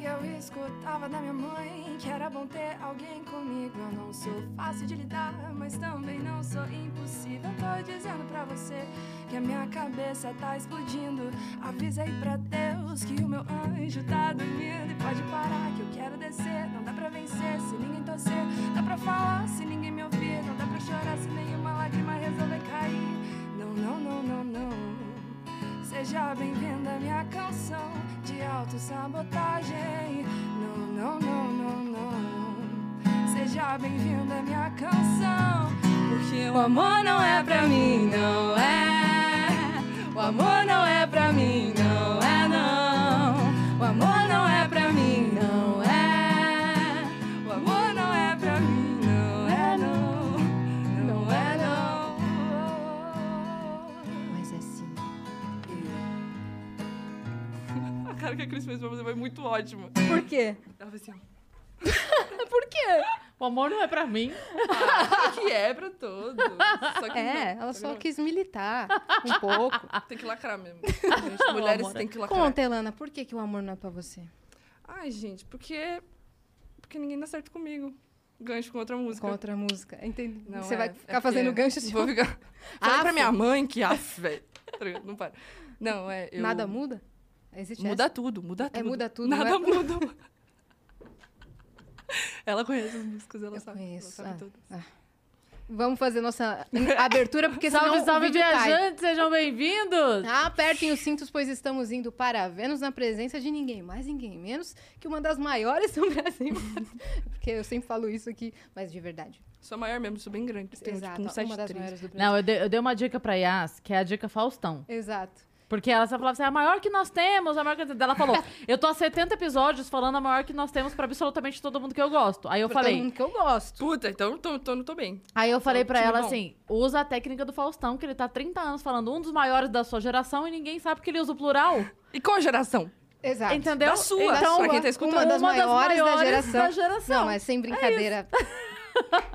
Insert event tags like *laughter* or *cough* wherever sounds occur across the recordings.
Eu escutava da minha mãe que era bom ter alguém comigo. Eu não sou fácil de lidar, mas também não sou impossível. Tô dizendo pra você que a minha cabeça tá explodindo. Avisa aí pra Deus que o meu anjo tá dormindo. E pode parar que eu quero descer. Não dá pra vencer se ninguém torcer. Dá pra falar se ninguém me ouvir. Não dá pra chorar se nenhuma lágrima resolver cair. Não, não, não, não, não. Seja bem-vinda à minha canção de autossabotagem. Não, não, não, não, não. Seja bem-vinda à minha canção. Porque o amor não é pra mim, não é. O amor não é pra mim, não é, não. O amor não é pra mim, não é. O amor não é pra mim, não é, não. Não é, não. Mas é sim. A cara que a Cris fez pra você foi muito ótima. Por quê? Ela fez assim, ó. *laughs* Por quê? O amor não é pra mim. Ah, que é pra todos. Só que É, não, ela só que... quis militar um pouco. não. *laughs* Tem que lacrar mesmo. *laughs* Gente, mulheres amor, têm que lacrar. Conta, Elana, por que, que o amor não é pra você? Ai, gente, porque... Porque ninguém dá certo comigo. Gancho com outra música. Com outra música. Entendi. Não, Você é- vai é ficar fazendo porque- gancho tipo, de Vou ficar... *laughs* Fala pra Aff. minha mãe que af, velho. Tá ligado? Não para. Não, é... Eu... Nada muda? Existe Muda essa? tudo, muda tudo. muda tudo, Nada não é- muda. *laughs* ela conhece as músicas, ela Eu sabe. conheço, Ela ah. sabe tudo. Vamos fazer nossa abertura, porque senão Salve, o salve, vídeo cai. Ah, viajantes, sejam bem-vindos. Apertem os cintos, pois estamos indo para Vênus na presença de ninguém mais, ninguém menos que uma das maiores do Brasil. *laughs* porque eu sempre falo isso aqui, mas de verdade. Sou a maior mesmo, sou bem grande. Tenho, Exato, tipo, um uma das 73. maiores do Brasil. Não, eu dei, eu dei uma dica pra Yas, que é a dica Faustão. Exato. Porque ela só falava assim, a maior que nós temos, a maior que... nós temos." Ela falou, eu tô há 70 episódios falando a maior que nós temos pra absolutamente todo mundo que eu gosto. Aí eu Pra todo falei... mundo que eu gosto. Puta, então eu tô, tô- não tô bem. Aí eu falei pra Time ela bom. assim, usa a técnica do Faustão, que ele tá 30 anos falando um dos maiores da sua geração e ninguém sabe que ele usa o plural. E qual a geração? Exato. Entendeu? Da sua, Então, pra quem tá escutando. Uma das Uma das maiores, da maiores geração. da geração. Não, mas sem brincadeira. *laughs*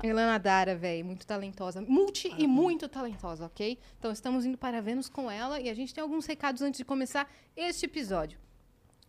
Elana Dara, velho, muito talentosa. Multi e muito talentosa, ok? Então estamos indo para Vênus com ela e a gente tem alguns recados antes de começar este episódio.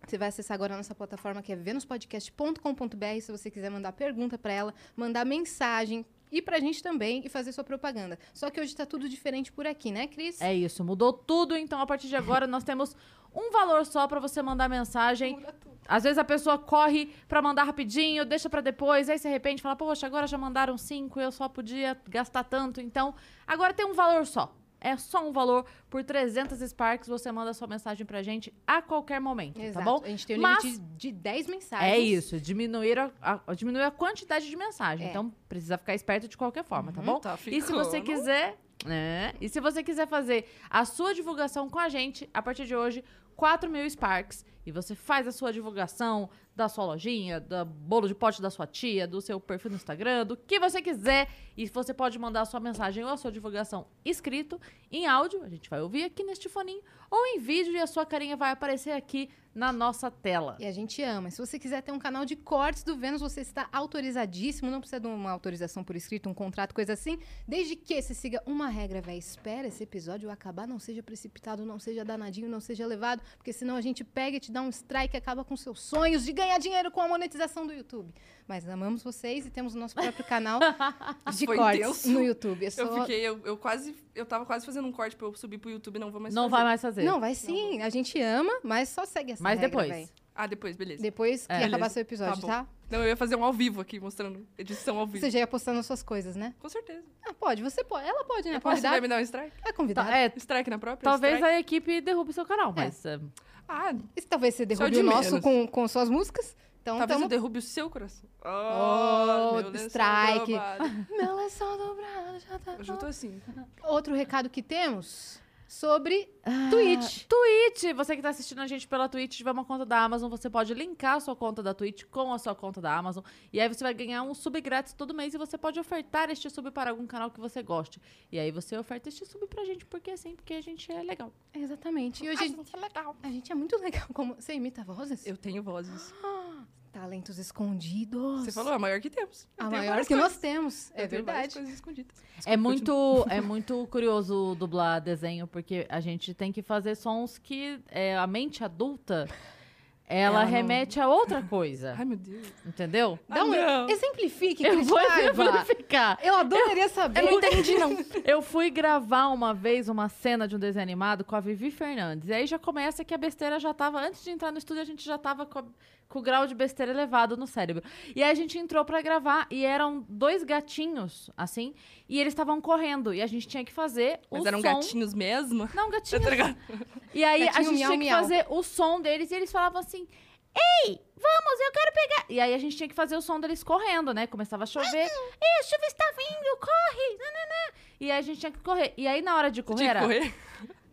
Você vai acessar agora a nossa plataforma que é venuspodcast.com.br se você quiser mandar pergunta pra ela, mandar mensagem e pra gente também e fazer sua propaganda. Só que hoje tá tudo diferente por aqui, né, Cris? É isso, mudou tudo, então a partir de agora nós temos um valor só pra você mandar mensagem. Às vezes a pessoa corre pra mandar rapidinho, deixa pra depois, aí se arrepende, fala: "Poxa, agora já mandaram cinco, eu só podia gastar tanto". Então, agora tem um valor só. É só um valor por 300 Sparks, você manda sua mensagem pra gente a qualquer momento, Exato. tá bom? A gente tem um Mas- limite de 10 mensagens. É isso, diminuir a, a- diminuir a quantidade de mensagem. É. Uhum. Então, precisa ficar esperto de qualquer forma, tá bom? Tá E se você ficando. quiser. né? E se você quiser fazer a sua divulgação com a gente, a partir de hoje, 4 mil Sparks. E você faz a sua divulgação da sua lojinha, do bolo de pote da sua tia, do seu perfil no Instagram, do que você quiser. E você pode mandar a sua mensagem ou a sua divulgação escrito em áudio, a gente vai ouvir aqui neste foninho, ou em vídeo e a sua carinha vai aparecer aqui na nossa tela. E a gente ama. Se você quiser ter um canal de cortes do Vênus, você está autorizadíssimo. Não precisa de uma autorização por escrito, um contrato, coisa assim. Desde que você siga uma regra, velho. Espera esse episódio acabar, não seja precipitado, não seja danadinho, não seja levado. Porque senão a gente pega e te dá um strike e acaba com seus sonhos de ganhar dinheiro com a monetização do YouTube. Mas amamos vocês e temos o nosso próprio *laughs* canal de Foi cortes tenso. no YouTube. É só- Eu fiquei, eu, eu quase, eu tava quase fazendo um corte pra eu subir pro YouTube, não vou mais Não fazer. vai mais fazer. Não, vai sim. A gente ama, mas só segue essa Mas regra, depois. véi. Ah, depois, beleza. Depois que É. acabar Beleza. seu episódio, bom. tá? Não, eu ia fazer um ao vivo aqui, mostrando edição ao vivo. Você já ia postando as suas coisas, né? Com certeza. Ah, pode, você pode. Ela pode, né? Eu posso, você vai Convidar. me dar um strike? É convidada. Tá- é, Strike na própria? talvez Strike? a É. equipe derrube seu canal, mas. eh, Ah, Então E se talvez você derrube de o nosso menos. com, com suas músicas. Então, Talvez tamo... eu derrube o seu coração. Oh, meu lençol strike. dobrado. Meu lençol dobrado já tá Eu já tô assim. Outro recado que temos sobre Ah. Twitch. Ah, Twitch, você que tá assistindo a gente pela Twitch, tiver uma conta da Amazon, você pode linkar a sua conta da Twitch com a sua conta da Amazon. E aí você vai ganhar um sub grátis todo mês e você pode ofertar este sub para algum canal que você goste. E aí você oferta este sub pra gente, porque assim, porque a gente é legal. Exatamente. E hoje a gente, é legal. a gente é muito legal. Como... Você imita vozes? Eu tenho vozes. Talentos escondidos. Você falou, a maior que temos. A Eu tenho maior várias que coisas. nós temos. É Eu tenho várias verdade. coisas escondidas. É muito, é muito *laughs* curioso dublar desenho, porque a gente tem que fazer sons que é, a mente adulta ela, Ela não- remete a outra *laughs* coisa. Ai, meu Deus. Entendeu? Dá Ah, um... não. Exemplifique, Eu Cris vou Paiva. exemplificar. Eu adoraria eu saber. não entendi, não. *laughs* Eu fui gravar uma vez uma cena de um desenho animado com a Vivi Fernandes. E aí já começa que a besteira já tava. Antes de entrar no estúdio, a gente já tava com, a- com o grau de besteira elevado no cérebro. E aí a gente entrou pra gravar e eram dois gatinhos, assim, e eles estavam correndo. E a gente tinha que fazer o Mas um eram som. gatinhos mesmo? Não, um gatinho. *laughs* Tá ligado? E aí a Gatinho gente miau, tinha que miau. fazer o som deles e eles falavam assim: Ei, vamos, eu quero pegar. E aí a gente tinha que fazer o som deles correndo, né? Começava a chover. Ei, a chuva está vindo, corre! nananã." E aí a gente tinha que correr. E aí na hora de correr, Tinha que era- correr?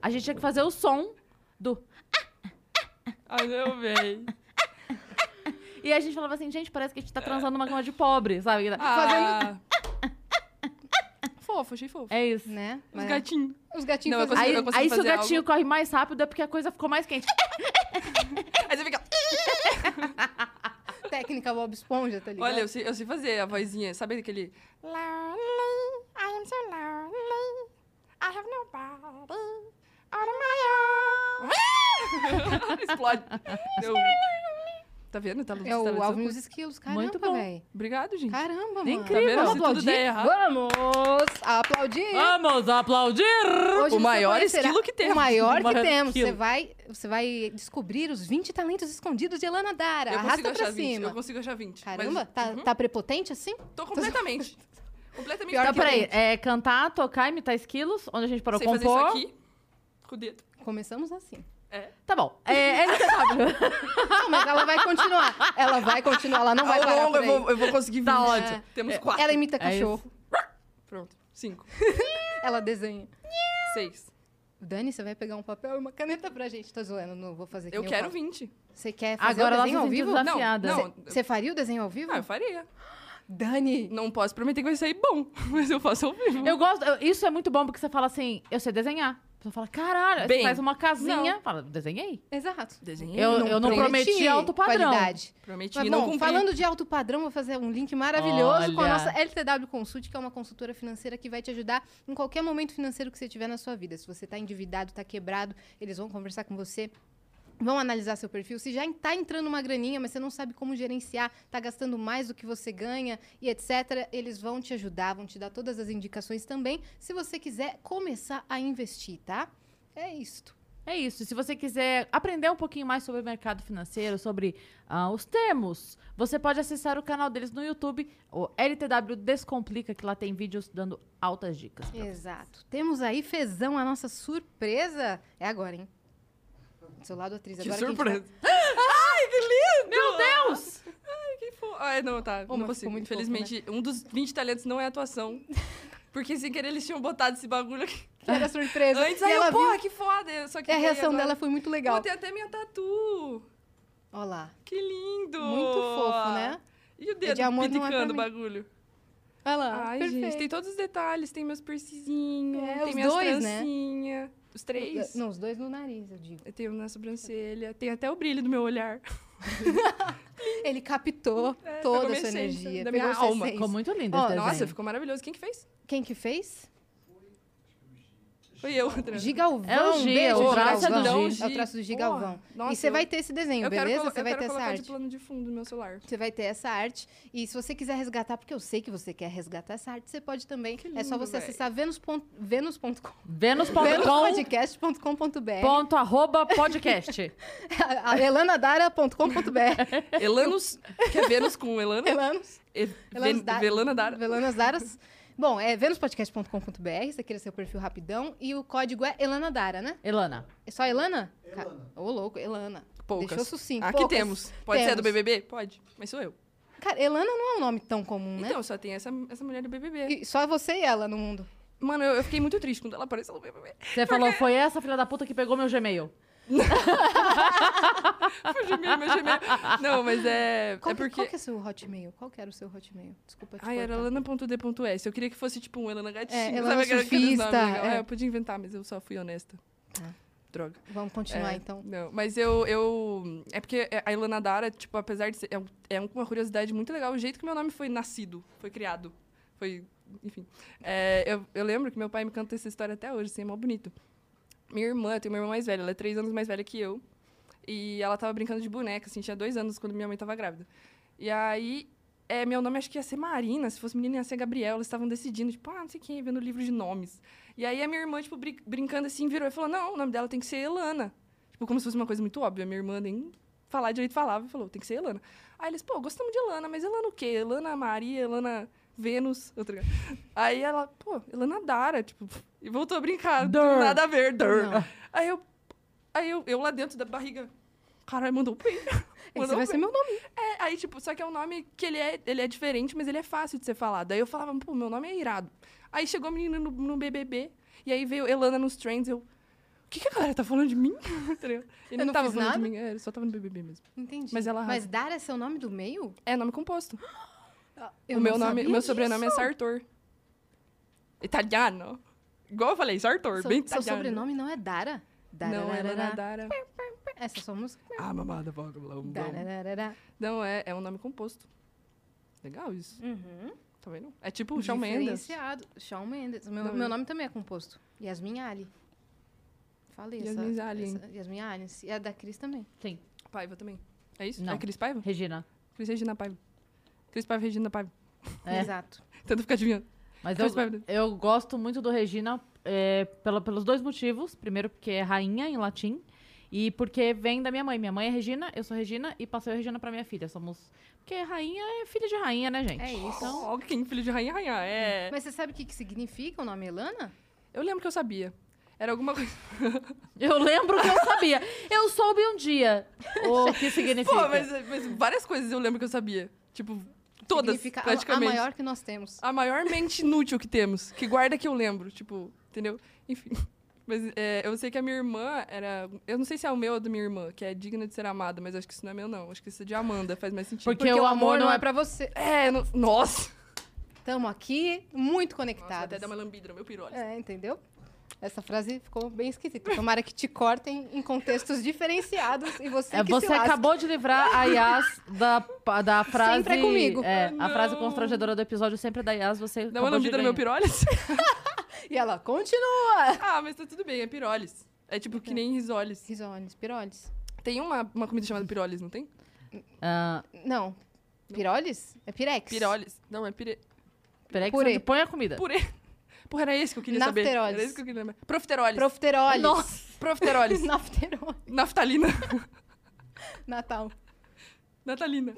a gente tinha que fazer o som do. Ai, meu bem. E aí a gente falava assim: gente, parece que a gente tá transando uma cama de pobre, sabe? É. Ah. fofo, achei fofo. É isso. Né? Os Mas- gatinhos. Os gatinhos Não, eu fazem- Aí, consigo aí se o fazer gatinho corre mais rápido é porque a coisa ficou mais *laughs* quente. Aí você fica... técnica Bob Esponja, tá ligado? Olha, eu sei, eu sei fazer a vozinha. Sabe aquele... Lonely, I am so lonely. I have nobody on Um, my own. *laughs* Explode. Deu. Tá vendo? Tá, É tá o vendo? Alvin e os Esquilos. Caramba, Muito bom. véi. Obrigado, gente. Caramba, Bem mano. incrível. Tá vendo? Vamos Se tudo aplaudir? der errado. Vamos aplaudir. Vamos aplaudir! Hoje você O maior conhecerá esquilo que temos. O *laughs* maior O maior que temos. esquilo. Você vai, você vai descobrir os 20 talentos escondidos de Elana Dara. Eu consigo Arrasta pra achar 20. cima. Eu consigo achar 20. mas- Caramba, tá, Uhum. tá prepotente assim? Tô completamente. *laughs* completamente. Então, Pior peraí, é cantar, tocar, imitar esquilos, onde a gente parou Sei fazer compor. isso aqui com o dedo. Começamos assim. Tá bom. *laughs* É, LTW. Não, mas ela vai continuar. Ela vai continuar, ela não vai Ao parar longo por aí. eu vou, eu vou conseguir 20. Tá ótimo. Temos quatro. Ela imita É isso. cachorro. Pronto. *laughs* Cinco. ela desenha. Seis. Dani, você vai pegar um papel e uma caneta pra gente. Tô zoando, não vou fazer. que Eu nem quero faço. 20. Você quer fazer Agora o ela desenho tá ao se sentindo vivo? Não, desafiada. não. Você faria o desenho ao vivo? Ah, eu faria. Dani! Não posso prometer que vai sair bom, *laughs* mas eu faço ao vivo. Eu gosto, eu- isso é muito bom porque você fala assim, eu sei desenhar. Você fala, caralho, Bem, você faz uma casinha, fala, desenhei. Exato. Desenhei. Eu, eu não prometi, alto padrão. Qualidade. Prometi Mas, não bom, cumpri. falando de alto padrão, vou fazer um link maravilhoso com a Olha. nossa LTW Consult, que é uma consultora financeira que vai te ajudar em qualquer momento financeiro que você tiver na sua vida. Se você está endividado, está quebrado, eles vão conversar com você. Vão analisar seu perfil. Se já está entrando uma graninha, mas você não sabe como gerenciar, está gastando mais do que você ganha e etc., eles vão te ajudar, vão te dar todas as indicações também, se você quiser começar a investir, tá? É isto. É isso. Se você quiser aprender um pouquinho mais sobre o mercado financeiro, sobre ah, os termos, você pode acessar o canal deles no YouTube, o LTW Descomplica, que lá tem vídeos dando altas dicas. É Exato. Temos aí, Fezão, a nossa surpresa. É agora, hein? Do seu lado, atriz. Que agora surpresa. Que *laughs* Ai, que lindo! Meu Deus! Ai, que fofo. Ai, não, tá. mas não ficou consigo. muito fofo, né? Infelizmente, um dos 20 talentos não é atuação. *laughs* Porque sem querer eles tinham botado esse bagulho aqui. a gente vai- que era surpresa. *laughs* Antes, E aí ela eu, porra, viu. que foda. Só que né? E a daí reação agora- dela foi muito Pô, legal. tem até minha tatu. Olha lá. Que lindo! Muito fofo, né? E o dedo de amor não é pra piticando o mim. bagulho. Olha lá. Ai, Ah, perfeito. gente, tem todos os detalhes. Tem meus piercingzinhos, É, tem os minhas dois, né? trancinhas. Os três. Não, os dois no nariz, eu digo. Eu tenho na sobrancelha. Tem até o brilho do meu olhar. Tá Ele captou É, pegou toda a minha sua essência, energia. da minha pegou sua alma. essência. Ficou muito lindo Ó, esse desenho. Nossa, ficou maravilhoso. Quem que fez? Quem que fez? Foi eu, outra. Gigalvão. É o Gi, beijo, o traço é do Gigalvão. Gi. É o traço do Gigalvão. Porra, nossa, e você eu- vai ter esse desenho, eu quero, beleza? colo- Você eu vai quero ter essa colocar arte. de plano de fundo no meu celular. *laughs* Você vai ter essa arte. E se você quiser resgatar, porque eu sei que você quer resgatar essa arte, você pode também. é só lindo, você véi. acessar venus pon- venus.com. Vênus.com. venuspodcast.com.br Ponto arroba podcast. *laughs* a- a *laughs* elanadara.com.br Elanos. Quer Vênus com Elana? Elanos, E- Elanos Ven- da- Velana Dara. Elanas Daras. Bom, é venuspodcast.com.br, você cria seu perfil rapidão. E o código é Elanadara, né? Elana. É só Elana? Elana. Ô, louco, Elana. Poucas. Deixou sucinto. Aqui poucas. temos. Pode ser a do Temos. BBB? Pode. Mas sou eu. Cara, Elana não é um nome tão comum, né? Então, só tem essa, essa mulher do BBB. E só você e ela no mundo. Mano, eu, eu fiquei muito triste quando ela apareceu no *laughs* BBB. Você falou, foi essa filha da puta que pegou meu Gmail. Meu gemelo, meu gemelo. Não, mas é... Qual, é que- porque... qual que é seu hotmail? Qual que era o seu hotmail? Desculpa te Ai, era cortar. lana.d.s. Eu queria que fosse tipo um Elana Gatinho. É, Elana sabe aquela- aqueles nomes Surfista, legais? é. eu podia inventar, mas eu só fui honesta. Tá. Droga. Vamos continuar, É, então. Não, mas eu, eu. É porque a Ilana Dara, tipo, apesar de ser. É, um- é uma curiosidade muito legal o jeito que meu nome foi nascido, foi criado. Foi. Enfim. É, eu, eu lembro que meu pai me conta essa história até hoje, assim, é mó bonito. Minha irmã, eu tenho uma irmã mais velha, ela é três anos mais velha que eu. E ela tava brincando de boneca, assim, tinha dois anos quando minha mãe tava grávida. E aí, é, meu nome acho que ia ser Marina, se fosse menina ia ser Gabriel. Elas estavam decidindo, tipo, ah, não sei quem, vendo livro de nomes. E aí a minha irmã, tipo, brin- brincando assim, virou e falou: não, o nome dela tem que ser Elana. Tipo, como se fosse uma coisa muito óbvia. Minha irmã nem falar direito falava e falou: tem que ser Elana. Aí eles, pô, gostamos de Elana, mas Elana o quê? Elana Maria, Elana Vênus. Outra... Aí ela, pô, Elana Dara, tipo, e voltou a brincar. tipo, Dur. Nada a ver, dur. *laughs* Não. Aí eu. Aí eu, eu lá dentro da barriga. Caralho, mandou um bem. *laughs* Esse vai ser meu nome. É, aí, tipo, só que é um nome que ele é, ele é diferente, mas ele é fácil de ser falado. Aí eu falava, pô, meu nome é irado. Aí chegou a menina no, no BBB, e aí veio Elana nos trends, eu... O que, que a galera tá falando de mim? *laughs* Entendeu? Ele Eu não tava fiz falando nada. de mim, é, ele só tava no BBB mesmo. Entendi. Mas ela Mas arrasa. Dara é seu nome do meio? É nome composto. Eu o meu, não nome, sabia o meu sobrenome é disso. Sartor. Italiano. Igual eu falei, Sartor, Seu, bem seu italiano. sobrenome não é Dara? Dararara. Não, é Elana Dara. Essa é sua música? Ah, mamada, voga, blá, blá, blá. Dararara. Não, é, é um nome composto. Legal isso. Uhum. Tá vendo? É tipo o Shawn Mendes. Diferenciado. Shawn Mendes. Meu, Não, meu eu- nome também é composto. Yasmin Ali. Falei Yasmin essa. Ali. essa- Yasmin Ali. E a da Cris também. Sim. Paiva também. É isso? Não. É Cris Paiva? Regina. Cris Regina Paiva. Cris Paiva, Regina Paiva. *laughs* É. Exato. Tenta ficar adivinhando. Mas eu, Chris Paiva. eu gosto muito do Regina é, pela- pelos dois motivos. Primeiro, porque é rainha em latim. E porque vem da minha mãe. Minha mãe é Regina, eu sou Regina e passei a Regina pra minha filha. Somos. Porque rainha é filha de rainha, né, gente? É isso. Então, ó, quem filho de rainha, rainha. É. Mas você sabe o que, que significa o nome Elana? Eu lembro que eu sabia. Era alguma coisa. Eu lembro que eu sabia. Eu soube um dia o que significa. *laughs* Pô, mas, mas várias coisas eu lembro que eu sabia. Tipo, todas, significa a- praticamente. A maior que nós temos. A maior mente inútil que temos. Que guarda que eu lembro. Tipo, entendeu? Enfim. *laughs* Mas é, eu sei que a minha irmã era. Eu não sei se é o meu ou do minha irmã, que é digna de ser amada, mas acho que isso não é meu, não. Acho que isso é de Amanda, faz mais sentido. Porque o amor não é- pra você. É, não- nossa! Estamos aqui muito Nossa, vou até conectados. dar uma lambida no meu pirolho. É, entendeu? Essa frase ficou bem esquisita. Tomara que te cortem em contextos diferenciados e você É, que se você lasque. acabou de livrar a Yas da, pa- da frase. Sempre é comigo. é, Ah, a frase não. constrangedora do episódio sempre é da Yas. Você. Dá uma acabou de lambida no meu ganhar. pirolhas? E ela continua. *laughs* Ah, mas tá tudo bem, é piroles. É tipo que nem risoles. Risones, piroles. Tem uma, uma comida chamada piroles, não tem? Ah, Não. Piroles? É pirex. Piroles. Não, é pire... é peraí, que Purê. você põe a comida. purê. *laughs* Porra, era esse que eu queria saber. Nafteroles. Era esse que eu queria lembrar. Profiteroles. Profiteroles. Nossa. Profiteroles. *laughs* Nafteroles. Naftalina. *laughs* Natal. Natalina.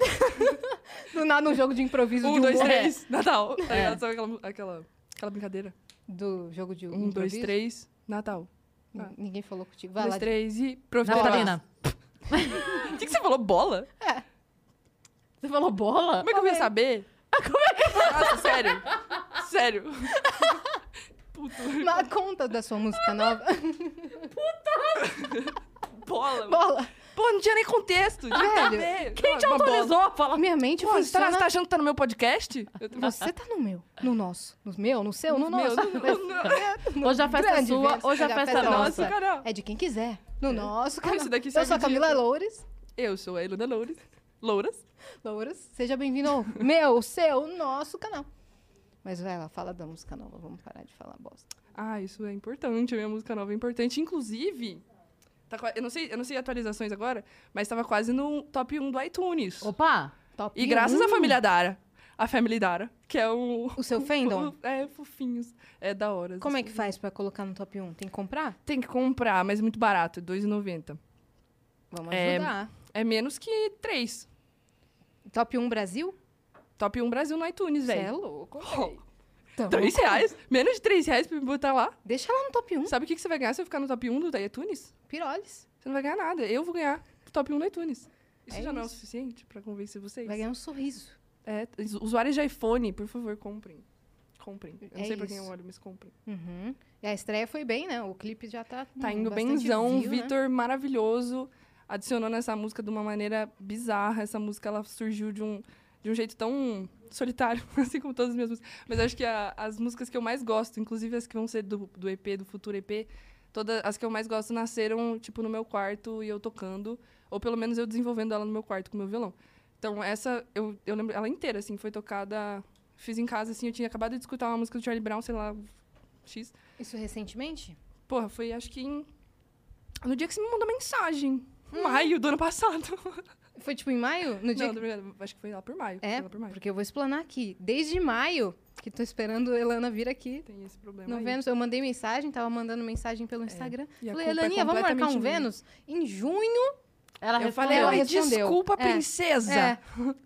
Do nada um jogo de improviso de Um, dois, humor. três. Natal. Tá É. ligado? Sabe aquela, aquela, aquela brincadeira? Do jogo de Um, dois, improviso? três. Natal. N- Ninguém falou contigo. Um, Vai dois, lá. três e... Profiteroles. Natalina. O que, que você falou? Bola? Você falou bola? Como é que eu ia saber? *laughs* Como é que... Nossa, sério. *laughs* Sério. Puto. Na conta da sua música nova. *laughs* Bola. Bola. Pô, não tinha nem contexto. Tinha que Velho, saber. Quem te Uma bola. autorizou a falar? Minha mente Pô, você tá, funciona... você tá achando que tá no meu podcast? Eu tô- Você tá no meu, no nosso, no meu, no seu, no No meu, nosso. no- *laughs* Mas- no- é, no- Hoje a festa é grande sua, evento, hoje a festa é nossa, Carol. É de quem quiser, no nosso canal. isso é daqui Eu serve sou a de- Camila Loures. Eu sou a Eluna Loures. Louras. Loures, seja bem-vindo ao meu, seu, nosso canal. Mas vai lá, fala da música nova, vamos parar de falar bosta. Ah, isso é importante. A minha música nova é importante. Inclusive, tá qua- eu, não sei, eu não sei atualizações agora, mas tava quase no top 1 do iTunes. Opa! Top E graças à um. família Dara. A Family Dara, que é um... O seu fandom? *laughs* É, fofinhos. É da hora. Como é que faz pra colocar no top 1? Tem que comprar? Tem que comprar, mas é muito barato, R$2,90. Vamos É. ajudar. É menos que 3. Top 1 Brasil? Top 1 Brasil no iTunes, Você velho. é louco. Oh, Então, 3 reais? Menos de 3 reais pra me botar lá? Deixa lá no top 1, Sabe o que, que você vai ganhar se eu ficar no top 1 do iTunes? Piroles. Você não vai ganhar nada. Eu vou ganhar top 1 no iTunes. Isso É já não é o isso. suficiente pra convencer vocês? Vai ganhar um sorriso. É, t- usuários de iPhone, por favor, comprem. Comprem. Eu não É sei pra quem eu isso. olho, mas comprem. Uhum. E a estreia foi bem, né? O clipe já tá. Tá hum, indo bastante benzão, view, né? Vitor maravilhoso, adicionando essa música de uma maneira bizarra. Essa música ela surgiu de um, de um jeito tão solitário, *laughs* assim como todas as minhas músicas. Mas acho que a- as músicas que eu mais gosto, inclusive as que vão ser do, do EP, do futuro EP, todas as que eu mais gosto nasceram tipo no meu quarto e eu tocando, ou pelo menos eu desenvolvendo ela no meu quarto com o meu violão. Então essa eu, eu lembro ela inteira assim, foi tocada, fiz em casa assim, eu tinha acabado de escutar uma música do Charlie Brown, sei lá, X. Isso recentemente? Porra, foi acho que em... no dia que você me mandou mensagem. Em Maio do ano passado. Foi tipo em maio? No Hum. dia que- Não, tô brincando, acho que foi lá por maio. É, foi lá por maio. porque eu vou explanar aqui. Desde maio, que tô esperando a Elana vir aqui Tem esse problema. no aí. Vênus. Eu mandei mensagem, tava mandando mensagem pelo Instagram. E a Falei, culpa é Elaninha, vamos marcar um completamente minha. Vênus? Em junho. Ela Eu respondeu. falei, Ela ai, respondeu. desculpa, É. *laughs* princesa. É.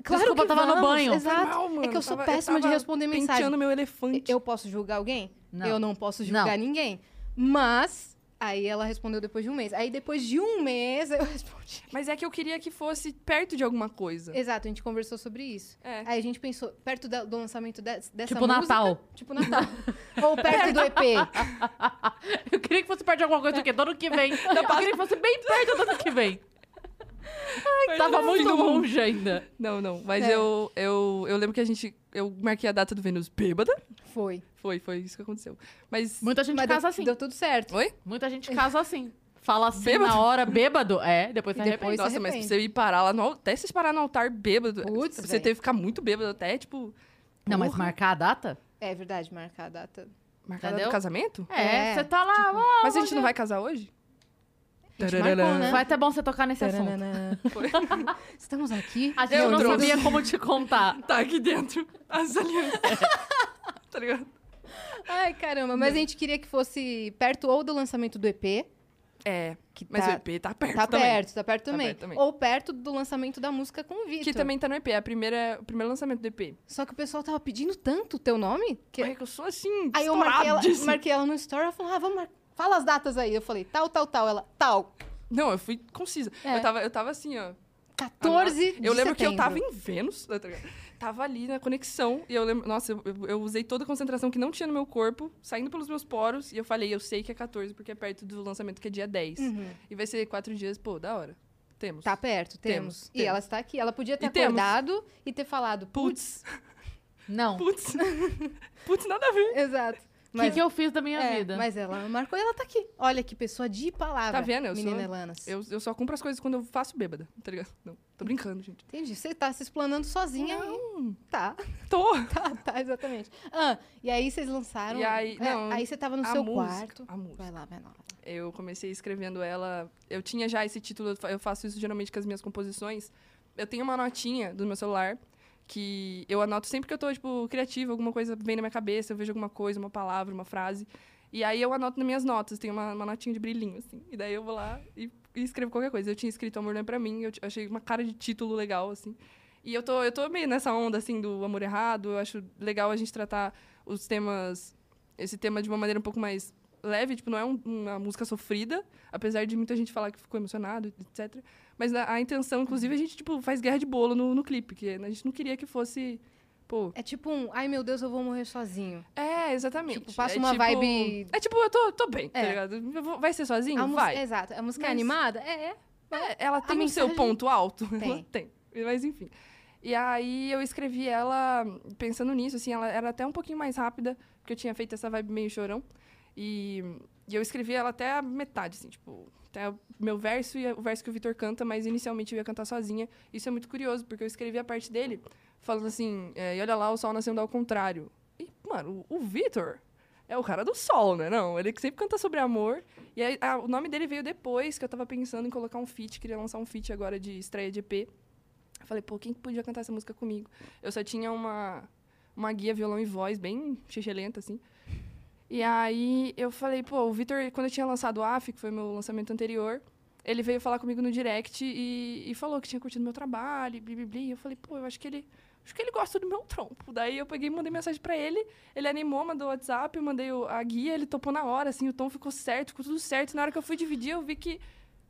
Claro Desculpa, que tava no vamos, banho. Foi Exato. mal, mano. É que eu sou Tava- péssima de tava responder mensagem. penteando meu elefante. Eu posso julgar alguém? Não. Eu não posso julgar ninguém. Mas, aí ela respondeu depois de um mês. Aí depois de um mês, eu *laughs* respondi. Mas é que eu queria que fosse perto de alguma coisa. Exato, a gente conversou sobre isso. É. Aí a gente pensou, perto da- do lançamento des- dessa Tipo música... Natal. Tipo Natal. *laughs* Ou perto do *laughs* EP. Eu queria que fosse perto de alguma coisa do que do ano que *laughs* vem. Eu queria que fosse bem perto do ano que vem. Tava muito longe ainda. Não, não. Mas É. eu, eu, eu lembro que a gente. Eu marquei a data do Vênus bêbada. Foi. Foi, foi isso que aconteceu. Mas. Muita gente Mas deu, casa assim. deu tudo certo. Oi? Muita gente casa assim. Fala assim Bêbado. na hora, bêbado. É, depois E se depois- arrepende. se Tá Nossa, mas pra arrepende. você ir parar lá no altar, até vocês parar no altar bêbado, Putz, você velho. teve que ficar muito bêbado até, tipo... Não, mas porra, marcar a data? É verdade, marcar a data. marcada Entendeu? do casamento? É, É, você tá lá. ó, mas a gente hoje- não vai casar hoje? A gente marcou, né? Vai até bom você tocar nesse assunto. Taranana. Foi. *laughs* Estamos aqui. A gente Eu não trouxe. sabia como te *laughs* contar. tá aqui dentro *laughs* as alianças. *laughs* tá ligado? Ai, caramba. Mas a gente queria que fosse perto ou do lançamento do EP. É, Que mas tá, o EP tá perto tá também. perto, tá perto também. perto também. Ou perto do lançamento da música com o Vitor. Que também tá no EP, é a primeira, o primeiro lançamento do EP. Só que o pessoal tava pedindo tanto o teu nome. Que... Ai, que eu sou assim, Aí eu marquei ela, estouradíssima. marquei ela no story, ela falou, ah, vamos mar... Fala as datas aí. Eu falei, tal, tal, tal. Ela, tal. Não, eu fui concisa. É. Eu, tava, eu tava assim, ó... 14 Agora, Eu de lembro que eu setembro. tava em Vênus. né, tá ligado? Tava ali na conexão. E eu lembro. Nossa, eu, eu- eu usei toda a concentração que não tinha no meu corpo, saindo pelos meus poros. E eu falei, eu sei que é 14, porque é perto do lançamento, que é dia 10. E vai ser quatro dias, pô, da hora. Temos. Uhum. Tá perto, temos. Temos, e temos. ela está aqui. Ela podia ter E temos. acordado e ter falado, putz. Putz, Não. O *laughs* putz. putz, nada a ver. Exato. que, que eu fiz da minha é, vida? Mas ela marcou e ela tá aqui. Olha que pessoa de palavra. Tá vendo? Eu sou- menina Elanas. Eu, eu só compro as coisas quando eu faço bêbada, tá ligado? Não, tô brincando, gente. Entendi. Você tá se explanando sozinha. Não. e- Tá, Tô. *laughs* tá, tá, exatamente. Ah, e aí vocês lançaram. E aí- é, não, aí você tava no a seu música, quarto. a música. Vai lá, vai lá. Eu comecei escrevendo ela. Eu tinha já esse título, eu fa- eu faço isso geralmente com as minhas composições. Eu tenho uma notinha do meu celular que eu anoto sempre que eu tô, tipo, criativa, alguma coisa vem na minha cabeça, eu vejo alguma coisa, uma palavra, uma frase. E aí eu anoto nas minhas notas, tem uma, uma notinha de brilhinho, assim. E daí eu vou lá e, e escrevo qualquer coisa. Eu tinha escrito Amor Não É Pra Mim, eu t- achei uma cara de título legal, assim. E eu tô, eu tô meio nessa onda, assim, do amor errado. Eu acho legal a gente tratar os temas, esse tema de uma maneira um pouco mais leve, tipo, não é um- uma música sofrida, apesar de muita gente falar que ficou emocionado, etc. Mas a, a intenção, inclusive, a gente, tipo, faz guerra de bolo no, no clipe, que a gente não queria que fosse, pô... É tipo um, ai meu Deus, eu vou morrer sozinho. É, exatamente. Tipo, passa É uma vibe- É tipo, eu tô, tô bem, É. tá ligado? Eu vou- Vai ser sozinho? A música- Vai. Exato. A música é Mas- animada? É, é. É, ela tem o mensagem- seu ponto alto. Tem. Ela tem. Mas enfim. E aí eu escrevi ela pensando nisso, assim, ela era até um pouquinho mais rápida, porque eu tinha feito essa vibe meio chorão. E, e eu escrevi ela até a metade, assim, tipo, até o meu verso e o verso que o Vitor canta, mas inicialmente eu ia cantar sozinha. Isso é muito curioso, porque eu escrevi a parte dele falando assim, é, e olha lá, o sol nascendo ao contrário. E, mano, o, o Vitor é o cara do sol, né? Não, ele que sempre canta sobre amor. E aí, ah, o nome dele veio depois, que eu tava pensando em colocar um feat, queria lançar um feat agora de estreia de EP. Eu Falei, pô, quem que podia cantar essa música comigo? Eu só tinha uma, uma guia, violão e voz, bem lenta assim. E aí eu falei, pô, o Vitor, quando eu tinha lançado o AF, que foi meu lançamento anterior, ele veio falar comigo no direct e, e falou que tinha curtido meu trabalho, e blibli. E eu falei, pô, eu acho que ele. Acho que ele gosta do meu trompo. Daí eu peguei e mandei mensagem pra ele. Ele animou, mandou o WhatsApp, eu mandei o- a guia, ele topou na hora, assim, o tom ficou certo, ficou tudo certo. Na hora que eu fui dividir, eu vi que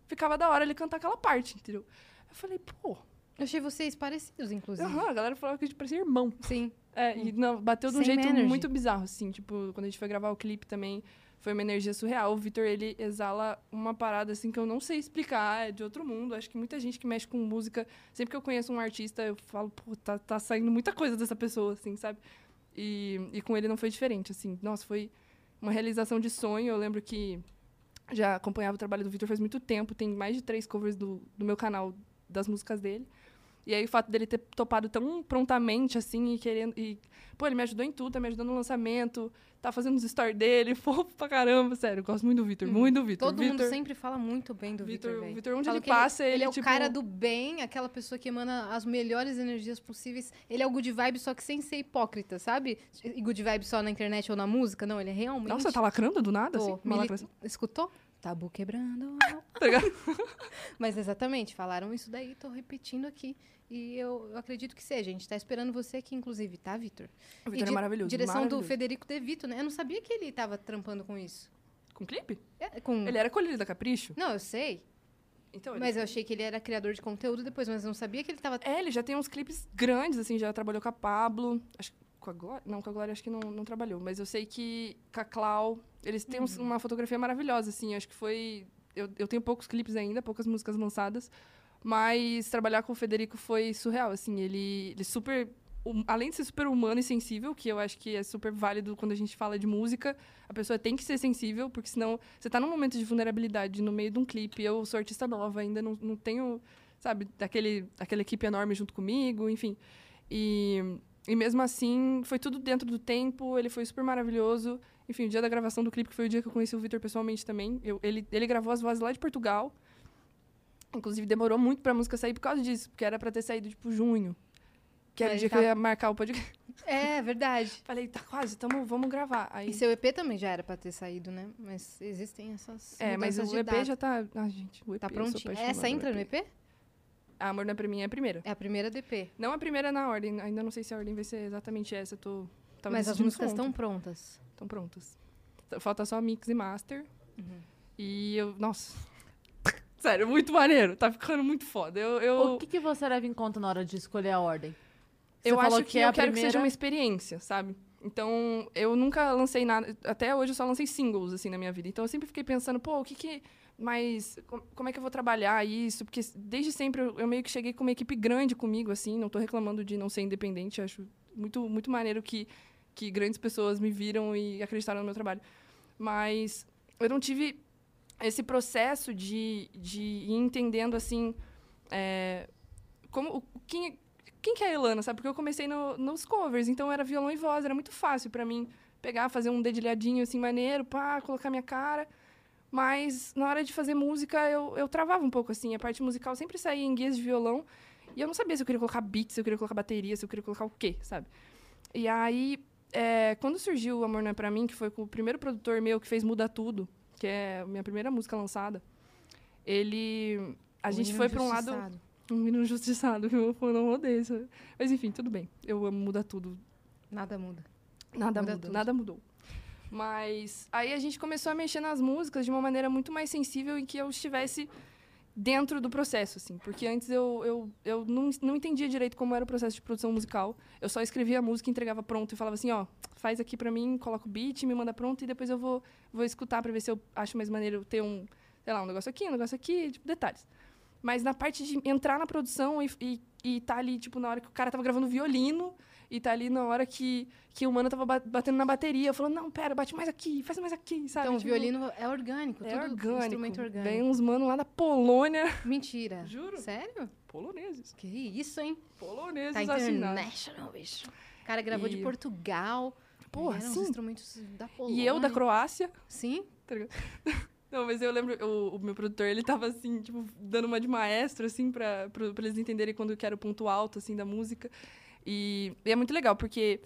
ficava da hora ele cantar aquela parte, entendeu? Eu falei, pô, Eu achei vocês parecidos, inclusive. aham, a galera falava que a gente parecia irmão. Sim. É, e não, bateu de um Same jeito energy. muito bizarro, assim. Tipo, quando a gente foi gravar o clipe também, foi uma energia surreal. O Vitor, ele exala uma parada, assim, que eu não sei explicar, é de outro mundo. Acho que muita gente que mexe com música, sempre que eu conheço um artista, eu falo, pô, tá, tá saindo muita coisa dessa pessoa, assim, sabe? E, e com ele não foi diferente, assim. Nossa, foi uma realização de sonho. Eu lembro que já acompanhava o trabalho do Vitor faz muito tempo, tem mais de três covers do, do meu canal das músicas dele. E aí o fato dele ter topado tão prontamente, assim, e querendo. E, pô, ele me ajudou em tudo, tá me ajudando no lançamento, tá fazendo os stories dele, *laughs* fofo pra caramba, sério. eu Gosto muito do Vitor, muito do Vitor. Uhum. Todo mundo Vitor- sempre fala muito bem do Vitor, Vitor, velho. Vitor, onde Fala ele que passa, ele, ele, é o tipo, cara do bem, aquela pessoa que emana as melhores energias possíveis. Ele é o good vibe, só que sem ser hipócrita, sabe? E good vibe só na internet ou na música. Não, ele é realmente... Nossa, tá lacrando do nada, Pô, assim? Uma mili- lacração? Escutou? Tabu quebrando. *laughs* Tá ligado? *laughs* Mas exatamente, falaram isso daí, tô repetindo aqui. E eu, eu acredito que seja. A gente tá esperando você aqui, inclusive, tá, Vitor? O E Vitor é di- maravilhoso. Direção maravilhoso. do Federico De Vito, né? Eu não sabia que ele tava trampando com isso. Com clipe? É, com... Ele era colírio da Capricho? Não, eu sei. Então, ele... Mas eu achei que ele era criador de conteúdo depois, mas eu não sabia que ele tava. É, ele já tem uns clipes grandes, assim, já trabalhou com a Pablo. Acho que com a Glória. Não, com a Glória acho que não, não trabalhou. Mas eu sei que com a Clau. Eles têm uns- uma fotografia maravilhosa, assim. Acho que foi. Eu, eu tenho poucos clipes ainda, poucas músicas lançadas. Mas trabalhar com o Federico foi surreal, assim. Ele, ele super. hum- Além de ser super humano e sensível, que eu acho que é super válido quando a gente fala de música, a pessoa tem que ser sensível, porque senão você tá num momento de vulnerabilidade no meio de um clipe. Eu sou artista nova, ainda não, não tenho sabe, daquele, aquela equipe enorme junto comigo, enfim. E, e mesmo assim, foi tudo dentro do tempo, ele foi super maravilhoso. Enfim, o dia da gravação do clipe, que foi o dia que eu conheci o Vitor pessoalmente também, eu, ele, ele gravou as vozes lá de Portugal. Inclusive, demorou muito pra música sair por causa disso, porque era pra ter saído, tipo, junho. Que era Mas o dia tá- que eu ia marcar o podcast. É, verdade. Falei, tá quase, tamo, vamos gravar. Aí, E seu EP também já era pra ter saído, né? Mas existem essas. é, mas mudanças o de EP data. já tá... Ah, gente, o EP, Tá eu sou prontinho. apaixonada Essa entra por no EP. EP? Ah, Amor Não É Pra Mim é a primeira. É a primeira do EP. Não a primeira é na ordem, ainda não sei se a ordem vai ser exatamente essa, eu tô... tava mas as decidindo músicas isso estão ontem. prontas. Estão prontas. T- Falta só mix e master. Uhum. E eu, nossa... *laughs* Sério, muito maneiro, tá ficando muito foda. Eu, eu, O que, que você leva em conta na hora de escolher a ordem? Você eu falou acho que, é eu a quero que primeira... seja uma experiência, sabe? Então, eu nunca lancei nada. Até hoje eu só lancei singles, assim, na minha vida. Então, eu sempre fiquei pensando, pô, o que que. Mas com- como é que eu vou trabalhar isso? Porque desde sempre eu, eu meio que cheguei com uma equipe grande comigo, assim. Não tô reclamando de não ser independente. Acho muito, muito maneiro que, que grandes pessoas me viram e acreditaram no meu trabalho. Mas eu não tive esse processo de, de ir entendendo, assim, é, como, o- quem, quem que é a Elana, sabe? Porque eu comecei no- nos covers, então era violão e voz, era muito fácil pra mim pegar, fazer um dedilhadinho assim maneiro, pá, colocar minha cara. Mas na hora de fazer música eu, eu travava um pouco assim, a parte musical sempre saía em guias de violão e eu não sabia se eu queria colocar beat, se eu queria colocar bateria, se eu queria colocar o quê, sabe? E aí, é, quando surgiu o Amor Não É Pra Mim, que foi com o primeiro produtor meu que fez Muda Tudo, que é a minha primeira música lançada, ele. A O gente Hino foi pra um lado. Injustiçado. Um menino injustiçado, *laughs* eu eu não odeio isso. Mas enfim, tudo bem. Eu amo mudar tudo. Nada muda. Nada Muda muda, tudo. nada mudou. Mas aí a gente começou a mexer nas músicas de uma maneira muito mais sensível em que eu estivesse dentro do processo, assim. Porque antes eu, eu, eu não, não entendia direito como era o processo de produção musical. Eu só escrevia a música, entregava pronto e falava assim, ó, faz aqui pra mim, coloca o beat, me manda pronto e depois eu vou, vou escutar pra ver se eu acho mais maneiro ter um, sei lá, um negócio aqui, um negócio aqui, tipo, detalhes. Mas na parte de entrar na produção e, e, e tá ali, tipo, na hora que o cara tava gravando violino e tá ali na hora que, que o mano tava ba- batendo na bateria, falando, não, pera, bate mais aqui, faz mais aqui, sabe? Então, o Tipo, violino é orgânico, é tudo orgânico. instrumento orgânico. Vem uns mano lá da Polônia. Mentira. Juro? Sério? Poloneses. Que isso, hein? Poloneses Tá assinados. international, bicho. O cara gravou de E- Portugal. Porra, eram os sim. instrumentos da Polônia. E eu da Croácia. Sim? tá ligado? Não, mas eu lembro, o, o meu produtor, ele tava assim, tipo, dando uma de maestro, assim, pra, pro- pra eles entenderem quando que era o ponto alto, assim, da música. E, e é muito legal, porque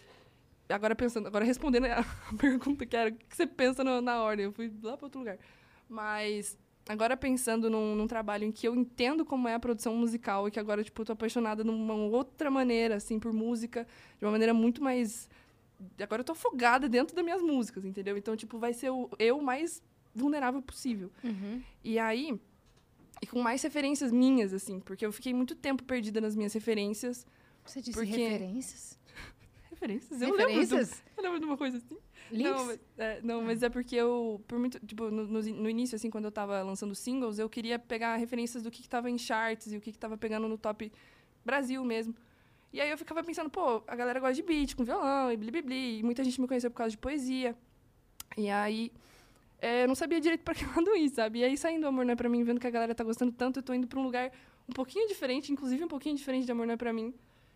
agora pensando, agora respondendo *laughs* a pergunta que era, o que você pensa no- na ordem? Eu fui lá pra outro lugar. Mas agora pensando num, num trabalho em que eu entendo como é a produção musical e que agora, tipo, eu tô apaixonada numa outra maneira, assim, por música, de uma maneira muito mais agora eu tô afogada dentro das minhas músicas, entendeu? Então, tipo, vai ser o eu mais vulnerável possível. Uhum. E aí, E com mais referências minhas, assim, porque eu fiquei muito tempo perdida nas minhas referências. Você disse Porque- referências? Referências? um Eu lembro. Referências? Do, eu lembro de uma coisa assim. Links? Não, mas é, não, mas é porque eu, por muito, tipo, no, no- no início, assim, quando eu tava lançando singles, eu queria pegar referências do que, que tava em charts e o que, que tava pegando no top Brasil mesmo. E aí eu ficava pensando, pô, a galera gosta de beat com violão e blibli, e muita gente me conheceu por causa de poesia. E aí é, eu não sabia direito pra que *laughs* lado ir, sabe? E aí saindo Amor Não É Pra Mim, vendo que a galera tá gostando tanto, eu tô indo pra um lugar um pouquinho diferente, inclusive um pouquinho diferente de Amor Não É Pra Mim,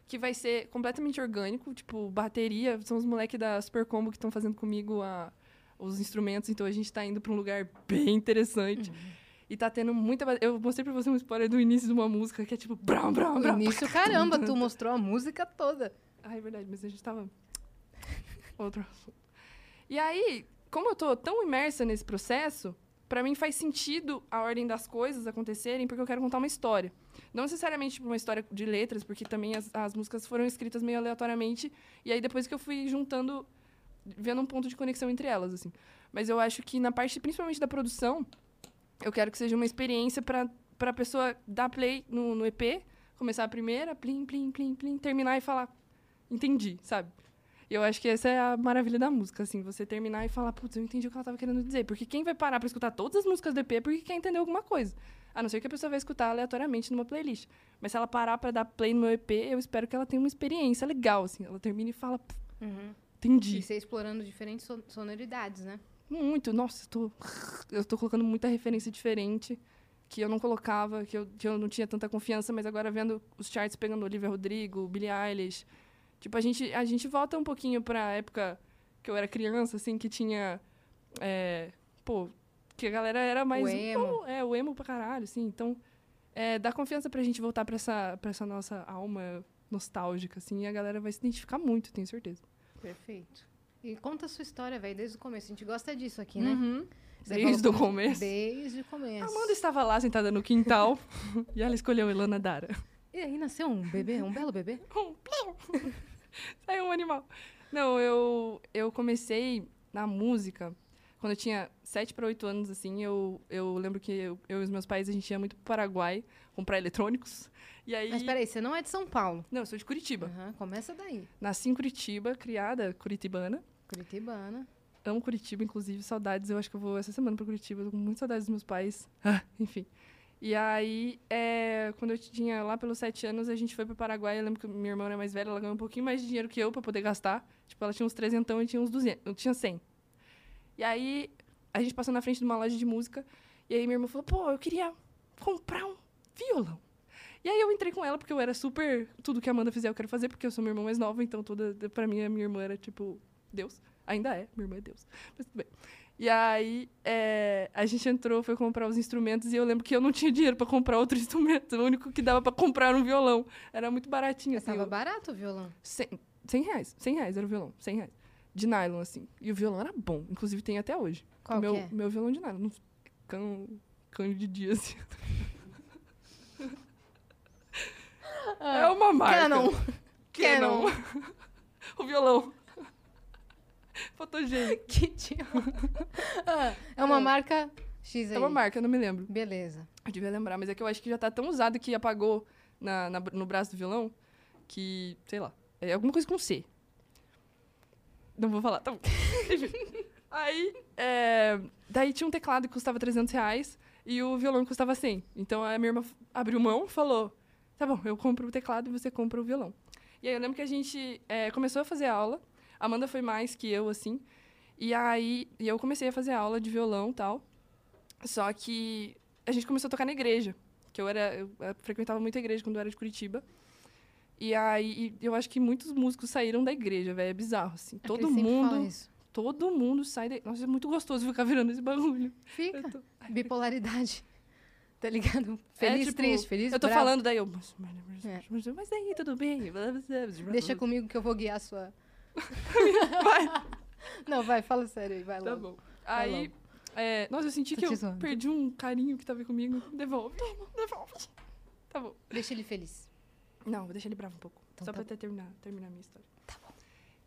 que vai ser completamente orgânico, tipo, bateria, são os moleques da Super Combo que estão fazendo comigo a, os instrumentos, então a gente tá indo pra um lugar bem interessante. E tá tendo muita... ba- Eu mostrei pra você um spoiler do início de uma música que é tipo... Bram, bram, No bram, início, caramba, *laughs* tu mostrou a música toda. ah, é verdade, mas a gente tava. *laughs* Outro assunto. E aí, como eu tô tão imersa nesse processo, pra mim faz sentido a ordem das coisas acontecerem, porque eu quero contar uma história. Não necessariamente tipo, uma história de letras, porque também as, as músicas foram escritas meio aleatoriamente, e aí depois que eu fui juntando, vendo um ponto de conexão entre elas, assim. Mas eu acho que na parte, principalmente da produção, eu quero que seja uma experiência pra para pessoa dar play no, no EP, começar a primeira, plim, plim, plim, plim, terminar e falar, entendi, sabe? E eu acho que essa é a maravilha da música, assim, você terminar e falar, putz, eu entendi o que ela tava querendo dizer. Porque quem vai parar pra escutar todas as músicas do EP é porque quer entender alguma coisa. A não ser que a pessoa vai escutar aleatoriamente numa playlist. Mas se ela parar pra dar play no meu EP, eu espero que ela tenha uma experiência legal, assim. Ela termina e fala, "Pff, entendi. E você explorando diferentes son- sonoridades, né? Muito, nossa, eu tô, *laughs* eu tô colocando muita referência diferente que eu não colocava, que eu, que eu não tinha tanta confiança, mas agora vendo os charts pegando Olivia Rodrigo, Billie Eilish, tipo, a gente, a gente volta um pouquinho pra época que eu era criança, assim, que tinha, é, pô, que a galera era mais... O emo. pô, é, o emo pra caralho, assim, então é, dá confiança pra gente voltar pra essa, pra essa nossa alma nostálgica, assim, e a galera vai se identificar muito, tenho certeza. Perfeito. E conta a sua história, velho, desde o começo. A gente gosta disso aqui, né? Uhum. Você Uhum. Desde falou o começo. Desde o começo. Amanda estava lá sentada no quintal *laughs* e ela escolheu Elana Dara. E aí nasceu um bebê, um belo bebê. Saiu um animal. Não, eu, eu comecei na música quando eu tinha 7 para 8 anos, assim. Eu, eu lembro que eu, eu e os meus pais, a gente ia muito pro Paraguai comprar eletrônicos. *laughs* E aí... Mas peraí, você não é de São Paulo. Não, eu sou de Curitiba. Aham, começa daí. Nasci em Curitiba, criada curitibana. Curitibana. Amo Curitiba, inclusive, saudades. Eu acho que eu vou essa semana pra Curitiba, tô com muita saudades dos meus pais. *laughs* Ah, Enfim. E aí, é, quando eu tinha lá pelos sete anos, a gente foi pro Paraguai. Eu lembro que minha irmã era mais velha, ela ganhou um pouquinho mais de dinheiro que eu pra poder gastar. Tipo, ela tinha uns 300 então, e tinha uns 200, eu tinha 100. E aí, a gente passou na frente de uma loja de música. E aí, minha irmã falou: pô, eu queria comprar um violão. E aí, eu entrei com ela, porque eu era super. Tudo que a Amanda fizer, eu quero fazer, porque eu sou minha irmã mais nova. Então, toda, pra mim, a minha irmã era tipo Deus. Ainda é, minha irmã é Deus. Mas tudo bem. E aí, é, a gente entrou, foi comprar os instrumentos, e eu lembro que eu não tinha dinheiro pra comprar outro *laughs* instrumento. O único que dava pra comprar era um violão. Era muito baratinho, Mas assim. tava eu- barato o violão. 100, 100 reais. 100 reais era o violão. 100 reais. De nylon, assim. E o violão era bom. Inclusive, tem até hoje. Qual meu, que é? Meu violão de nylon. Não- Cão, cão de dia, assim. é uma marca. Ah, Canon. Canon. *laughs* o violão. Fotogênico. Que idiota. Ah, é uma marca X aí. É uma marca, eu não me lembro. Beleza. Eu devia lembrar, mas é que eu acho que já tá tão usado que apagou na, na- no braço do violão que, sei lá, é alguma coisa com C. Não vou falar, tá bom. Enfim. Aí, é, daí tinha um teclado que custava 300 reais e o violão custava 100. Então a minha irmã f- abriu mão e falou, tá bom, eu compro o teclado e você compra o violão. E aí eu lembro que a gente é, começou a fazer aula, a Amanda foi mais que eu, assim, e aí e eu comecei a fazer aula de violão e tal. Só que a gente começou a tocar na igreja, que eu era eu eh, frequentava muita igreja quando eu era de Curitiba. E aí e eu acho que muitos músicos saíram da igreja, velho, é bizarro assim. Ele Todo sempre fala mundo, isso. todo mundo sai da Nossa, é muito gostoso ficar virando esse bagulho. Fica. Eu tô- Bipolaridade. *laughs* Tá ligado? Feliz, É, tipo, triste, feliz, Eu tô bravo. falando daí eu, mas, mas, mas, É. mas, mas aí tudo bem. blá, blá, blá, Deixa blá, comigo que eu vou guiar a *laughs* sua. *laughs* Não, vai, fala sério aí, vai blá. Tá logo. bom. Aí, é, nossa, eu senti Tô que te eu zoando. perdi um carinho que tava comigo. Devolve. Devolve. Tá bom. Deixa ele feliz. Não, vou deixar ele bravo um pouco. Então só tá pra até terminar, terminar a minha história. Tá bom.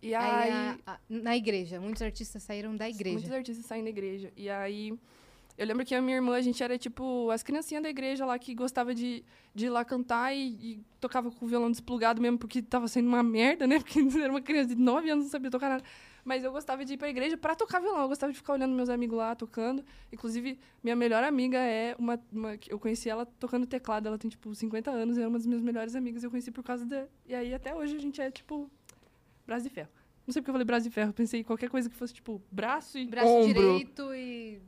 E Aí, aí, a- a- na igreja, muitos artistas saíram da igreja. Muitos artistas saem da igreja. E aí, Eu lembro que a minha irmã, a gente era tipo as criancinhas da igreja lá que gostava de, de ir lá cantar e, e tocava com o violão desplugado mesmo, porque tava sendo uma merda, né? *laughs* Porque era uma criança de 9 anos, não sabia tocar nada. Mas eu gostava de ir pra igreja pra tocar violão. Eu gostava de ficar olhando meus amigos lá tocando. Inclusive, minha melhor amiga é uma. uma- eu conheci ela tocando teclado. Ela tem, tipo, 50 anos. É uma das minhas melhores amigas. Eu conheci por causa da. E aí, até hoje, a gente é, tipo. Braço de ferro. Não sei porque eu falei braço de ferro. Pensei em qualquer coisa que fosse, tipo, braço e Braço ombro. direito e.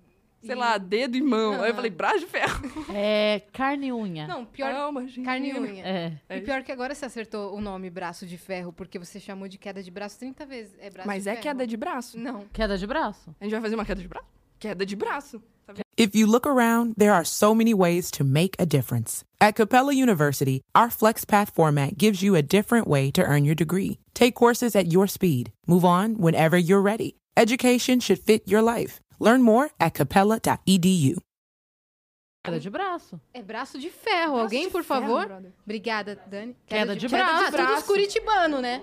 Sei e- lá, dedo e mão. Aí eu Aham. falei, braço de ferro. É carne e unha. Não, pior. Calma, gente. Carne e unha. É. É E pior que agora você acertou o nome braço de ferro, porque você chamou de queda de braço 30 vezes. É braço Mas de é ferro. queda de braço? Não. Queda de braço? A gente vai fazer uma queda de braço? Queda de braço. Tá vendo? If you look around, there are so many ways to make a difference. At Capella University, our FlexPath format gives you a different way to earn your degree. Take courses at your speed. Move on whenever you're ready. Education should fit your life. Learn more at E capella.edu. Queda de braço. É braço de ferro. Alguém, por favor? Obrigada, Dani. Queda de braço. Queda de braço. braço. Todos curitibano, né?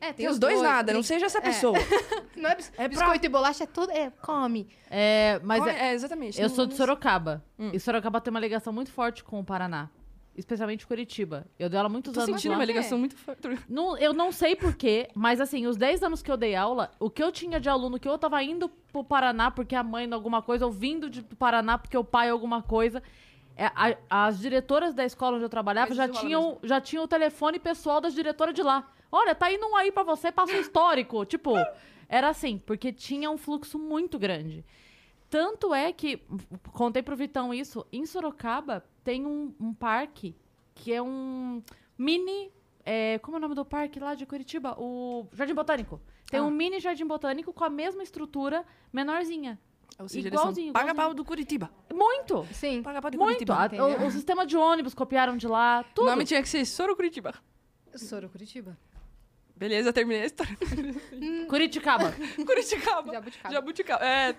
É, Tem os dois, nada, não Tem- seja essa é. pessoa. *laughs* Não é, bis- É pra- biscoito e bolacha, é tudo. É, come. É, mas Qual é- é, Hum. exatamente. eu Não- sou de não- Sorocaba. E Sorocaba tem uma ligação muito forte com o Paraná. Especialmente Curitiba. Eu dei aula muitos Tô anos sentindo lá. uma ligação é muito forte. Não- eu não sei porquê, mas assim, os 10 anos que eu dei aula, o que eu tinha de aluno que eu tava indo pro Paraná porque a mãe de alguma coisa, ou vindo de, do Paraná porque o pai alguma coisa. é, a- as diretoras da escola onde eu trabalhava Mas já isso rola tinham, já tinham o telefone pessoal das diretoras de lá. Olha, tá indo um aí pra você, passa o histórico. tipo, era assim, porque tinha um fluxo muito grande. Tanto é que, contei pro Vitão isso, em Sorocaba tem um, um parque que é um mini. é, como é o nome do parque lá de Curitiba? O Jardim Botânico. Tem Ah. um mini jardim botânico com a mesma estrutura, menorzinha. Ou seja, eles são Igualzinho, paga igualzinho. pau do Curitiba. Muito! Sim. Paga pau do Muito! Curitiba. A- o, o sistema de ônibus copiaram de lá, O tudo. nome tinha que ser Soro Curitiba. Soro Curitiba. Beleza, terminei a história. *laughs* Curitibaba. Curiticaba. Jabuticaba. Jabuticaba. É,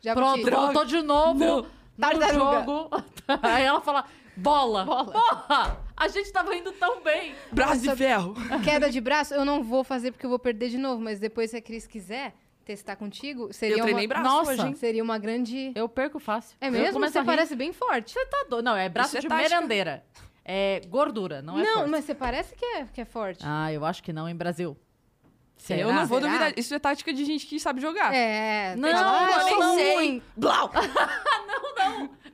Já Pronto, botei. voltou de novo Não. no Tartaruga. jogo. *laughs* Aí ela fala, bola. Bola. Porra! A gente tava indo tão bem. braço de ferro. Queda de braço, eu não vou fazer porque eu vou perder de novo, mas depois, se a Cris quiser testar contigo, seria Eu treinei uma... braço Nossa. hoje, hein? Seria uma grande. Eu perco fácil. É Eu mesmo? começo a Você rir. parece bem forte. Você tá doido. Não, é braço Isso é de tática. merendeira. É gordura, não é não, força. mas você parece que é, que é forte. Ah, eu acho que não, em Brasil. Será? Eu não vou Será? duvidar. Isso é tática de gente que sabe jogar. É. Não, tem- não, Ah, eu nem sou sei. Tá ruim. Blau!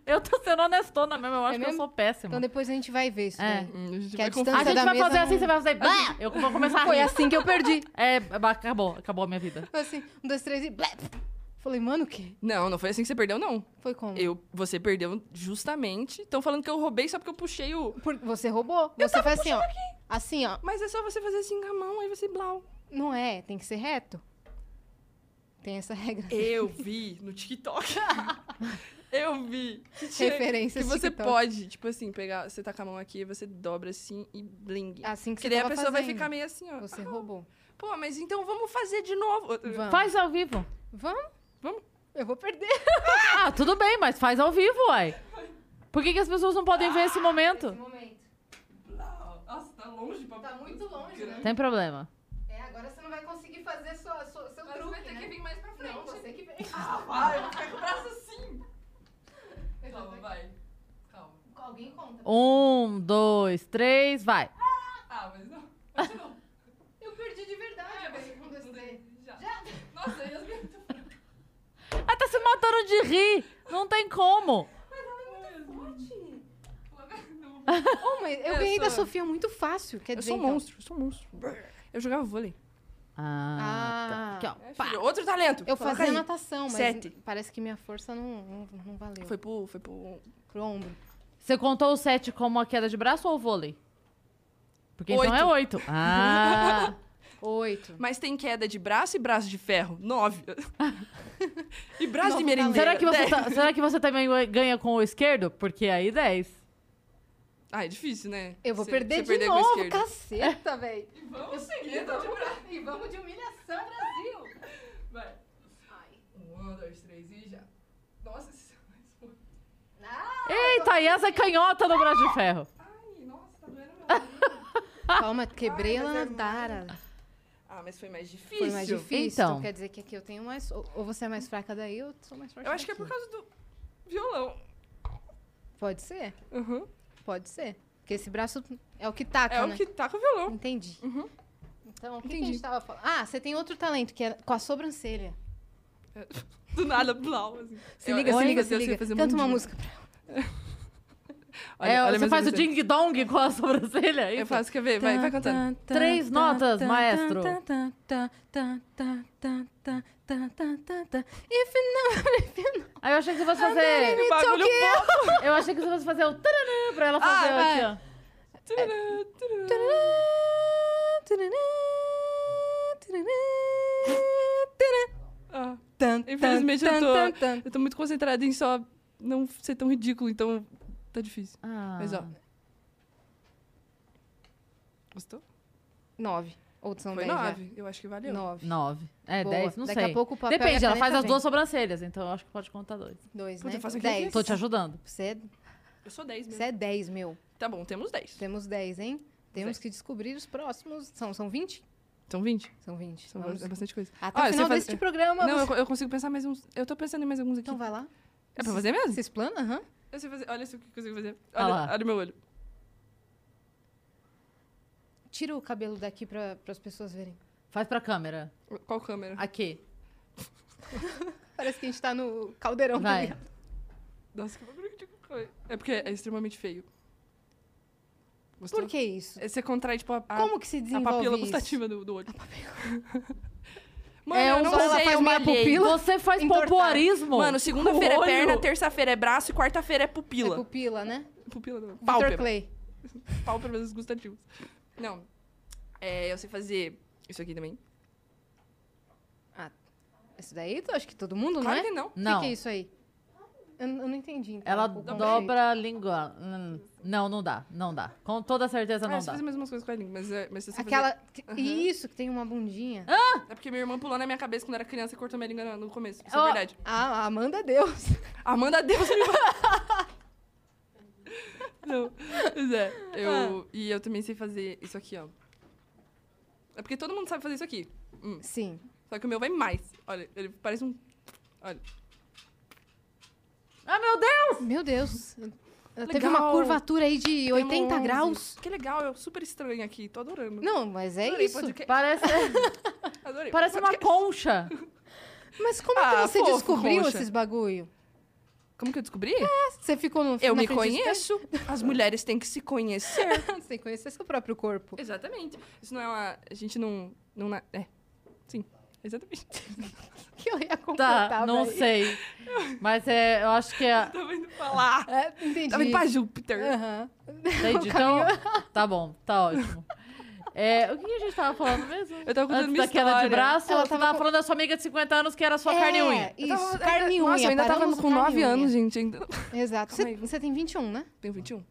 Eu tô sendo honestona mesmo, eu acho É que eu mesmo? sou péssima. Então depois a gente vai ver isso. É. daí. Hum, a gente Que vai a conf- A distância- Ah, gente da vai fazer mesa assim, não- você vai fazer... "Bah!" *laughs* Eu vou começar a Foi rir. assim que eu perdi. É, acabou, acabou a minha vida. Assim, um, dois, três e. blé. Falei, mano, o quê? Não, não foi assim que você perdeu, não. Foi como? Eu, você perdeu justamente. Estão falando que eu roubei só porque eu puxei o. Por- Você roubou. Você faz assim, ó. Assim, ó. Mas é só você fazer assim com a mão, aí você blau. Não é, tem que ser reto. Tem essa regra. Eu vi no TikTok. *laughs* eu vi. Que Referências Que você TikTok. pode, tipo assim, pegar. Você tá com a mão aqui, você dobra assim e bling. Assim que você Porque daí a tava pessoa vai fazendo. ficar meio assim, ó. Você Ah, roubou. Pô, mas então vamos fazer de novo. Vamos. Faz ao vivo. Vamos? Vamos? Eu vou perder. Ah, tudo bem, mas faz ao vivo, uai. Por que, que as pessoas não podem ver esse momento? momento. Nossa, tá longe, papai. Tá muito longe, né? Tem problema. É, agora você não vai conseguir fazer sua, sua, seu truque, né? vir mais pra Não, você *laughs* que vem. Ah, vai, eu vou ficar com o braço assim. Calma, vai. Calma. Alguém conta. Um, dois, três, vai. Ah, mas não. Mas não. Eu perdi de verdade. velho. Um, dois, três. É, Já. Nossa, eu muito. Ela tá se matando de rir. Não tem como. Ô, mas eu Eu ganhei da sou- Sofia muito fácil. Quer Eu dizer, sou um então. monstro, eu sou um monstro. Eu jogava vôlei. Ah, tá. Ah. Aqui, ó. Pá. É, Filho, outro talento. Eu Coloca fazia aí. natação, mas Sete. parece que minha força não, não, não valeu. Foi pro, foi pro pro ombro. Você contou o sete como a queda de braço ou o vôlei? Porque então é oito. *laughs* Ah. Oito. Mas tem queda de braço e braço de ferro. Nove. *laughs* e braço de Nove merendeira. será, que você Dez. tá- será que você também ganha com o esquerdo? Porque aí dez. Ah, é difícil, né? Eu vou Você- perder de você perder com a novo, esquerda. caceta, *laughs* velho. Vamos seguir, então, de braço. E vamos de humilhação, Brasil. Vai. Um, dois, três e já. Nossa, esse é mais um. Eita, e essa é canhota no braço de ferro. Ai, nossa, tá doendo meu. Calma, quebrei a mas é Landara. *laughs* Ah, Ah, mas foi mais difícil. Hum. Foi mais difícil. Então, Então. quer dizer que aqui eu tenho mais. Ou ou você é mais fraca daí, eu sou mais forte. Eu acho que é daqui. por causa do violão. Pode ser, Uhum. pode ser. Porque esse braço é o que taca, É né? o que tá com o violão. Entendi. Então, o que, que a Entendi. gente tava falando? Ah, você tem outro talento, que é com a sobrancelha. Do nada, blau, assim. Se Eu- liga, eu se sei liga, fazer, se eu sei liga. fazer Canta uma mundinho. música. pra- Olha- É, olha você minha faz o sobrancelha. ding-dong com a *laughs* sobrancelha? é Eu faço, quer ver? Vai, vai cantando. Três notas, maestro. If *laughs* you know- Aí eu achei que você fosse fazer... Que bagulho bom. Eu achei que você fosse fazer o tarará pra ela fazer Ah, aqui, ó. Tururu, tururu. Ah, Infelizmente, eu tô- eu tô é muito concentrada em só não ser tão ridículo, então tá difícil. Ah. Mas, ó. Gostou? Nove. Ou são Foi dez já. nove. Eu acho que valeu. Nove. Nove. É, Boa. dez, não Daqui sei. a pouco o papel e a Depende, ela caneta faz as vem. duas sobrancelhas, então eu acho que pode contar dois. Dois, Puta, né? eu faço aqui, aqui. dez. Tô te ajudando. Você é, Eu sou dez você mesmo. é dez, meu. Tá bom, temos dez. Temos dez, hein? Temos que descobrir os próximos. São, são 20? São vinte. São 20. São Vamos- é bastante coisa. Até Olha, o você final faz- deste programa. Não, você- eu, eu consigo pensar mais uns. Eu tô pensando em mais alguns aqui. Então vai lá. É pra fazer mesmo? Se explana, aham. Eu sei fazer. Olha isso que eu consigo fazer. Ah Olha, lá. olha o meu olho. Tira o cabelo daqui pra, as pessoas verem. Faz pra câmera. Qual câmera? Aqui. Parece que a gente tá no caldeirão. Vai. tá ligado? Nossa, que bagulho de coisa. É porque é extremamente feio. Gostou? Por que isso? É, Você contrai, tipo, a, a, Como que se a desenvolve papila isso? gustativa do, do olho. A papila. *laughs* Mano, É, eu não um- ela sei. faz eu meia malhei. pupila. Você faz Entortar. pompoarismo. Mano, segunda-feira Com o é olho. perna, terça-feira é braço e quarta-feira é É pupila. pupila, né? É Pupila não. Vitor Pálpebra. Clay. Pálpebras gustativas. Não. É, eu sei fazer isso aqui também. Isso Ah, daí eu acho que todo mundo, Claro não é? que não. Não. O que, que é isso aí? Eu, eu não entendi. então, Ela o conceito. dobra a língua. Hum, Não, não dá. Não dá. Com toda certeza Ah, não eu sei dá. fazer mais umas coisas com a língua, mas, é- mas se você Aquela. que- Isso, que tem uma bundinha. fazer- É porque minha irmã pulou na minha cabeça quando eu era criança e cortou minha língua no, no começo. Isso Ó. é verdade. Ah, a Amanda é Deus. Amanda, Deus me *laughs* guarde. Não, mas é. Eu, E eu também sei fazer isso aqui, ó. É porque todo mundo sabe fazer isso aqui. Hum, Sim. Só que o meu vai mais. Olha, ele parece um... Olha. Ah, meu Deus! Meu Deus. Teve Legal. uma curvatura aí de 80 Tem um- graus. Que legal, é super estranho aqui. Tô adorando. Não, mas é Adorei, isso. podcast. *laughs* Parece, Adorei. parece uma *laughs* Podcast. concha. Mas como Ah, que você fofo, descobriu concha. esses bagulho? Como que eu descobri? Você ficou no eu na me frente do espelho? *laughs* conheço. *laughs* As mulheres têm que se conhecer. Sem conhecer seu próprio *laughs* corpo. Exatamente. Isso não é uma... A gente não... não na- É. Sim. Exatamente. *laughs* Que eu ia completar. Tá, não velho. sei. Mas é, eu acho que *laughs* Tá é. Tava indo pra lá. É, entendi. Tava indo pra Júpiter. Aham. Entendi. Então, tá bom, tá ótimo. É, o que que a gente tava falando *laughs* mesmo? Eu tava contando Antes minha daquela história. de braço, Ela você tava tava com- falando da sua amiga de 50 anos que era sua É, carne e unha. Isso, Eu tava- carne e unha. Nossa, eu ainda tava paramos com no carne 9 e unha. anos, gente. Ainda... Exato. Calma Você, aí. você tem 21, né? *laughs* Tenho 21?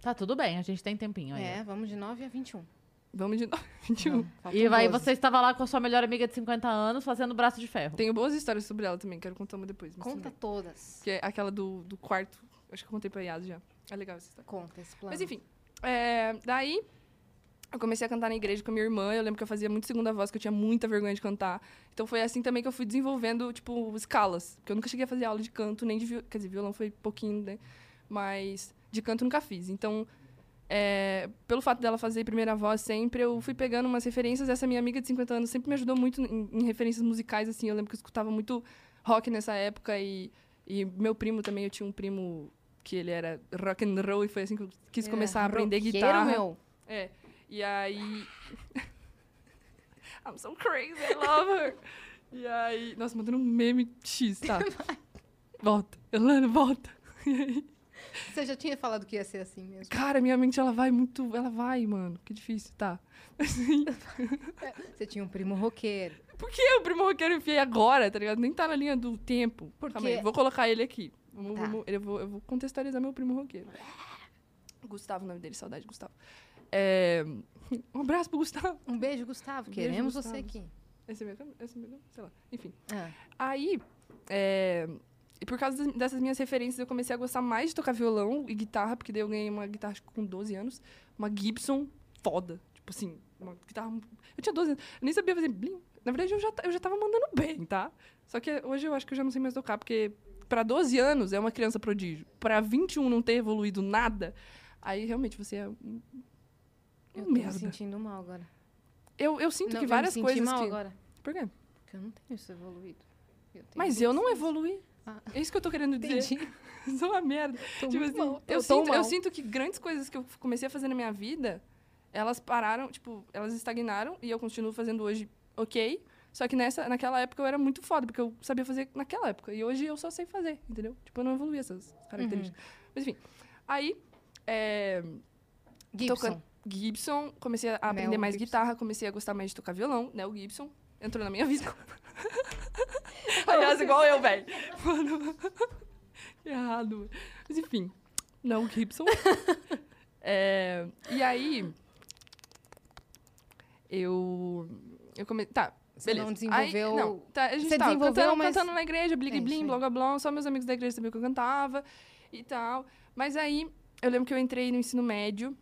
Tá tudo bem, a gente tem tempinho aí. É, vamos de 9 a 21. Vamos de novo. *laughs* 21. Faltam E aí 12. você estava lá com a sua melhor amiga de 50 anos fazendo braço de ferro. Tenho boas histórias sobre ela também, quero contar uma depois. mas tudo Conta bem. todas. Que é aquela do, do quarto. Acho que eu contei pra Yas já. É legal essa história. Conta esse plano. Mas enfim, é, daí eu comecei a cantar na igreja com a minha irmã. Eu lembro que eu fazia muito segunda voz, que eu tinha muita vergonha de cantar. Então foi assim também que eu fui desenvolvendo, tipo, escalas. Porque eu nunca cheguei a fazer aula de canto, nem de violão. Quer dizer, violão foi pouquinho, né? Mas de canto eu nunca fiz. Então, é, pelo fato dela fazer primeira voz sempre, eu fui pegando umas referências. Essa minha amiga de 50 anos sempre me ajudou muito em, em referências musicais, assim. Eu lembro que eu escutava muito rock nessa época e, e meu primo também, eu tinha um primo que ele era rock and roll e foi assim que eu quis Era começar a aprender É, roqueiro, guitarra. meu. É. E aí. *laughs* I'm so crazy, I love her. E aí. Nossa, mandando um meme *laughs* X, tá? volta. Elana, volta. E aí. Você já tinha falado que ia ser assim mesmo. Cara, minha mente, ela vai muito. Ela vai, mano. Que difícil, tá? Assim. Você tinha um primo roqueiro. Por que o primo roqueiro enfiei agora, tá ligado? Nem tá na linha do tempo. Porque- Calma aí, vou colocar ele aqui. Vamos- Tá. vamos- eu, vou, eu vou contextualizar meu primo roqueiro. Gustavo, o nome dele, saudade, Gustavo. É, *laughs* Um abraço pro Gustavo. Um beijo, Gustavo. Um beijo, Queremos você Gustavo. aqui. Esse é meu nome? Esse é meu nome? Sei lá. Enfim. Ah, Aí, é, e por causa des- dessas minhas referências, eu comecei a gostar mais de tocar violão e guitarra, porque daí eu ganhei uma guitarra acho que com 12 anos, uma Gibson foda. Tipo assim, uma guitarra. Eu tinha 12 anos. Eu nem sabia fazer blim. Na verdade, eu já, ta- eu já tava mandando bem, tá? Só que hoje eu acho que eu já não sei mais tocar, porque pra 12 anos é uma criança prodígio. Pra 21 não ter evoluído nada, aí realmente você é. um- Eu Um tô me merda. sentindo mal agora. Eu, eu sinto Não, que eu várias me senti coisas. mal que... agora. Por quê? Porque eu não tenho isso evoluído. Eu tenho Mas tudo eu não isso. evoluí. Ah. É isso que eu tô querendo dizer. Entendi. *laughs* Sou uma merda. Tô Tipo muito assim, mal. eu, Tô tão sinto, eu mal. sinto que grandes coisas que eu comecei a fazer na minha vida, elas pararam, tipo, elas estagnaram e eu continuo fazendo hoje ok. Só que nessa, naquela época eu era muito foda, porque eu sabia fazer naquela época. E hoje eu só sei fazer, entendeu? Tipo, eu não evoluí essas Uhum. características. Mas enfim. Aí. é, Gibson. tocando- Gibson, comecei a aprender mais Né, Gibson. guitarra, comecei a gostar mais de tocar violão, né? O Gibson *laughs* entrou na minha vida. Aliás, igual eu, velho. Mano, que errado. Mas enfim, *laughs* não, Gibson. É, e aí, eu. Eu comecei. Tá. Você não beleza. desenvolveu- Aí, não, tá, a gente Você tava desenvolveu, cantando, mas- cantando na igreja, É bling isso bling, aí. blá blá blá. Só meus amigos da igreja sabiam que eu cantava e tal. Mas aí, eu lembro que eu entrei no ensino médio.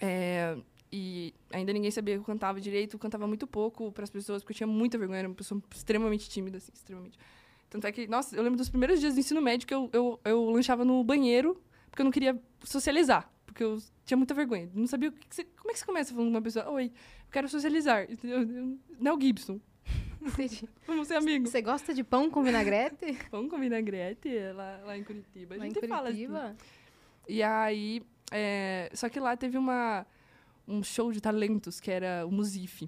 é, e ainda ninguém sabia que eu cantava direito, eu cantava muito pouco para as pessoas, porque eu tinha muita vergonha, era uma pessoa extremamente tímida, assim, extremamente. Tanto é que, nossa, eu lembro dos primeiros dias do ensino médio que eu, eu, eu lanchava no banheiro, porque eu não queria socializar, porque eu tinha muita vergonha. Não sabia o que, que você, como é que você começa falando com uma pessoa, oi, eu quero socializar, entendeu? Eu- Não é o Gibson, Entendi. vamos ser *laughs* amigos. Você gosta de pão com vinagrete? Vamos com a Vinagrete lá, lá em Curitiba. *laughs* A Lá em gente fala assim. Curitiba? E aí, é, só que lá teve uma, um show de talentos, que era o Musif.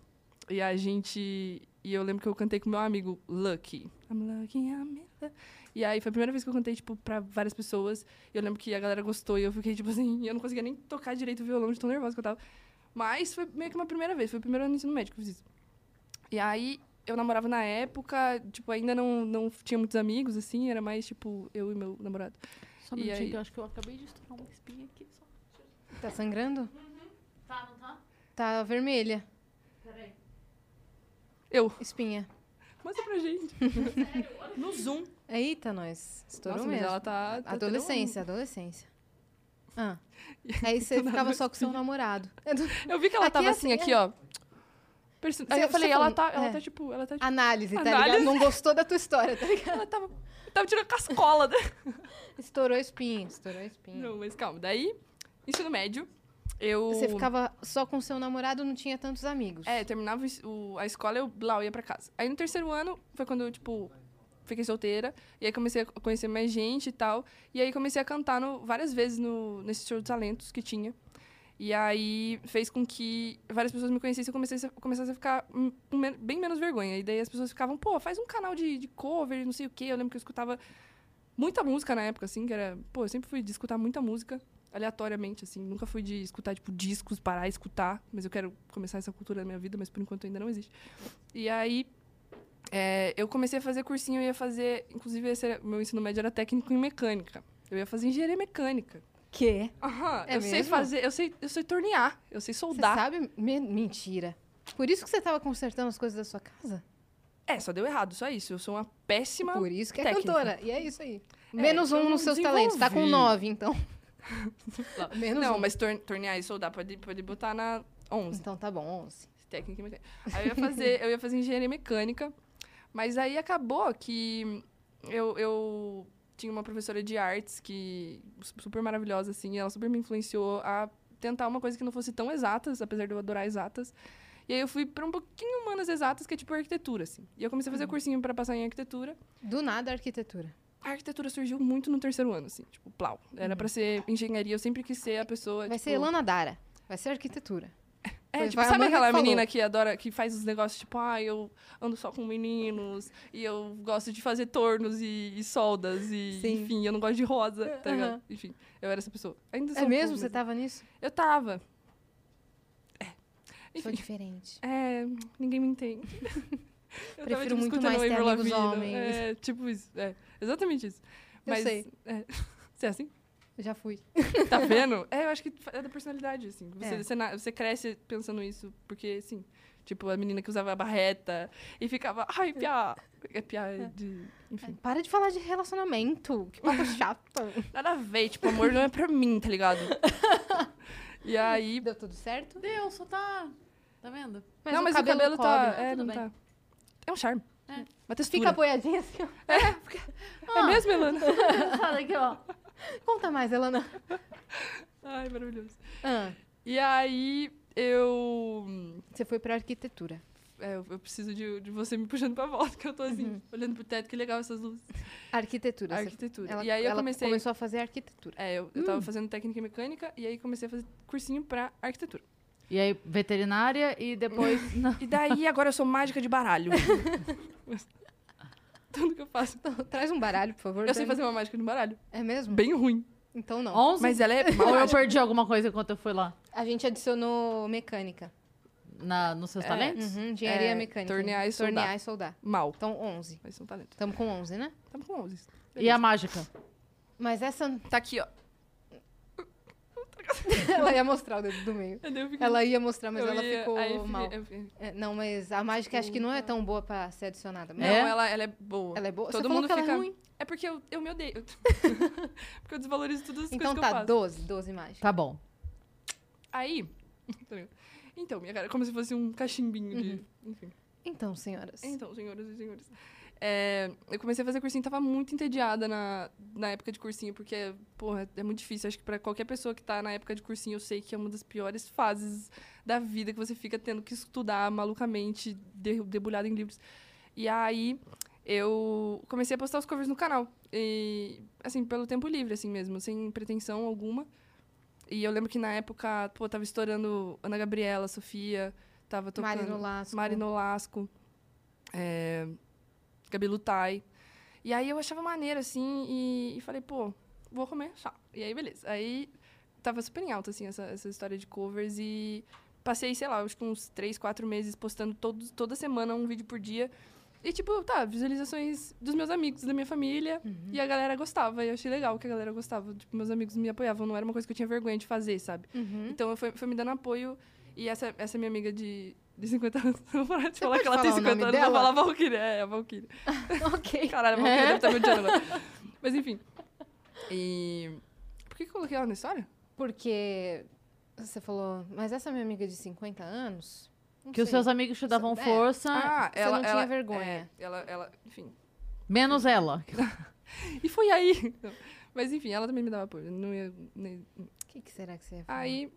E a gente... E eu lembro que eu cantei com meu amigo, Lucky. I'm lucky, I'm in love. E aí, foi a primeira vez que eu cantei, tipo, pra várias pessoas. E eu lembro que a galera gostou e eu fiquei, tipo assim... Eu não conseguia nem tocar direito o violão de tão nervosa que eu tava. Mas foi meio que uma primeira vez. Foi o primeiro ano do ensino médio que eu fiz isso. E aí, eu namorava na época, tipo, ainda não, não tinha muitos amigos, assim. Era mais, tipo, eu e meu namorado. Só um E minutinho, aí? que eu acho que eu acabei de estourar uma espinha aqui. Só. Tá sangrando? Tá, não tá? Tá vermelha. Peraí. Eu. Espinha. Mostra pra gente. No Zoom. Eita, nós. Estourou Nossa, mas mesmo. ela tá... tá Adolescência, adolescência. *laughs* Ah. Aí você ficava só com seu namorado. tendo um- Eu vi que ela Aqui tava é assim, assim, aqui, é. ó. Perce- Aí Cê- eu falei, cê ela falou- tá, ela é. tá tipo... Ela tá, tipo, Análise, tá ligado? Análise. Não gostou da tua história, tá ligado? *laughs* ela tava, tava tirando cascola. né? Estourou espinha, estourou espinha. Não, mas calma. Daí, ensino médio, eu... Você ficava só com seu namorado, não tinha tantos amigos. É, terminava o ens- o- a escola, eu blau, ia pra casa. Aí no terceiro ano foi quando eu, tipo, fiquei solteira. E aí comecei a conhecer mais gente e tal. E aí comecei a cantar no- várias vezes no, nesse show de talentos que tinha. E aí fez com que várias pessoas me conhecessem e eu comecei a ser- começasse a ficar hum, com men- bem menos vergonha. E daí as pessoas ficavam, pô, faz um canal de, de cover, não sei o quê. Eu lembro que eu escutava muita música na época, assim, que era. Pô, eu sempre fui de escutar muita música, aleatoriamente, assim. Nunca fui de escutar, tipo, discos, parar e escutar. Mas eu quero começar essa cultura na minha vida, mas por enquanto ainda não existe. E aí. é, eu comecei a fazer cursinho, eu ia fazer. Inclusive, esse era- meu ensino médio era técnico em mecânica. Eu ia fazer engenharia mecânica. Quê? Aham, É eu sei mesmo? fazer, eu sei, eu sei tornear, eu sei Você soldar. sabe? Me- Mentira. Por isso que você tava consertando as coisas da sua casa? É, só deu errado, só isso. Eu sou uma péssima. Por isso que é Ah, técnica. cantora. E é isso aí. Menos eu um não nos seus talentos. Tá com desenvolvi. nove, então. Menos *laughs* Não, um. mas tor- tornear e soldar pode, pode botar na 11. Então tá bom, onze. técnica e mecânica. Aí eu ia fazer, eu ia fazer engenharia mecânica, mas aí acabou que eu, eu tinha uma professora de artes que su- super maravilhosa assim, e ela super me influenciou a tentar uma coisa que não fosse tão exatas, apesar de eu adorar exatas. E aí eu fui para um pouquinho humanas exatas, que é tipo arquitetura assim. E eu comecei a Uhum. fazer cursinho para passar em arquitetura. Do nada, arquitetura. A arquitetura surgiu muito no terceiro ano assim, tipo, plau. Era para ser engenharia, eu sempre quis ser a pessoa Uhum. Vai tipo, ser Elana Dara. Vai ser arquitetura. É, Foi- tipo, foi a sabe Amanda que aquela falou. menina que adora, que faz os negócios, tipo, ah, eu ando só com meninos, e eu gosto de fazer tornos e, e soldas, e Sim. enfim, eu não gosto de rosa, tá Aham. ligado? Enfim, eu era essa pessoa. Ainda É sou um mesmo? pouco, Você mas- tava nisso? Eu tava. Sou Enfim. diferente. É, ninguém me entende. *laughs* Eu Prefiro muito mais ter Avril amigos Lavigne, homens. É, tipo isso, é, exatamente isso. Eu Mas, sei. é, *laughs* você é assim? Já fui. *laughs* Tá vendo? É, eu acho que é da personalidade, assim. Você, É. você, na- você cresce pensando isso, porque, assim, tipo, a menina que usava a barreta e ficava, ai, piá. É piá é de. Enfim. Para de falar de relacionamento. Que papo chato. Nada a ver, tipo, amor não é pra mim, tá ligado? E aí. Deu tudo certo? Deu, só tá. Tá vendo? Mas não, o mas cabelo, o cabelo tá. cobre. Ah, É, tudo não bem. tá. É um charme. É. Uma textura. Fica apoiadinha assim, ó. É Ah. *laughs* mesmo, Elana? Olha aqui, ó. Conta mais, Elana. Ai, maravilhoso. Ah, E aí, eu. você foi pra arquitetura. é, eu eu preciso de, de você me puxando pra volta, que eu tô assim, Uhum. olhando pro teto, que legal essas luzes. Arquitetura. você- Arquitetura. Ela, e aí eu ela comecei. começou a fazer *laughs* arquitetura. É, eu, Hum. eu tava fazendo técnica e mecânica, e aí comecei a fazer cursinho pra arquitetura. E aí, veterinária e *laughs* depois. Não. E daí, agora eu sou mágica *laughs* de baralho. Tudo que eu faço. Traz um baralho, por favor. Eu sei pra fazer uma mágica de baralho. mim. É mesmo? Bem ruim. Então não. 11? Mas *laughs* ela é Ou mal eu perdi alguma coisa enquanto eu fui lá? A gente adicionou mecânica. Na, nos seus talentos? Uhum, engenharia É, mecânica. tornear e soldar. Tornear e soldar. Mal. um Então 11. Mas são talentos. Estamos com 11, né? Tamo com 11. E a mágica? Mas essa... *laughs* Tá aqui, ó. ela ia mostrar o dedo do meio. Daí eu fiquei- Ela ia mostrar, mas eu ela ia- ficou aí eu fiquei- mal. eu fiquei- É, não, mas a mágica acho que não é tão boa pra ser adicionada. Não, Mas É? ela, ela é boa. Ela é boa? Você Todo falou mundo que ela é fica... ruim. É porque eu, eu me odeio. *laughs* porque eu desvalorizo todas as Então coisas que eu tá, faço. 12, 12 mágicas. Tá bom. Aí... *laughs* tá ligado? Então, minha cara, é como se fosse um cachimbinho Uhum. de... Enfim. Então, senhoras. Então, senhoras e senhores. É, eu comecei a fazer cursinho, tava muito entediada na, na época de cursinho, porque, porra, é muito difícil. Acho que pra qualquer pessoa que tá na época de cursinho, eu sei que é uma das piores fases da vida, que você fica tendo que estudar malucamente, de, debulhada em livros. E aí, eu comecei a postar os covers no canal. E, assim, pelo tempo livre, assim mesmo, sem pretensão alguma. E eu lembro que na época, pô, tava estourando Ana Gabriela, Sofia, tava tocando... Mari Nolasco. Mari Nolasco, é, Gabi Lutai. E aí eu achava maneiro, assim, e, e falei, pô, vou comer chá. E aí, beleza. Aí tava super em alta, assim, essa, essa história de covers e passei, sei lá, acho que uns três, quatro meses postando todo, toda semana um vídeo por dia. E, tipo, tá, visualizações dos meus amigos, da minha família. E a galera gostava. E eu achei legal que a galera gostava. Tipo, meus amigos me apoiavam. Não era uma coisa que eu tinha vergonha de fazer, sabe? Uhum. Hum? *laughs* Então, eu fui, foi me dando apoio. E essa, essa minha amiga de, de 50 anos... *laughs* Não vou parar de falar pode que ela tem falar o 50 anos. nome Dela? Vou dela? É. falar Valkyrie. É, a Valkyrie. ok. Caralho, a Valkyrie deve estar me *laughs* odiando agora. Mas, enfim. E... Por que que eu coloquei ela na história? Porque você falou, mas essa minha amiga de 50 anos... não Que os sei." seus amigos te davam É. força, você não tinha vergonha. Ah, é, ela, ela, enfim... menos ela. E foi aí. *laughs* Não. Mas enfim, ela também me dava apoio. Não ia, nem- O que, que será que você ia falar? Aí. "Hum."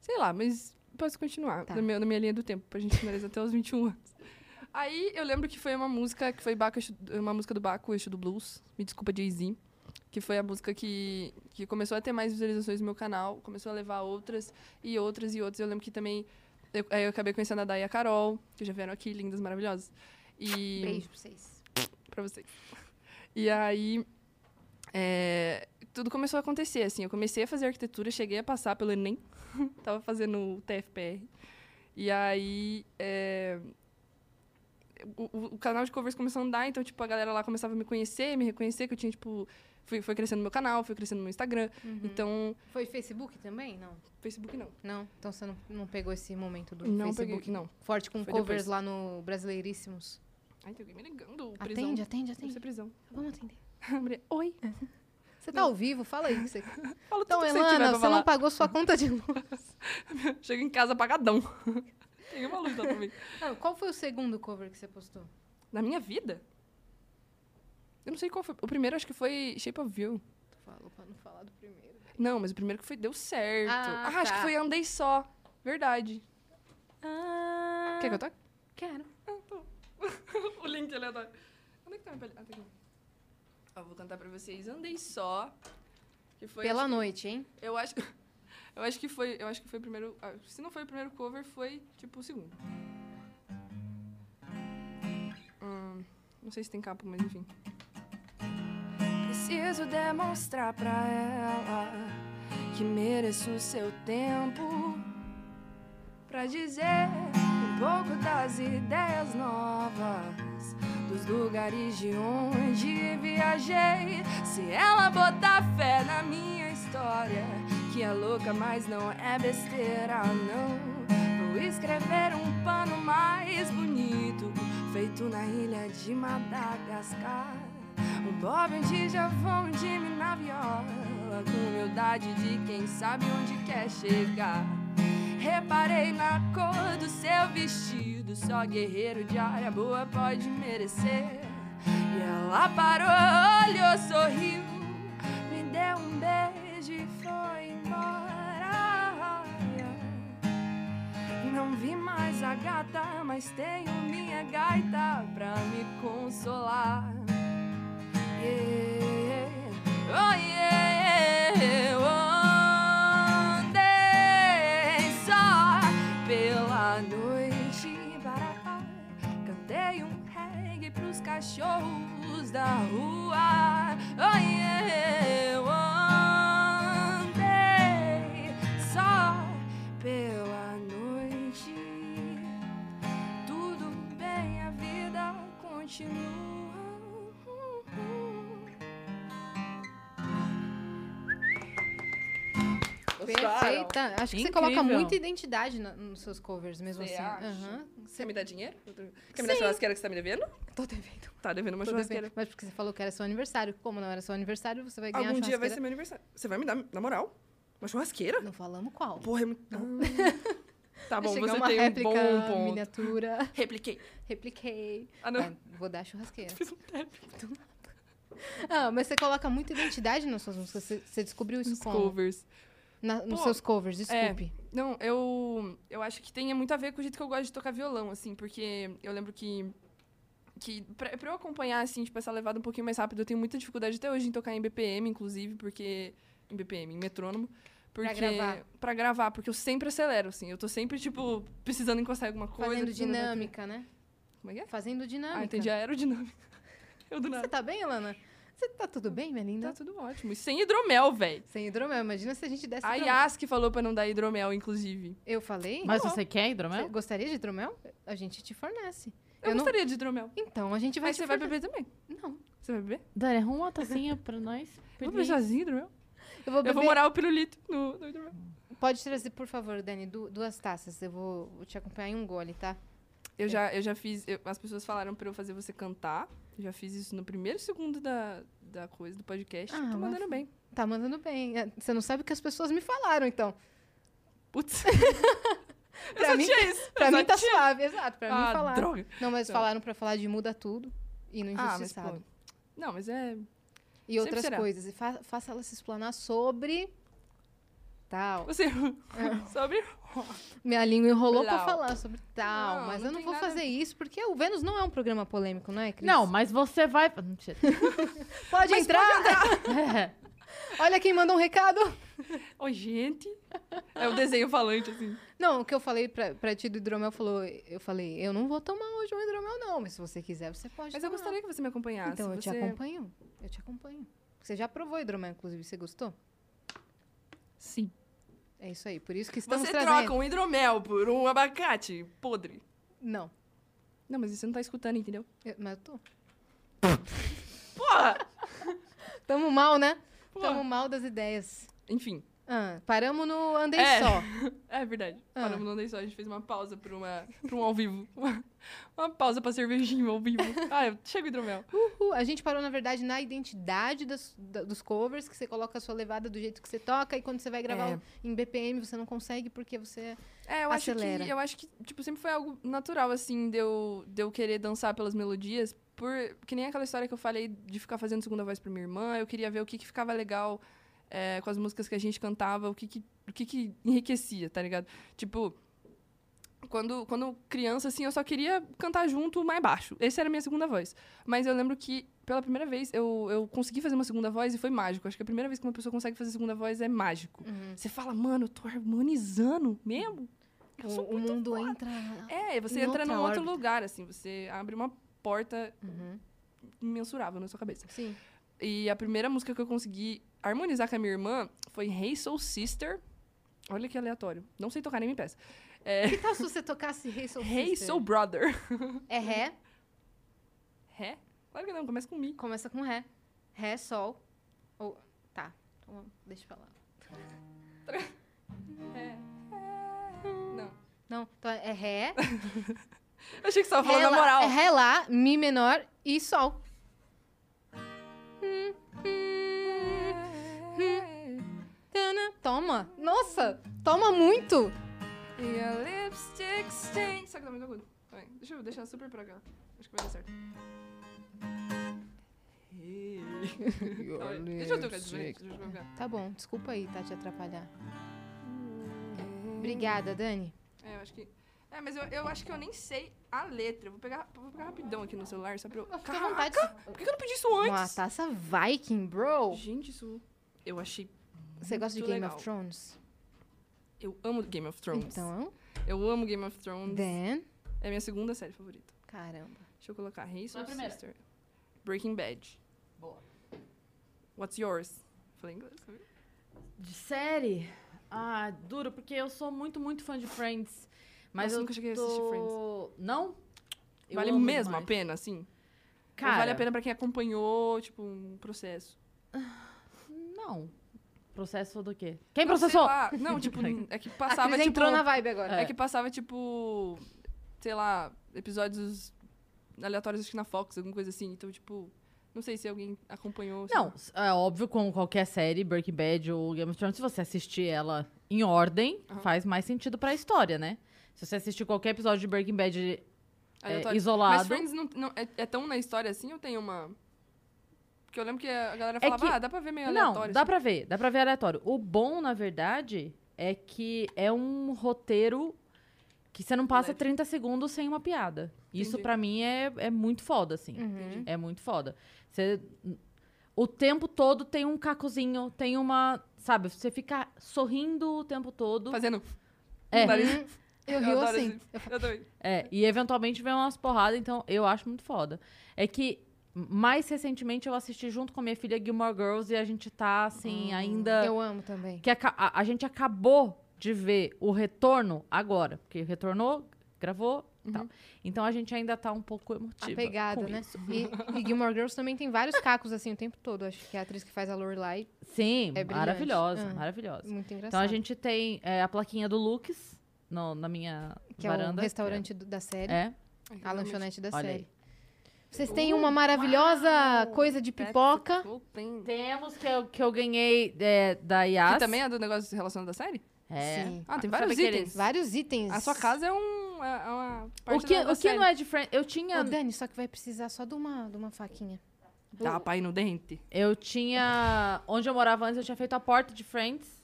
Sei lá, mas posso continuar Tá. na, minha, na minha linha do tempo, pra gente finalizar até os 21 anos. Aí eu lembro que foi uma música que foi Baco, Exu- uma música do Baco, Eixo do Blues. Me desculpa, Jay-Z. Que foi a música que, que começou a ter mais visualizações no meu canal, começou a levar outras e outras e outras. Eu lembro que também. Eu, aí eu acabei conhecendo a Day e a Carol, que já vieram aqui, lindas, maravilhosas. E Beijo pra vocês. pra vocês. E aí, é, tudo começou a acontecer, assim. Eu comecei a fazer arquitetura, cheguei a passar pelo Enem. *laughs* Tava fazendo o TFPR. E aí, é, o, o- o canal de covers começou a andar. Então, tipo, a galera lá começava a me conhecer, me reconhecer. Que eu tinha, tipo... Fui, foi crescendo meu canal, foi crescendo meu Instagram. Uhum. Então, Foi Facebook também? Não. Facebook não. Não? Então você não, não pegou esse momento do Não Facebook peguei, não. forte com Foi covers depois. lá no Brasileiríssimos? Ai, tem alguém me ligando. Prisão. Atende, assim? atende, Deve ser atende. prisão. *laughs* Vamos atender. Maria, Oi. Você tá ao vivo? Fala aí. o que Você... Fala Então, tudo que você tiver Elana, pra você, falar. não pagou sua conta de luz. *laughs* Chego em casa apagadão. tem uma luz lá pra mim. *laughs* Não, qual foi o segundo cover que você postou? Na minha vida? Eu não sei qual foi. O primeiro acho que foi Shape of You. Tu falou pra não falar do primeiro. Não, mas o primeiro que foi deu certo. Ah, Ah, acho tá. que foi Andei Só. Verdade. Ah, Quer que eu toque? Quero. *laughs* o link aleatório. Onde é que tá meu palhaço? Ah, tá aqui. Ó, vou cantar pra vocês Andei Só. Que foi, Pela acho- noite, hein? Eu acho *laughs* Eu acho que foi, eu acho que foi o primeiro, ah, se não foi o primeiro cover, foi tipo o segundo. Hum, não sei se tem capa, mas enfim. Preciso demonstrar pra ela que mereço o seu tempo pra dizer um pouco das ideias novas, dos lugares de onde viajei. Se ela botar fé na minha história, que é louca, mas não é besteira, não. Vou escrever um pano mais bonito, feito na ilha de Madagascar. Um pobre de um javão de na viola Com humildade de quem sabe onde quer chegar reparei na cor do seu vestido. Só guerreiro de área boa pode merecer. E ela parou, olhou, sorriu, me deu um beijo e foi embora. Não vi mais a gata, mas tenho minha gaita pra me consolar. Yeah. Oh, yeah. Andei só pela noite barata. Cantei um reggae pros cachorros da rua. Oh, yeah. Andei só pela noite. Tudo bem, a vida continua. Perfeita. Acho que você coloca Incrível. muita identidade na- nos seus covers, mesmo Você assim. acha? Aham. Você me dá dinheiro? Quer me dar churrasqueira que você tá me devendo? Tô devendo. Tá devendo uma Tô churrasqueira. devendo. Mas porque você falou que era seu aniversário. Como não era seu aniversário, você vai ganhar Algum a dia vai churrasqueira. ser meu aniversário. Você vai me dar, na moral, uma churrasqueira? Não falamos qual. Porra, é muito... *laughs* Tá bom, Vai chegar você Ah. uma tem um réplica, bom ponto. miniatura. *laughs* Repliquei. Repliquei. Ah, não. Vai, vou dar a churrasqueira. *laughs* Fiz um tap. Ah, mas você coloca muita identidade nas suas músicas. Você, você descobriu isso Os como? covers. Na- nos Pô, é, seus covers, desculpe. Não, eu, eu acho que tem muito a ver com o jeito que eu gosto de tocar violão, assim, porque eu lembro que. que pra, pra eu acompanhar, assim, tipo, essa levada um pouquinho mais rápido, eu tenho muita dificuldade até hoje em tocar em BPM, inclusive, porque. Em BPM, em metrônomo. Porque, gravar. pra gravar, porque eu sempre acelero, assim. Eu tô sempre, tipo, precisando encostar em alguma coisa. Fazendo precisando- dinâmica, né? Como é que é? Fazendo dinâmica. Ah, entendi. Aerodinâmica. *laughs* Eu do Você nada. tá bem, Alana? Você tá tudo bem, minha linda? Tá tudo ótimo. E sem hidromel, véi. Sem hidromel. Imagina se a gente desse A hidromel. Yas que falou pra não dar hidromel, inclusive. Eu falei? Mas é? você quer hidromel? Você gostaria de hidromel? A gente te fornece. Eu Eu, não- gostaria de hidromel. Então, a gente vai Mas te você vai forne- beber também. Não. Você vai beber? Dani, arruma uma tacinha pra nós. Vamos Perfeito. precisar de hidromel? Eu vou beber... Eu vou morar o pirulito no, no hidromel. Pode trazer, por favor, Dani, du- duas taças. Eu vou vou te acompanhar em um gole, tá? Eu já, eu já fiz. eu- as pessoas falaram pra eu fazer você cantar. Eu já fiz isso no primeiro segundo da, da coisa, do podcast. Ah, Tô mas- mandando bem. Tá mandando bem. É, Você não sabe o que as pessoas me falaram, então. *laughs* Putz. eu Pra só mim- tinha É isso. Pra eu só mim tá tinha- suave, exato. Pra ah, mim falar. droga. Não, mas Tá. falaram pra falar de muda tudo e no Ah, mas, pô, injustiçado. Não, mas é. e outras será. coisas. E fa- faça ela se explanar sobre. Tal. *laughs* Você. Sobre. Minha língua enrolou pra Blau. falar sobre tal, Não, mas não eu não tem vou nada a fazer isso, porque o Vênus não é um programa polêmico, não é, Cris? assim. Não, mas você vai. *laughs* Mentira. Pode entrar! É. Olha quem mandou um recado! Oi, gente. É o desenho falante, assim. Não, o que eu falei pra, pra ti do hidromel, falou, eu falei, eu não vou tomar hoje um hidromel, não, mas se você quiser, você pode Mas eu tomar. gostaria que você me acompanhasse. Então, eu te Você- acompanho, eu te acompanho. Você já provou hidromel, inclusive, você gostou? Sim. É isso aí, por isso que estamos Você trazendo... troca um hidromel por um abacate podre. Não, Não, mas você não tá escutando, entendeu? eu- mas eu tô. Porra! Tamo mal, né? Porra. Tamo mal das ideias. Enfim. Ah, paramos no Andei É. Só. É verdade. Ah. Paramos no Andei Só, a gente fez uma pausa pra, uma, pra um ao vivo. *laughs* Uma, uma pausa pra cervejinha ao vivo. Ah, eu- chega o hidromel. Uhul. A gente parou, na verdade, na identidade das- da- dos covers, que você coloca a sua levada do jeito que você toca, e quando você vai gravar É. um- em BPM, você não consegue porque você. É, eu acho, Acelera. que, eu acho que, tipo, sempre foi algo natural, assim, de eu, de eu querer dançar pelas melodias. Por, que nem aquela história que eu falei de ficar fazendo segunda voz pra minha irmã. Eu queria ver o que, que ficava legal é, com as músicas que a gente cantava, o que, que, o que, que enriquecia, tá ligado? Tipo, quando, quando criança, assim, eu só queria cantar junto mais baixo. Essa era a minha segunda voz. Mas eu lembro que, pela primeira vez, eu, eu consegui fazer uma segunda voz e foi mágico. Acho que a primeira vez que uma pessoa consegue fazer segunda voz é mágico. Você fala, mano, eu tô harmonizando mesmo? Eu O, sou o mundo entra. é, você Em entra outra num outro órbita. lugar, assim, você abre uma porta imensurável na sua cabeça. Sim. E a primeira música que eu consegui harmonizar com a minha irmã foi Hey Soul Sister. Olha que aleatório. Não sei tocar nem me peça. É, Que tal se você tocasse Rei Soul hey Sister? Soul Brother. *laughs* É Ré, Ré? Claro que não, começa com Mi. começa com Ré. Ré, Sol. Ou. Tá. Então, deixa *laughs* pra lá. É. Não. Não, então é Ré. Eu achei que você *laughs* tava falando ré, na lá, moral. é Ré, Lá, Mi menor e Sol. Tana, Toma! Nossa! Toma muito! E a Lipstick stain. Só que tá muito agudo. Tá bem. Deixa eu deixar super pra cá. Acho que vai dar certo. *laughs* Ei. Tá bem. Deixa eu tocar de jeito. Deixa eu tocar. Tá bom, desculpa aí, tá? Te atrapalhar. Obrigada, Dani. É, eu acho que. É, mas eu, eu acho que eu nem sei a letra. Eu Vou pegar, vou pegar rapidão aqui no celular só pra eu. Fica à vontade. Ah, Por que que eu não pedi isso antes? Uma taça Viking, bro. Gente, isso. Eu achei. Você gosta de muito Game legal. of Thrones? Eu amo Game of Thrones. Então, Eu amo Game of Thrones. Dan. É a minha segunda série favorita. Caramba. Deixa eu colocar Reis Qual é ou a primeira? Sister. Breaking Bad. Boa. What's yours? Falei inglês, sabe? De série? Ah, duro, porque eu sou muito, muito fã de Friends. Mas Nossa, eu nunca cheguei a tô... assistir Não? Eu Vale amo mesmo demais. a pena, assim? Cara, Ou vale a pena pra quem acompanhou, tipo, um processo? Não. Processo do quê? Quem Não, sei processou? lá. Não, tipo, é que A passava, Cris tipo... entrou na vibe agora. É que passava, tipo, sei lá, episódios aleatórios, acho que na Fox, alguma coisa assim. Então, tipo, não sei se alguém acompanhou. assim, sei Não, lá. s- é óbvio, como qualquer série, Breaking Bad ou Game of Thrones, se você assistir ela em ordem, faz mais sentido pra história, né? Se você assistir qualquer episódio de Breaking Bad Aleatório. é isolado. Mas Friends não, não- é, é tão na história assim ou tem uma... Porque eu lembro que a galera É falava, que- ah, dá pra ver meio Não, aleatório. assim, dá pra ver, dá pra ver aleatório. O bom, na verdade, é que é um roteiro que você não passa Leve. 30 segundos sem uma piada. Isso Entendi. pra mim é, é muito foda, assim. Uhum. É muito foda. Você, o tempo todo tem um cacozinho, tem uma. Sabe, você fica sorrindo o tempo todo. Fazendo... É. Nariz. Eu rio adoro assim. esse- Eu também. *laughs* É, e eventualmente vem umas porradas, então eu acho muito foda. É que mais recentemente eu assisti junto com a minha filha Gilmore Girls e a gente tá assim, ainda. Eu amo também. Que aca- a, a gente acabou de ver o retorno agora, porque retornou, gravou e tal. Então a gente ainda tá um pouco Tipo, emotiva. Uhum. Apegada, com né? isso. E, e Gilmore Girls também tem vários cacos assim o tempo todo. Acho que a atriz que faz a Lorelai Sim, É brilhante. maravilhosa, Ah. maravilhosa. muito engraçado. Então a gente tem é, a plaquinha do Lux no- na minha que é varanda. o restaurante do- da série, É. a lanchonete da Olha série. aí. Vocês Uh, têm uma maravilhosa coisa de pipoca. Tem. Temos que eu, que eu ganhei é, da Yas. Que também é do negócio relacionado à série? É. Sim. Ah, Sabe tem vários aqueles- itens. Vários itens. A sua casa é um. É é uma O parte que, da- da o que série. não é de Friends? Eu tinha. Ô, Dani, só que vai precisar só de uma, de uma faquinha. é Tapa aí no dente. Eu tinha. Onde eu morava antes, eu tinha feito a porta de Friends.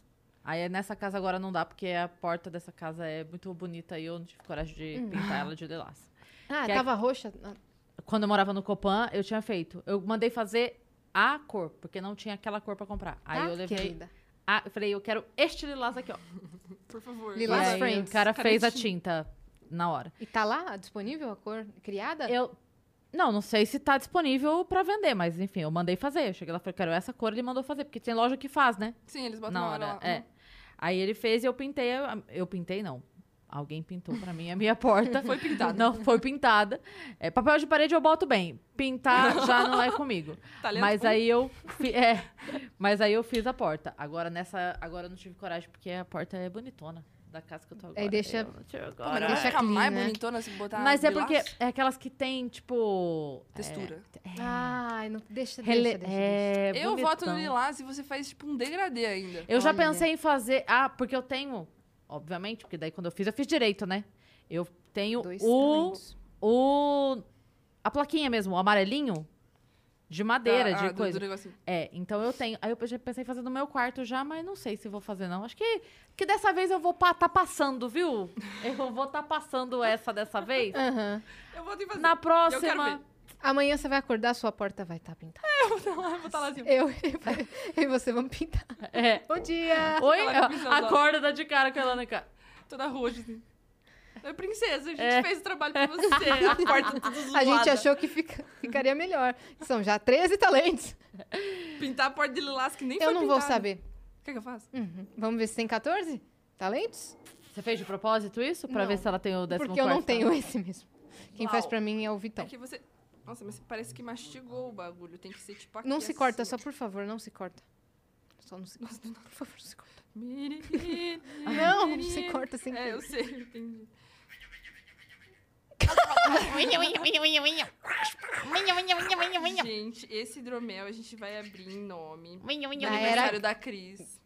Aí nessa casa agora não dá, porque a porta dessa casa é muito bonita e eu não tive coragem de pintar ela de lilás. Ah, Que é- tava roxa? Ah, Quando eu morava no Copan, eu tinha feito. Eu mandei fazer a cor, porque não tinha aquela cor pra comprar. Aí tá, eu levei. querida. a- eu falei, eu quero este lilás aqui, ó. Por favor. E Lilás aí Friends. o cara Cadê fez a a tinta na hora. E tá lá disponível a cor criada? Eu. Não, não sei se tá disponível pra vender, mas enfim, eu mandei fazer. Eu cheguei lá e falei, quero essa cor, ele mandou fazer, porque tem loja que faz, né? Sim, eles botam na na hora. lá. É. Aí ele fez e eu pintei. a- Eu pintei, não. Alguém pintou pra mim a minha porta. foi pintada. Não, foi pintada. É, papel de parede eu boto bem. Pintar já não é comigo. *laughs* Talento mas um. aí eu. fi- é, mas aí eu fiz a porta. Agora nessa. Agora eu não tive coragem, porque a porta é bonitona da casa que eu tô agora. deixa- Eu não tive Mas agora. não deixa fica clean, mais né? bonitona se botar. Mas é porque lilás? é aquelas que tem, tipo. é, Textura. Ai, não, deixa, deixa, rele- deixa, deixa. é, eu voto no bonitão. É lilás e você faz, tipo, um degradê ainda. Eu já Olha. pensei em fazer. Ah, porque eu tenho. Obviamente, porque daí quando eu fiz, eu fiz direito, né? Eu tenho Dois o, talentos. o. A plaquinha mesmo, o amarelinho. De madeira, Ah, ah, de do- coisa. do negocinho. É, então eu tenho. Aí eu já pensei em fazer no meu quarto já, mas não sei se vou fazer, não. Acho que, que dessa vez eu vou pa- tá passando, viu? Eu vou tá passando essa dessa vez. Aham. Eu voto em fazer. Na Eu quero próxima. ver. Amanhã você vai acordar, sua porta vai estar pintada. Eu vou botar lá assim. Eu, eu e você vamos pintar. É. Bom dia! Oi? Ela com visão da- Acorda dá de cara com a Elana. cara. Toda roxa, assim. É princesa, a gente É. fez o trabalho pra *laughs* você. A porta tudo zoada. A gente achou que fica- ficaria melhor. São já 13 talentos. Pintar a porta de lilás que nem Eu foi não vou pintada. saber. O que, é que eu faço? Uhum. Vamos ver se tem 14 talentos? Você fez de propósito isso? Pra Não, ver se ela tem o décimo Porque eu não quarto? tenho esse mesmo. Quem faz Uau. pra mim é o Vitão. É que você... Nossa, mas parece que mastigou o bagulho. Tem que ser, tipo, aqui Não se corta, assim. só por favor, não se corta. Só não se corta. Por favor, não se corta. Não, Não, se corta sem É, querer. eu sei, entendi. Gente, esse hidromel a gente vai abrir em nome. do Na aniversário era, da Cris.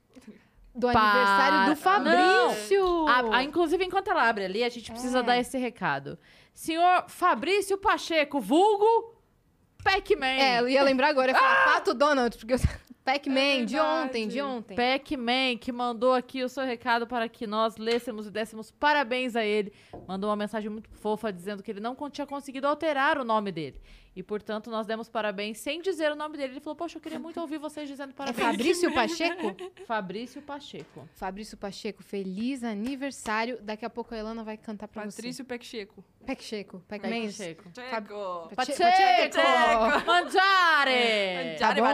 Do Pa- aniversário do Não. Fabrício. A- a- inclusive, enquanto ela abre ali, a gente precisa É. dar esse recado. Senhor Fabrício Pacheco, vulgo Pac-Man. É, eu ia lembrar agora. Eu ia falar Pato Donald, porque eu... *laughs* Pac-Man, de verdade. ontem, de ontem. Pac-Man, que mandou aqui o seu recado para que nós lêssemos e dessemos parabéns a ele. Mandou uma mensagem muito fofa dizendo que ele não con- tinha conseguido alterar o nome dele. E, portanto, nós demos parabéns sem dizer o nome dele. Ele falou, poxa, eu queria muito ouvir vocês dizendo é parabéns. Fabrício Pacheco? Fabrício Pacheco. Fabrício Pacheco, feliz aniversário. Daqui a pouco a Elana vai cantar pra Tá Patrício Pacheco. Tá você. Pacheco, Pac-Man. Pacheco. Pacheco. Pache- Pacheco! Pacheco! Mangiare! Tá bom?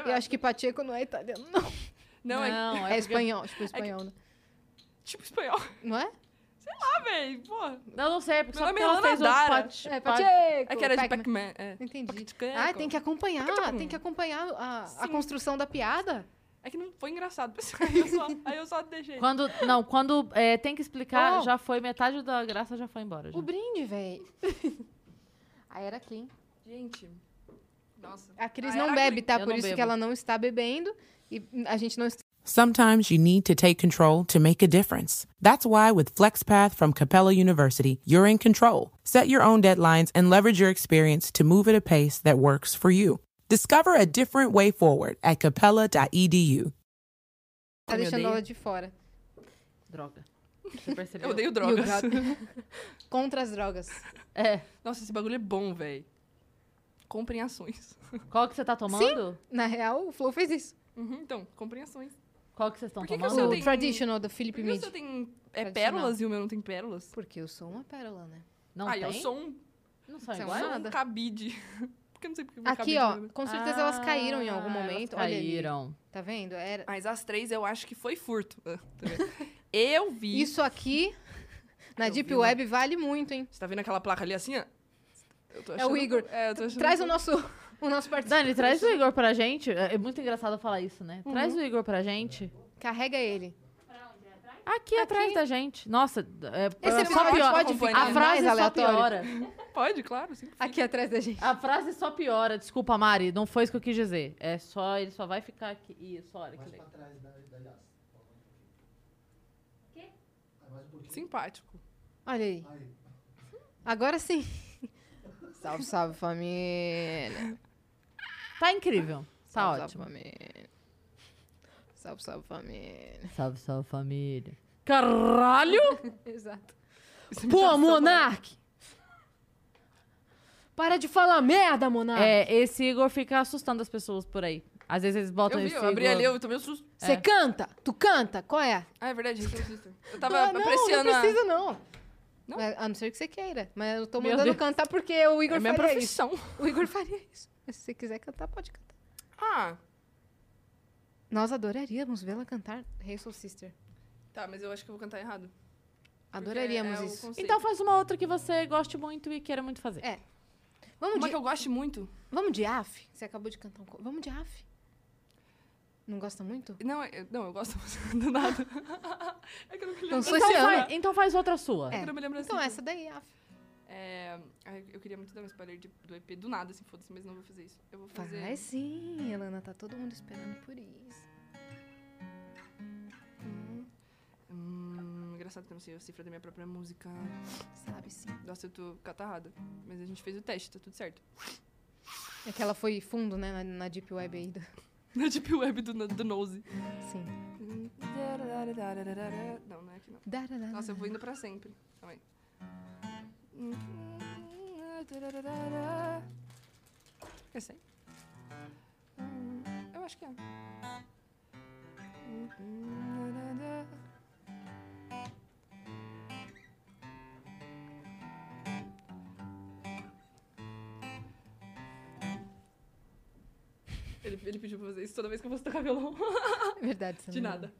Eu Não, acho que Pacheco não é italiano, não. não, é Não, É é espanhol, tipo espanhol, né? tipo espanhol. *laughs* não é? Ah, véi, pô. Não, não sei, porque só Meu nome porque é ela Lana fez o Dara. Pacheco. É Pacheco. É que era de Pac-Man. Pac-Man. É. Entendi. Pacheco. Ah, tem que acompanhar, Pac-Man. tem que acompanhar a, a Sim. construção da piada. É que não foi engraçado. *laughs* pessoal. Aí eu só, aí eu só deixei. Quando, não, quando é, tem que explicar, Oh. já foi, metade da graça já foi embora. já. O brinde, véi. *laughs* Aí era clean. Gente. Nossa. A Cris Ah, não era bebe, tá? Eu Por não isso bebo. que ela não está bebendo. E a gente não está Sometimes you need to take control to make a difference. That's why with FlexPath from Capella University, you're in control. Set your own deadlines and leverage your experience to move at a pace that works for you. Discover a different way forward at E Eu capella.edu. me deixando odeio. ela de fora. Droga. Você percebeu? Eu odeio E o drogas. *laughs* Gal- Contra as drogas. *laughs* É. Nossa, esse bagulho é bom, véi. Comprem ações. Qual que você tá tomando? Na real, o Flow fez isso. Uhum, então, comprem ações. Qual que vocês estão Por que que tomando? seu o tem- traditional do Por Felipe que o Mid. seu tem é, Tradicional. pérolas e o meu não tem pérolas? Porque eu sou uma pérola, né? Não ah, tem? eu sou um, Não são Sou iguais? sou um é nada. cabide. *laughs* Porque eu não sei porque o meu Aqui, cabide não é ó, meu. com certeza elas caíram em algum Ah, elas momento. Olha ali. Caíram. Tá vendo? Era... Mas as três eu acho que foi furto. Ah, tá *laughs* vendo? eu vi. Isso *laughs* aqui, na Eu Deep vi, né? Web, vale muito, hein? Você tá vendo aquela placa ali assim, ó? Eu tô É o Igor. É, eu tô achando Traz que- o nosso, *laughs* o nosso participante. Dani, traz o Igor pra gente. É é muito engraçado falar isso, né? Uhum. Traz o Igor pra gente. Carrega ele. Aqui, atrás da gente. Nossa, é, Tá Esse só episódio piora. pode companhia. ficar A é frase mais só aleatório. piora. Pode, claro. Sim. Aqui atrás da gente. A frase só piora. Desculpa, Mari, não foi isso que eu quis dizer. É só, ele só vai ficar aqui. Isso, olha que legal. Simpático. Olha aí. Agora sim. salve, salve, família. Tá incrível. Tá salve, ótimo. Salve, família. Salve, salve, família. Salve, salve, família. *laughs* Caralho! Exato. Isso me dá Pô, só- Monark! Para de falar merda, Monark! É, esse Igor fica assustando as pessoas por aí. Às vezes eles botam Eu vi, esse eu abri Igor- ali, eu tomei um susto. Você canta? Tu canta? Qual é? Ah, é verdade, gente, eu susto. Eu Ah, tava não, não apreciando a- precisa, não. Não? É, A não ser que você queira. Mas eu tô Meu mandando Deus. cantar porque o É Igor a minha faria isso. profissão. O Igor faria isso. Mas se você quiser cantar, pode cantar. Ah, Nós adoraríamos vê-la cantar Hey Soul Sister. tá, mas eu acho que eu vou cantar errado. Porque Adoraríamos é o isso. conceito. Então faz uma outra que você goste muito e queira muito fazer. É. Vamos Uma de, que eu gosto muito. vamos de AF? Você acabou de cantar um... co- Vamos de AF? Não gosta muito? Não, eu, não, eu gosto *laughs* do nada. é que eu não me lembro. Não sou assim. Então, esse ano. faz, então faz outra sua. É que eu não me lembro Então assim. essa daí, AF. É, ai, eu queria muito dar um spoiler de- do EP do nada, assim, foda-se, mas não vou fazer isso. Eu vou fazer. Faz sim, Elana. Tá todo mundo esperando por isso. Hum, engraçado que eu não sei a cifra da minha própria música. Sabe sim. Nossa, eu tô catarrada. Mas a gente fez o teste, tá tudo certo. *laughs* É que ela foi fundo, né? Na, na Deep Web aí. do- Na Deep Tipo, Web do, do Nose. Sim. Hum. Não, não é aqui não. Dararara. Nossa, eu vou indo pra sempre. Calma aí. Eu sei. Hum, Eu acho que é. Ele, ele pediu pra fazer isso toda vez que eu fosse tocar violão. É Verdade. você De não- nada.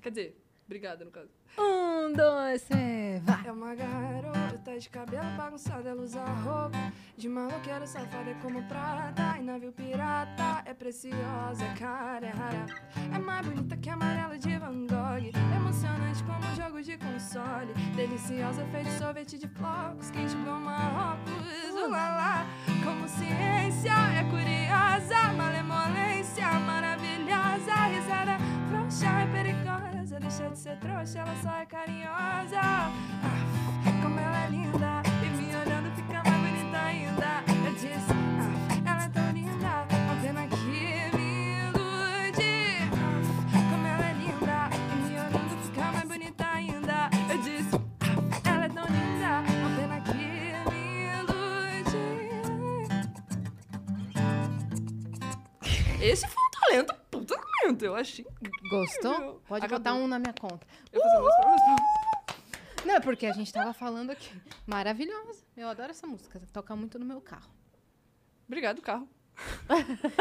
Quer dizer, obrigada no caso. Um, dois, três, vai. É uma garota de cabelo bagunçado, ela usa roupa de maloqueiro safado, é como prata e navio pirata. É preciosa, é cara, é rara. É mais bonita que a amarela de Van Gogh. é Emocionante como um jogo de console. Deliciosa, feito sorvete de flocos, quente igual Marrocos. Ulalá, como ciência, é curiosa, malemolência, maravilhosa, risada frouxa. é Ah, ah, é Ah, é ah, é Esse foi um talento, puta talento. Eu achei. incrível. Gostou? Pode Acabou. botar um na minha conta. Eu vou fazer umas provas pra- Não, é porque a gente tava falando aqui. Maravilhosa. Eu adoro essa música. Toca muito no meu carro. Obrigado, carro.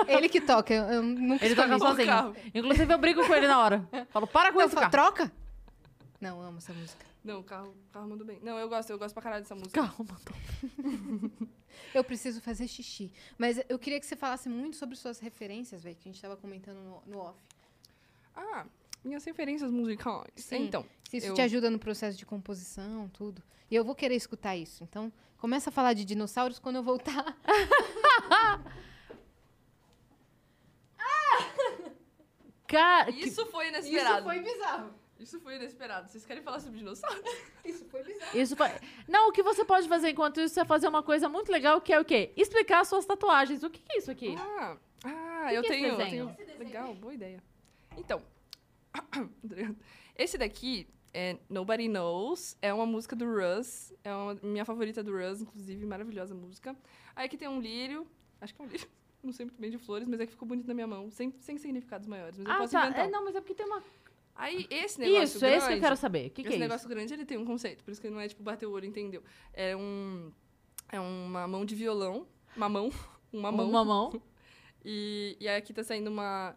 Ele que toca, eu, eu nunca Ele toca escolhi. sozinho. carro. Inclusive, eu brigo com ele na hora. Falo, para com Eu isso, falo, cara. troca? Não, eu amo essa música. Não, carro, carro mandou bem. Não, eu gosto, eu gosto pra caralho dessa música. Calma. Eu preciso fazer xixi. Mas eu queria que você falasse muito sobre suas referências, velho, que a gente tava comentando no, no off. Ah, minhas referências musicais. Sim. Então, Se isso eu- te ajuda no processo de composição, tudo. E eu vou querer escutar isso. Então, começa a falar de dinossauros quando eu voltar. Cara, que- Isso foi inesperado. Isso foi... bizarro. inesperado. Vocês querem falar sobre dinossauros? Isso foi bizarro. Isso fa- Não, o que você pode fazer enquanto isso é fazer uma coisa muito legal, que é o quê? Explicar as suas tatuagens. O que, que é isso aqui? Ah, ah Que eu, que é esse tenho, eu desenho? tenho- Legal, boa ideia. Então, *coughs* tá esse daqui é Nobody Knows, é uma música do Russ, é uma minha favorita do Russ, inclusive, maravilhosa música. Aí aqui tem um lírio, acho que é um lírio, *laughs* não sei muito bem de flores, mas é que ficou bonito na minha mão, sem, sem significados maiores, mas eu ah, posso tá. inventar. É, não, mas é porque tem uma. Aí esse negócio isso, grande, é isso que eu quero saber. O que, que esse é negócio grande, ele tem um conceito, por isso que não é tipo bater o olho, entendeu? É um é uma mão de violão, uma mão, *laughs* uma isso? mão. Uma *laughs* mão. E, e aí aqui tá saindo uma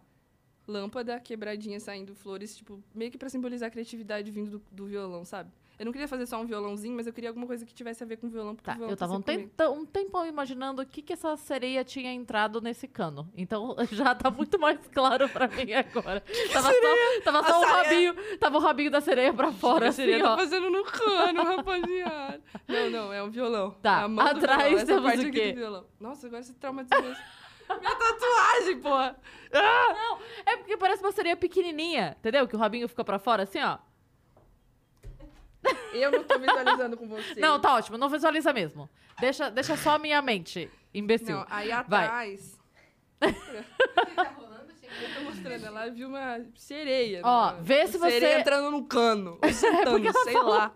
lâmpada quebradinha, saindo flores, tipo, meio que pra simbolizar a criatividade vindo do, do violão, sabe? Eu não queria fazer só um violãozinho, mas eu queria alguma coisa que tivesse a ver com violão, porque Tá, o violão eu tava um, sempre comigo. tenta- um tempão imaginando o que, que essa sereia tinha entrado nesse cano. Então *laughs* já tá muito mais claro pra mim agora. tava só, tava só o rabinho. Tava o rabinho da sereia *laughs* pra fora, A assim, sereia ó. tá fazendo no cano, *laughs* rapaziada. Não, não, é um violão. Tá, É a mão do atrás violão, essa temos parte o aqui quê? do violão. Nossa, agora você traumatizou. *laughs* Minha tatuagem, porra! Ah! Não, é porque parece uma sereia pequenininha, entendeu? Que o rabinho fica pra fora, assim, ó. Eu não tô visualizando com você. Não, tá ótimo. Não visualiza mesmo. Deixa, deixa só a minha mente, imbecil. Não, aí *laughs* Vai. atrás. Tá Eu tô mostrando, ela viu uma sereia. Ó, né? vê se Uma você- É, Sereia entrando num *laughs* cano. Ou sentando, sei lá.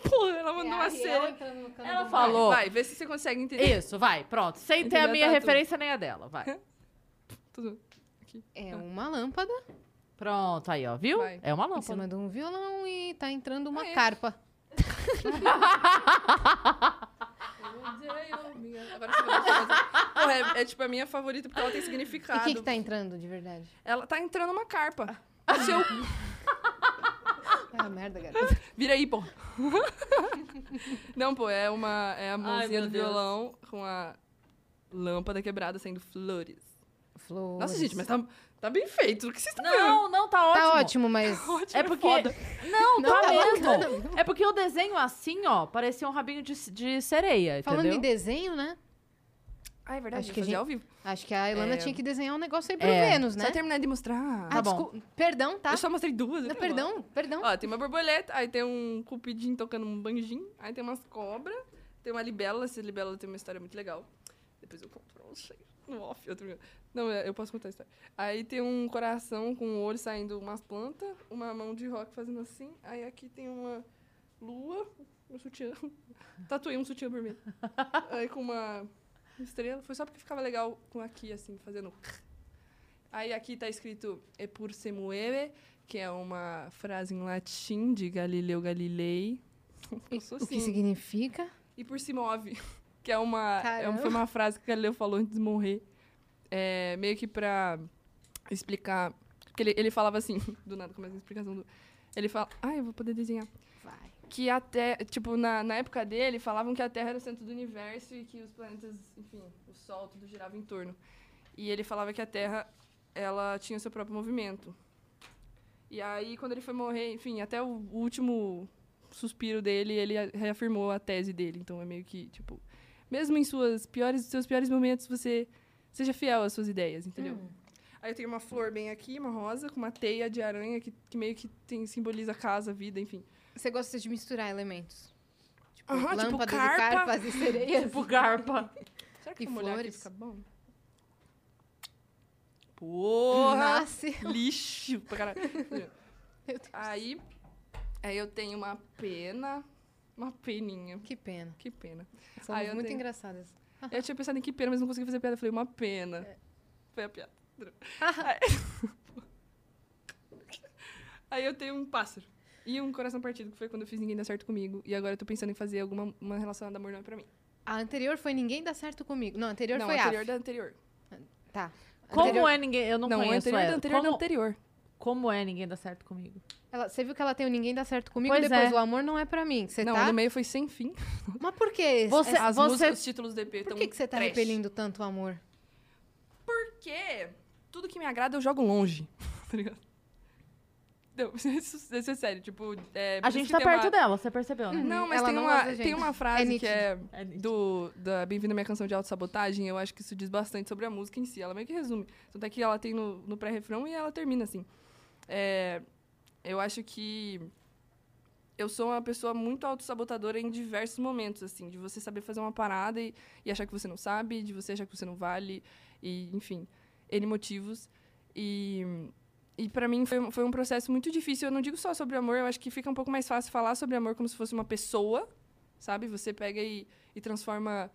Porra, é, ela mandou uma sereia. Ela Ela falou. Vai, vê se você consegue entender. Isso, vai, pronto. Sem ter a Entendeu? minha Tá tudo. referência nem a dela, *laughs* vai. Tudo. É uma lâmpada Pronto, aí, ó, viu? Vai. É uma em cima lâmpada. de um violão e tá entrando uma Ah, é. carpa. Agora você vai fazer- Porra, é, é tipo a minha favorita porque ela tem significado. E o que que tá entrando de verdade? Ela tá entrando uma carpa. O seu. Ah, merda, garota. Vira aí, *laughs* pô. Não, pô, é uma. É a mãozinha meu do Deus. violão com a lâmpada quebrada saindo flores. Flores. Nossa, gente, mas tá, tá bem feito. O que vocês estão vendo? Não, não, tá ótimo. Tá ótimo, mas... É porque. Não, tá, mesmo. é porque o desenho assim, ó, parecia um rabinho de, de sereia, Falando entendeu? em desenho, né? Ah, é verdade, Acho Acho que que a gente- ao vivo. Acho que a Ilana É. tinha que desenhar um negócio aí pro É. Vênus, né? Só terminar de mostrar. Ah, bom. desculpa. Perdão, tá? Eu só mostrei duas. Não, né? perdão, perdão. Ó, tem uma borboleta, aí tem um cupidinho tocando um banjinho, aí tem umas cobras, tem uma libélula. Essa libélula tem uma história muito legal. Depois eu conto pra vocês. No off, outro dia. Não, é, eu posso contar a história. Aí tem um coração com um olho saindo umas plantas, uma mão de rock fazendo assim, aí aqui tem uma lua, um sutiã. *laughs* Tatuei um sutiã vermelho. Aí com uma estrela. Foi só porque ficava legal com aqui, assim, fazendo... *laughs* Aí aqui tá escrito E pur se mueve, que é uma frase em latim de Galileu Galilei. *laughs* Eu sou o que assim. significa? E por se move, *laughs* que é uma, é um- Caramba. foi uma frase que Galileu falou antes de morrer. É, meio que pra explicar... Porque ele, ele falava assim, *laughs* do nada, começa a explicação do... Ele fala... Ah, eu vou poder desenhar Vai. que a Terra, tipo, na, na época dele, falavam que a Terra era o centro do universo e que os planetas, enfim, o Sol, tudo girava em torno. E ele falava que a Terra, ela tinha o seu próprio movimento. E aí, quando ele foi morrer, enfim, até o último suspiro dele, ele a- reafirmou a tese dele. Então, é meio que, tipo, mesmo em suas piores, seus piores momentos, você seja fiel às suas ideias, entendeu? Aí eu tenho uma flor bem aqui, uma rosa, com uma teia de aranha que, que meio que tem, simboliza casa, vida, enfim. Você gosta de misturar elementos. Tipo, Aham, tipo lâmpadas e carpa. carpas e sereias. Tipo garpa. Será que E se eu molhar flores. aqui fica bom? Porra! Nasce. Lixo pra *laughs* caralho. Meu Deus. aí, aí eu tenho uma pena. Uma peninha. Que pena. Que pena. São Ah, eu é muito tenho- engraçadas. É. Eu tinha pensado em que pena, mas não consegui fazer piada. Eu falei, uma pena. Foi a piada. Ah. Aí- *laughs* Aí eu tenho um pássaro. E um coração partido, que foi quando eu fiz Ninguém Dá Certo Comigo. E agora eu tô pensando em fazer alguma uma relacionada a amor não é pra mim. A anterior foi Ninguém Dá Certo Comigo. Não, a anterior não, foi anterior Af. da anterior. Tá. Como Anterior- é ninguém... Eu não, é Não, é. conheço anterior ela. da anterior como, da anterior. como é ninguém dá certo comigo? Ela, você viu que ela tem o Ninguém Dá Certo Comigo Pois depois é. o Amor Não É Pra Mim. Você não, tá... a do meio foi sem fim. Mas por que? esse- Você- essa- As você- músicas, os títulos do EP Por estão que, que você tá trash. repelindo tanto o amor? Porque tudo que me agrada eu jogo longe. *laughs* tá ligado? Não, *laughs* isso, isso é sério. Tipo, é, por A isso gente que tá tem uma- Uhum. perto dela, você percebeu, né? Não, mas Uhum. Ela tem, não uma, gosta da gente. tem uma frase É que é É nítido. do, da Bem-vindo à Minha Canção de Autossabotagem. Eu acho que isso diz bastante sobre a música em si. Ela meio que resume. Tanto é que ela tem no, no pré-refrão e ela termina assim. É, eu acho que eu sou uma pessoa muito autossabotadora em diversos momentos, assim. De você saber fazer uma parada e, e achar que você não sabe, de você achar que você não vale, e enfim, N motivos. E, e para mim foi, um- foi um processo muito difícil. Eu não digo só sobre amor, eu acho que fica um pouco mais fácil falar sobre amor como se fosse uma pessoa, sabe? Você pega e, e transforma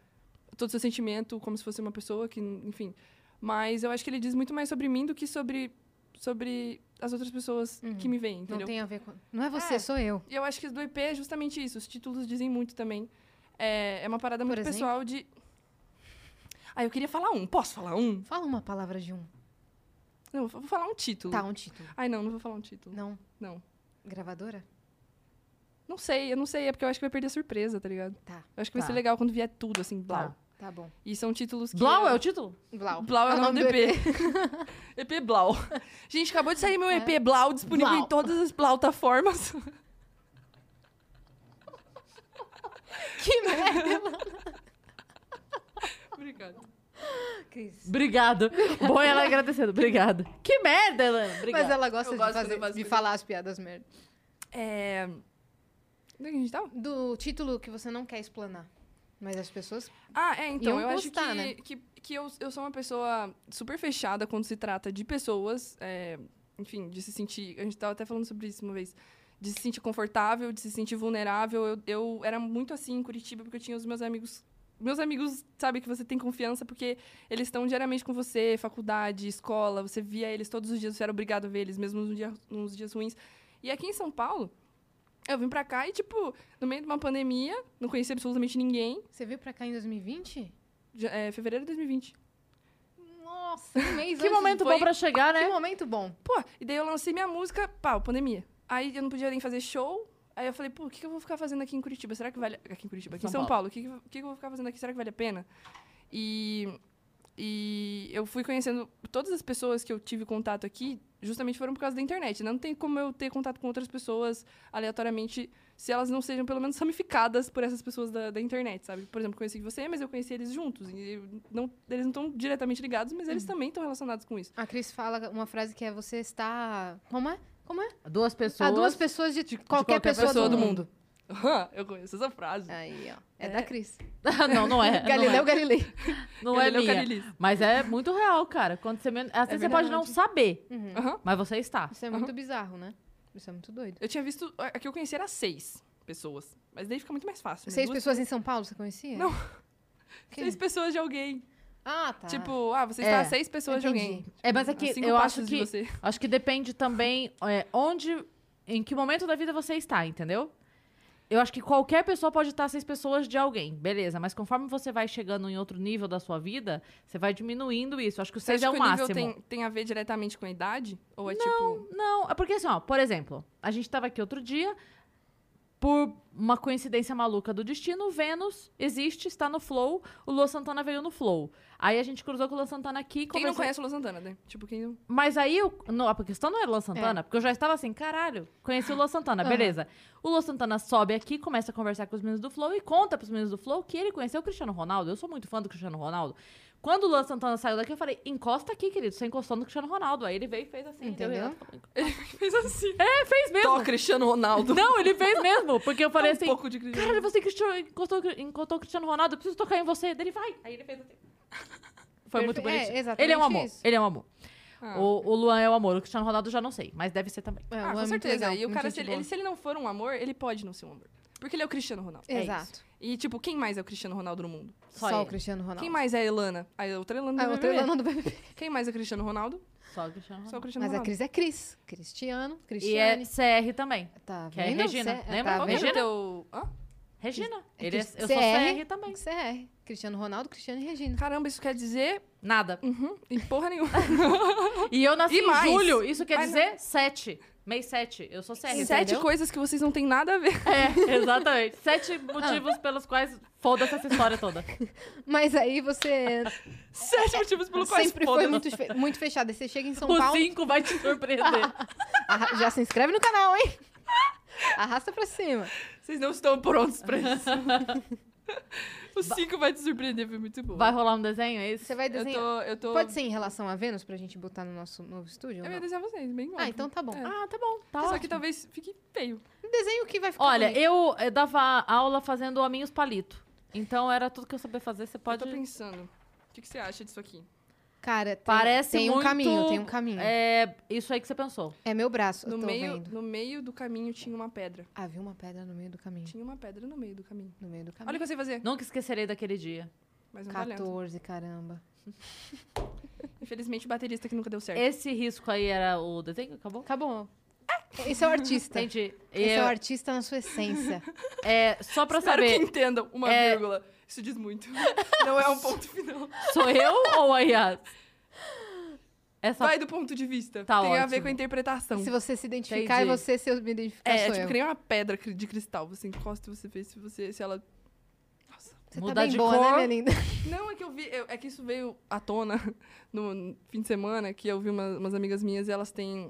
todo o seu sentimento como se fosse uma pessoa, que, enfim. Mas eu acho que ele diz muito mais sobre mim do que sobre, sobre as outras pessoas que me veem, entendeu? Uhum. Não tem a ver com... Não é você, É. sou eu. E eu acho que do EP é justamente isso. Os títulos dizem muito também. É, é uma parada Por muito exemplo? pessoal de. Ah, eu queria falar um. Posso falar um? Fala uma palavra de um. Não, eu vou falar um título. Tá, um título. Ai, não, não vou falar um título. Tipo, Não. Não. Gravadora? Não sei, eu não sei. É porque eu acho que vai perder a surpresa, tá ligado? Tá. Eu acho que vai Tá. ser legal quando vier tudo, assim, Blau. Tá. Tá bom. E são títulos que. Blau eu- é o título? Blau. Blau é o nome do EP. EP. *laughs* EP Blau. Gente, acabou de sair meu EP É. Blau, disponível Blau. em todas as *laughs* plataformas. Que merda. Obrigada. Cris. Obrigado. Bom ela agradecendo. Obrigado. ah, Que merda, Elana. Mas Obrigada. ela gosta Eu de, gosto quando fazer, eu faço de isso. falar as piadas merda. É. Onde é que a gente tava? Do título que você não quer explanar. Mas as pessoas... Ah, é, então, Iam eu acho gostar, que, né? que, que eu, eu sou uma pessoa super fechada quando se trata de pessoas, é, enfim, de se sentir... A gente tava até falando sobre isso uma vez. De se sentir confortável, de se sentir vulnerável. Eu, eu era muito assim em Curitiba, porque eu tinha os meus amigos... Meus amigos, sabe, que você tem confiança, porque eles estão diariamente com você, faculdade, escola, você via eles todos os dias, você era obrigado a ver eles, mesmo nos, dia, nos dias ruins. E aqui em São Paulo, eu vim pra cá e, tipo, no meio de uma pandemia, não conhecia absolutamente ninguém, Você veio pra cá em 2020? ja- é, fevereiro de 2020. Nossa, um mês Que antes momento foi- bom pra chegar, Que né? momento bom. Pô, e daí eu lancei minha música, pau, pandemia. Aí eu não podia nem fazer show. Aí eu falei, pô, o que, que eu vou ficar fazendo aqui em Curitiba? Será que vale. Aqui em Curitiba, aqui em São São, Paulo. Paulo. O que, que, o que que eu vou ficar fazendo aqui? Será que vale a pena? E. E eu fui conhecendo todas as pessoas que eu tive contato aqui, justamente foram por causa da internet. né? Não tem como eu ter contato com outras pessoas aleatoriamente se elas não sejam pelo menos ramificadas por essas pessoas da, da internet, sabe? Por exemplo, conheci você, mas eu conheci eles juntos. E eu não, eles não estão diretamente ligados, mas eles também estão relacionados com isso. A Cris fala uma frase que é você está... Como é? Como é? Duas Há pessoas. *laughs* duas pessoas de, qualquer, qualquer pessoa, pessoa do do mundo. Aham, *laughs* eu conheço essa frase. Aí, ó. É, da *laughs* Cris. não, não é. Galileu não é. Galilei. Não é Galileu minha. Galilei. Mas é muito real, cara. Quando você men- Às vezes você pode não verdade. saber, Aham. mas você está. Isso é muito bizarro, né? Isso é muito doido. Eu tinha visto. A que eu conheci era seis pessoas. Mas daí fica muito mais fácil. né? Seis Duas- pessoas em São Paulo, você conhecia? Não. Quem? Seis pessoas de alguém. Ah, tá. Tipo, ah, você É. está a seis pessoas Entendi. de alguém. É, mas é A que cinco eu passos acho de que você. acho que depende também é, onde, em que momento da vida você está, entendeu? Eu acho que qualquer pessoa pode estar seis pessoas de alguém, beleza. Mas conforme você vai chegando em outro nível da sua vida, você vai diminuindo isso. Acho que o Você seis é acha o que o nível máximo. tem, tem a ver diretamente com a idade? Ou é tipo. Não, é porque assim, ó, por exemplo, a gente tava aqui outro dia, por uma coincidência maluca do destino, Vênus existe, está no Flow, o Lua Santana veio no Flow. Aí a gente cruzou com o Lua Santana aqui. Quem não conversou- conhece o Luan Santana, né? Tipo, quem não. Mas aí, eu, não, a questão não era o Lua Santana, É. porque eu já estava assim, caralho, conheci o Lua Santana, beleza. O Lua Santana sobe aqui, começa a conversar com os meninos do Flow e conta pros meninos do Flow que ele conheceu o Cristiano Ronaldo. Eu sou muito fã do Cristiano Ronaldo. Quando o Lua Santana saiu daqui, eu falei, encosta aqui, querido, você encostou no Cristiano Ronaldo. Aí ele veio e fez assim, entendeu? Entendeu? Fez assim. É, fez mesmo. Tó, Cristiano Ronaldo. Não, ele fez mesmo, porque eu falei um assim, pouco de Cristiano. caralho, você encostou, encostou, encostou o Cristiano Ronaldo, eu preciso tocar em você. Daí ele vai. Aí ele fez assim. Foi muito Perfe- é, bonito. exatamente ele é um amor, isso. ele é um amor. Ah. O, o Luan é um amor, o Cristiano Ronaldo já não sei, mas deve ser também. É, o Ah, Luan é com muito certeza. legal, e o muito cara, gente se ele, boa. ele- se ele não for um amor, ele pode não ser um amor. Porque ele é o Cristiano Ronaldo. É Exato. E, tipo, quem mais é o Cristiano Ronaldo no mundo? Só, Só, ele. o Cristiano Ronaldo. Quem mais é a Elana? A outra Elana do Ah, outra BBB. Ilana do BBB. Quem mais é Cristiano Ronaldo? Só o Cristiano Só o Ronaldo. Cristiano Mas a Ronaldo. Cris é Cris. Cristiano, E é Cristiane. CR também. Tá que é vendo? Regina, Cê- lembra? Tá Qual que é o vendo? Regina? teu... Hã? Regina. É Ele é, Cris- eu sou CR também. CR. Cristiano Ronaldo, Cristiano e Regina. Caramba, isso quer dizer... Nada. Uhum, e porra *laughs* nenhuma. E eu nasci E em mais. julho. Isso quer Mas dizer sete. Mês sete. Eu sou CR. Sete entendeu? coisas que vocês não têm nada a ver. É, exatamente. Sete Ah. motivos pelos quais foda-se essa história toda. Mas aí você *laughs* Sete motivos pelo qual sempre foi foda-se. muito, fe- muito fechado. Aí você chega em São o Paulo. cinco vai te surpreender. arra- Já se inscreve no canal, hein? Arrasta pra cima. Vocês não estão prontos pra isso. *laughs* o cinco vai te surpreender, foi muito bom. vai rolar um desenho, é isso? Você vai eu desenhar. tô, eu tô... Pode ser em relação a Vênus pra gente botar no nosso novo estúdio? Eu ou ia não? desenhar vocês, bem óbvio. Ah, então tá bom. É. Ah, tá bom. Tá Só ótimo. que talvez fique feio. Um desenho que vai ficar. Olha, bonito. eu eh, dava aula fazendo hominhos palito. Então era tudo que eu sabia fazer, você pode... Eu tô pensando. O que, que você acha disso aqui? Cara, tem, Parece tem um muito, caminho, tem um caminho. É, É, isso aí que você pensou. meu braço, No eu tô meio, vendo. no meio do caminho tinha uma pedra. Havia uma pedra no meio do caminho. Tipo, Tinha uma pedra no meio do caminho. No meio do caminho. Olha o que eu sei fazer. Nunca esquecerei daquele dia. Mas não tá lento. 14, caramba. Infelizmente, o baterista que nunca deu certo. Esse risco aí era o desenho? Tá. Acabou? Acabou. Esse é o artista. *laughs* Entendi. E Esse é eu- o artista na sua essência. *laughs* é, só pra Espero saber, que entendam uma É. vírgula. Isso diz *laughs* muito. Não é um ponto final. sou eu ou a Yas? É Essa Vai do ponto de vista. Tá Tem a ver ótimo. com a interpretação. se você se identificar Então, Entendi. e você se eu me identificar, É, é sou tipo eu. que nem uma pedra cri- de cristal. Você encosta e você vê se você. Se ela. Nossa. Você Mudar tá bem de boa, cor. *laughs* né, minha linda? Não, é que eu vi. eu- é que isso veio à tona *laughs* no fim de semana, que eu vi uma- umas amigas minhas e elas têm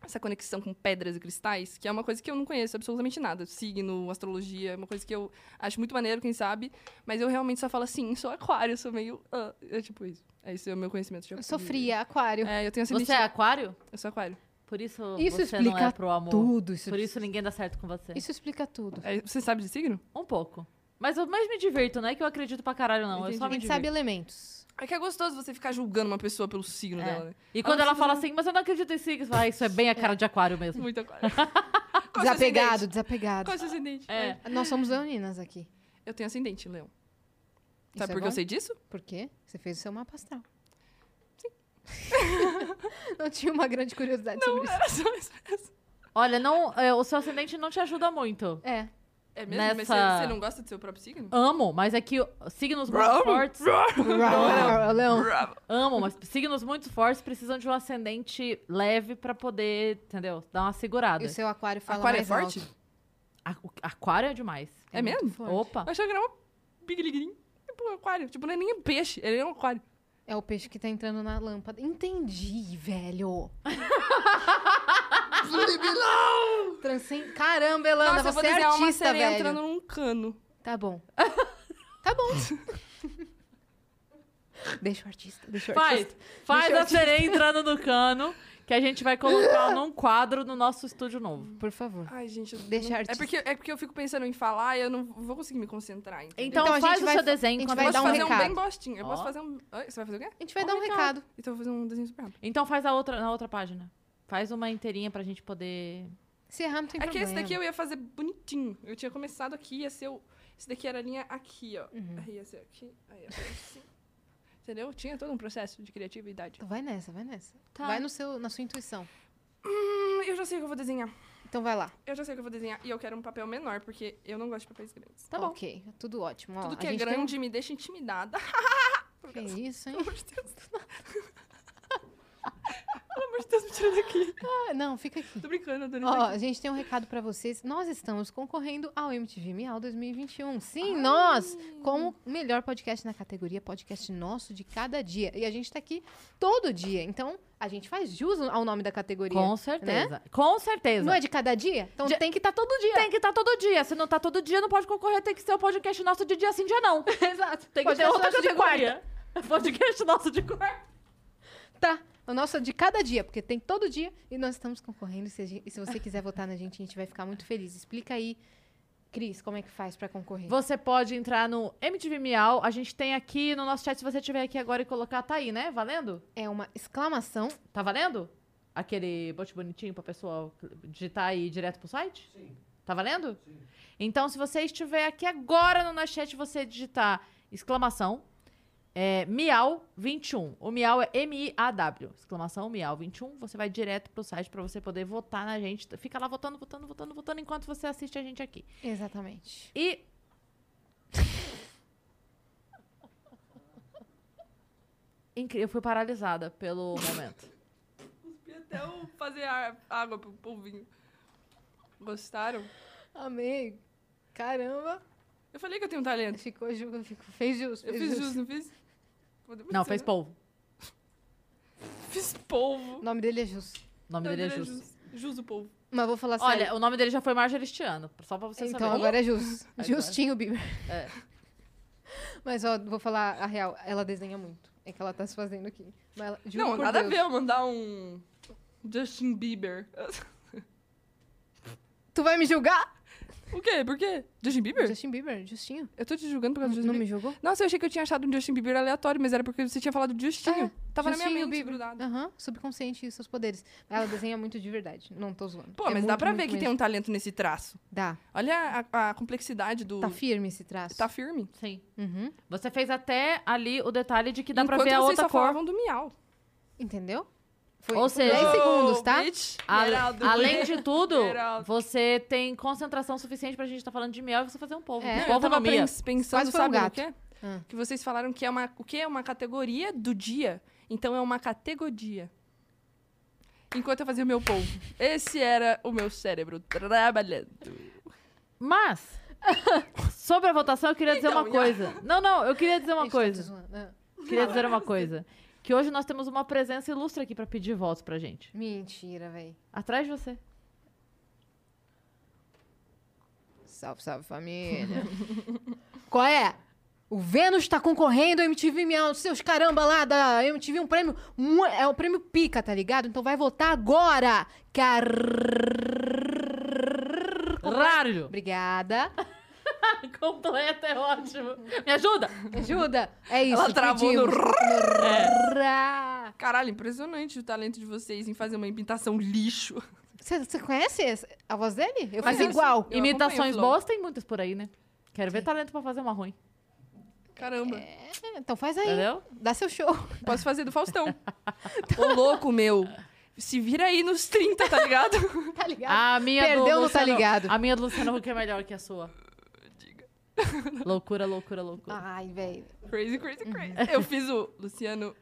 essa conexão com pedras e cristais, que é uma coisa que eu não conheço absolutamente nada. Signo, astrologia, é uma coisa que eu acho muito maneiro, quem sabe. Mas eu realmente só falo assim, sou aquário, sou meio. ah, é tipo isso. É isso, é o meu conhecimento. de Eu aquário. sou fria, aquário. É, eu tenho ascendente. Você é aquário? Eu sou aquário. Por isso, Isso você não é explica pro amor. Tudo isso. Por isso ninguém dá certo com você. Isso explica tudo. É, você sabe de signo? Um pouco. Mas eu mais me divirto, não é que eu acredito pra caralho, não. Eu Entendi. só A me gente divirto. sabe elementos. É que é gostoso você ficar julgando uma pessoa pelo signo É. dela, né? E quando ela tá. fala assim, mas eu não acredito em signos, ah, isso é bem a cara de aquário *laughs* mesmo. Muito *laughs* aquário. Qual é o seu Desapegado, ascendente? desapegado. Qual é o seu ascendente? É. Nós somos leoninas aqui. Eu tenho ascendente, em Leão. Isso Sabe é por que eu bom? sei *laughs* disso? Por quê? Você fez o seu mapa astral. Sim. *laughs* não tinha uma grande curiosidade sobre isso. Era só isso mesmo. Olha, não, é, o seu ascendente não te ajuda muito. É. É mesmo? mesmo? Mas Mas Nessa- você, você- você não não gosta do seu próprio signo? Ah, Amo, mas é que signos muito Bravo. fortes. *laughs* Leão. Amo, mas signos muito fortes precisam de um ascendente leve pra poder, entendeu? Dar uma segurada. E o seu aquário fala Aquário é mais forte? alto. A- o- Aquário é demais. É mesmo? Opa. Eu achava que era um pigliguinho. Tipo um aquário. Tipo, não é nem peixe, ele é um aquário. É o peixe que tá entrando na lâmpada. Entendi, velho. Transcen... Caramba, Elanda, Nossa, eu vou você é desenhar uma artista, série velho. entrando num cano. Tá bom. *laughs* Tá bom. *laughs* deixa o artista, deixa o Faz, artista. faz Deixa eu a sereia *laughs* entrando no cano, que a gente vai colocar num quadro no nosso estúdio novo. Por favor. Ai, gente. Eu... Deixa a É artista. porque, é porque eu fico pensando em falar e eu não vou conseguir me concentrar. Entendeu? Então, Então a faz gente o vai seu fa- a desenho gente enquanto vai posso eu dar um faço- fazer um recado. bem bostinho. Eu Ó. posso fazer um. Oi, Você vai fazer o quê? A gente vai dar um recado. Então eu vou fazer um desenho super rápido. Então faz a outra na outra página. Faz uma inteirinha pra gente poder. Se errar, não tem É que problema. esse daqui eu ia fazer bonitinho. Eu tinha começado aqui, ia ser o... Esse daqui era a linha aqui, ó. Uhum. Aí ia ser aqui, aí ia ser assim. *laughs* Entendeu? Tinha todo um processo de criatividade. Então vai nessa, vai nessa. Tá. Vai no seu, na sua intuição. Hum, eu já sei o que eu vou desenhar. Então vai lá. Eu já sei o que eu vou desenhar. E eu quero um papel menor, porque eu não gosto de papéis grandes. Tá bom. Ok, tudo ótimo. Ó, Tudo que a é gente tem grande me deixa intimidada. Um... Que isso, hein? Pelo amor de Deus. *laughs* Pelo amor de Deus, me tira daqui. Ah, não, fica aqui. Tô brincando, eu tô Ó, daqui. a gente tem um recado pra vocês. Nós estamos concorrendo ao MTV Miau 2021. Sim, nós! Como melhor podcast na categoria podcast nosso de cada dia. E a gente tá aqui todo dia. Então, a gente faz jus ao nome da categoria. né? Com certeza. Com certeza. Não é de cada dia? Então Já- tem que estar todo dia. tipo, Tem que estar todo dia. Se não tá todo dia, não pode concorrer. Tem que ser o podcast nosso de dia sim, dia *laughs* não. Exato. Tem que Podcast ter outra nosso de categoria. *laughs* Podcast nosso de quarta. Tá. O nosso é de cada dia, porque tem todo dia e nós estamos concorrendo. Se a gente- e se você quiser votar na gente, a gente vai ficar muito feliz. Explica aí, Cris, como é que faz pra concorrer. Você pode entrar no MTV Miau. A gente tem aqui no nosso chat, se você estiver aqui agora e colocar, tá aí, né? Valendo? É uma exclamação. Tá valendo? Aquele bote bonitinho pra pessoa digitar e ir direto pro site? Sim. Tá valendo? Então, se você estiver aqui agora no nosso chat, você digitar exclamação é, miau21. O miau é M-I-A-W. Exclamação miau21. Você vai direto pro site pra você poder votar na gente. Fica lá votando, votando, votando, votando enquanto você assiste a gente aqui. Exatamente. E. *laughs* Incri- Eu fui paralisada pelo momento. E até eu fazer a- água pro polvinho. Gostaram? Amei. Caramba. Eu falei que eu tenho um talento. Ficou, ju- ficou fez justo. Eu fez fiz justo. jus, não fiz? Vou depois Não, dizer, fez né? polvo. Fiz polvo. O nome dele é Justo. O nome dele é Jus. Jus o polvo. Mas vou falar sério. Olha, o nome dele já foi Margeristiano, só pra você então saber. agora é Jus. Agora. Justinho Bieber. É. *laughs* Mas ó, vou falar a real. Ela desenha muito. É que ela tá se fazendo aqui. Mas ela, juro Não, por nada Deus. a ver eu mandar um Justin Bieber. Tu vai me julgar? O quê? Por quê? Justin Bieber? Justin Bieber, Justinho. Eu tô te julgando por causa do Hum. Justin Não me Bieber. julgou? Nossa, eu achei que eu tinha achado um Justin Bieber aleatório, mas era porque você tinha falado Justinho. Tava na minha É, Justinho mente Bieber. grudado. Aham, subconsciente e seus poderes. Ela desenha muito de verdade. Não tô zoando. Pô, É mas dá muito, pra muito ver que tem mesmo. um talento nesse traço. Dá. Olha a, a complexidade do... Tá firme esse traço. Tá firme. Sim. Uhum. Você fez até ali o detalhe de que dá pra Enquanto ver a vocês outra só cor. falavam do miau. Entendeu? Foi Ou seja- 10 segundos, tá? Bitch, A- Geraldo, além mulher. de tudo, Geraldo. você tem concentração suficiente pra gente estar falando de miel e você fazer um povo. É. Um Não, eu povo tava na minha. pens- pensando, Quase foi um sabe o gato. quê? Ah. Que vocês falaram que é uma, o que é uma categoria do dia. Então é uma categoria. Enquanto eu fazia o meu povo. Esse era o meu cérebro trabalhando. Mas, sobre a votação, eu queria dizer uma Então, coisa. Não, não, eu queria dizer uma Gente, tá coisa. te zoando. Ah, Queria dizer uma coisa. Que hoje nós temos uma presença ilustre aqui pra pedir votos pra gente. Mentira, véi. Atrás de você. Salve, salve família. Qual é? O Vênus tá concorrendo ao MTV Miau, seus caramba lá da MTV, um prêmio. mu- É o prêmio pica, tá ligado? Então vai votar agora! Car... Rário! Obrigada. Completo, é ótimo. Me ajuda! Ajuda! É isso. Ela travou no pedimos. Rá. Caralho, impressionante o talento de vocês em fazer uma imitação lixo. Você você conhece essa- a voz dele? Eu Mas fiz eu- igual. Eu acompanho o Imitações Flow. boas tem muitas por aí, né? Quero ver talento pra fazer uma ruim. Caramba. É, Então faz aí. Entendeu? Dá seu show. *laughs* Posso fazer do Faustão. Ô louco meu. Se vira aí nos *laughs* 30, tá ligado? Tá ligado? A minha Perdeu, do não tá Luciano- ligado. A minha do Luciano Huck é melhor que a *laughs* sua. loucura, loucura, loucura. Ah. Ai, velho. crazy, crazy, Uhum. crazy. Eu fiz o Luciano.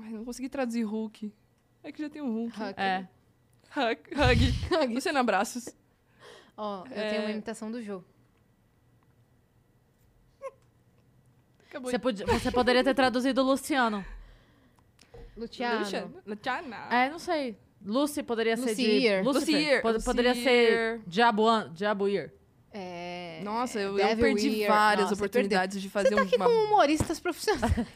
Ai, não consegui traduzir Hulk. É que já tem um Hulk. Huck. é. Hug. Hug. Luciano Abraços. Ó, eu É. tenho uma imitação do jogo. Acabou Você, podia- você poderia ter traduzido Luciano. Luciano. Luciana. É, não sei. Lucy poderia ser de... Lucier. Lucifer. Lucier. Pod- Poderia Lucier. ser Diabuan, Diabuir. É... Nossa, eu, eu Devil perdi Weir. várias Nossa, oportunidades de fazer um Você tá aqui uma... É. com humoristas *laughs* profissionais.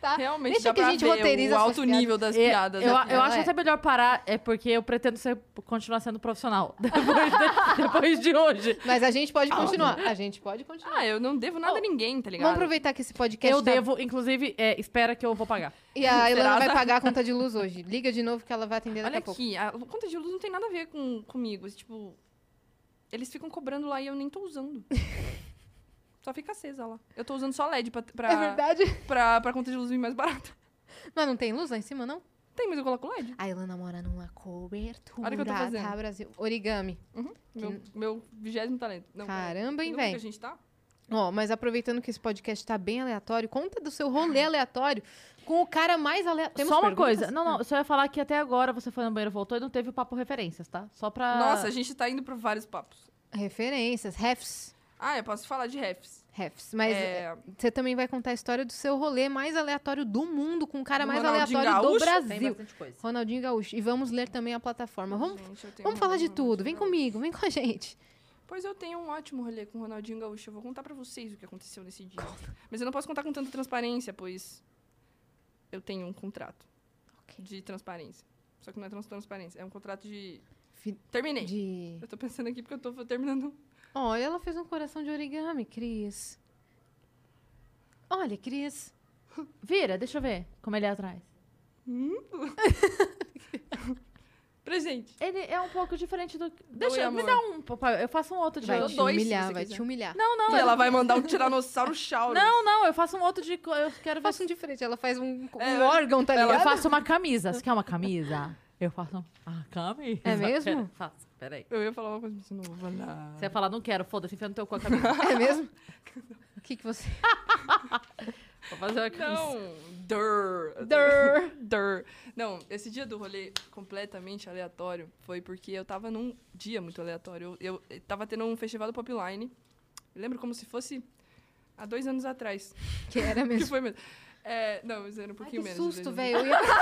tá? Realmente Deixa dá que a pra gente ver roteiriza o essas alto piadas. nível das É, piadas. Eu, né? eu acho é. até melhor parar, é porque eu pretendo ser, continuar sendo profissional. *laughs* Depois de, depois de hoje. Mas a gente pode continuar. A gente pode continuar. Ah, eu não devo nada a ninguém, tá ligado? Vamos aproveitar que esse podcast eu tá- devo, inclusive, é, espera que eu vou pagar. E a Ilana *laughs* Será? vai pagar a conta de luz hoje. Liga de novo que ela vai atender daqui Olha a pouco. aqui, a conta de luz não tem nada a ver com, comigo. Tipo, eles ficam cobrando lá e eu nem tô *laughs* usando. só fica acesa lá. Eu tô usando só LED pra, pra, É verdade? *laughs* pra, pra conta de luz vir mais barata. Mas não tem luz lá em cima, não? Tem, mas eu coloco LED. A Ilana mora numa cobertura, Olha o que eu tô fazendo. tá, Brasil? Origami. Meu, meu vigésimo talento. Não, pera. Caramba, hein, No que que velho? a gente tá? Ó, mas aproveitando que esse podcast tá bem aleatório, conta do seu rolê aleatório com o cara mais aleatório. só uma coisa. Não, Ah. não, eu só ia falar que até agora você foi no banheiro, voltou e não teve o papo referências, tá? Só pra. Nossa, a gente tá indo pra vários papos. Referências, refs. Ah, eu posso falar de refs. Refs. Mas É, Você também vai contar a história do seu rolê mais aleatório do mundo, com o cara Do mais Ronaldinho aleatório do Gaúcho? tem Brasil. bastante coisa. Ronaldinho Gaúcho. E vamos ler também a plataforma. Vamos, gente, eu tenho vamos um falar de Ronaldinho tudo. Vem Gaúcho. comigo, vem com a gente. Pois eu tenho um ótimo rolê com o Ronaldinho Gaúcho. Eu vou contar pra vocês o que aconteceu nesse dia. Mas eu não posso contar com tanta transparência, pois eu tenho um contrato de transparência. Só que não é trans transparência, é um contrato de. Fi- Terminei. De... Eu tô pensando aqui porque eu tô terminando. Olha, ela fez um coração de origami, Cris. Olha, Cris. Vira, deixa eu ver como ele é atrás. Falei, gente, Ele é um pouco diferente do. Deixa eu. Me amor. dá um, papai. Eu faço um outro de. Vai dou te dois, se humilhar, você vai quiser. te humilhar. Não, não. e ela eu- vai mandar um tiranossauro chauro. Não, não. Eu faço um outro de. co- Eu quero Eu ver. faço um diferente. Ela faz um, um É, órgão, tá Eu ligado? faço uma camisa. Você quer uma camisa? Eu faço uma camisa. *laughs* É mesmo? Pera- Faço. Peraí. Eu ia falar uma coisa, mas não vou falar. Você ia falar, não quero, foda-se, enfia no teu cu a camisa. *laughs* É mesmo? O que, que você. Vou fazer *laughs* uma camisa. Não, der. Durr. Der. Não, esse dia do rolê completamente aleatório foi porque eu tava num dia muito aleatório. Eu, eu tava tendo um festival do Popline. Eu lembro como se fosse há dois anos atrás. Que era Que mesmo. foi mesmo. É, não, mas era um Ai, pouquinho que menos. de susto, dois velho. Eu ia- anos.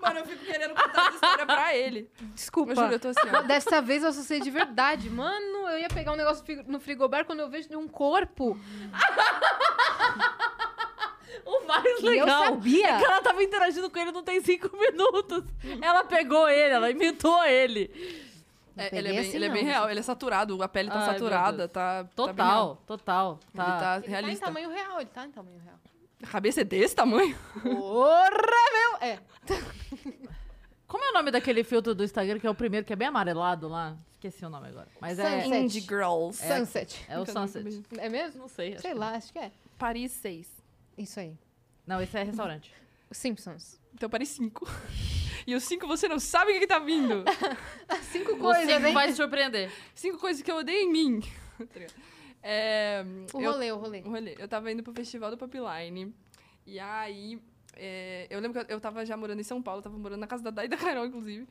Mano, eu fico querendo contar essa história pra *laughs* ele. Desculpa. Eu juro, eu tô assim, ó. Dessa vez eu associei de verdade. Mano, eu ia pegar um negócio fri- no frigobar quando eu vejo de um corpo. O mais E eu legal. sabia. é que ela tava interagindo com ele não tem cinco *laughs* minutos. Ela pegou ele, ela imitou ele. É, peguei ele, é bem, assim, ele é bem não. real, ele é saturado, a pele tá Ai, meu saturada, Deus. tá. Tá bem Total, real. total. Ele Tá. tá Ele tá em realista. tamanho real, ele tá em tamanho real. A cabeça é desse tamanho? Porra, meu! É. Como é o nome daquele filtro do Instagram que é o primeiro, que é bem amarelado lá? Esqueci o nome agora. Mas é, Sunset. Indie Girls. Sunset. é o Sunset. É mesmo? Não sei. acho Sei que- lá, acho que é. Paris 6. Isso aí. Não, esse é restaurante. Os Simpsons. Então Paris 5. *laughs* E os 5 você não sabe o que, que tá vindo. Cinco Você coisas, hein? vai te surpreender. Cinco coisas que eu odeio em mim. *laughs* Tá ligado? é, O eu- rolê, o rolê. o rolê. Eu tava indo pro festival do Popline. E aí. é, eu lembro que eu eu tava já morando em São Paulo, eu tava morando na casa da Dai e da Carol, inclusive.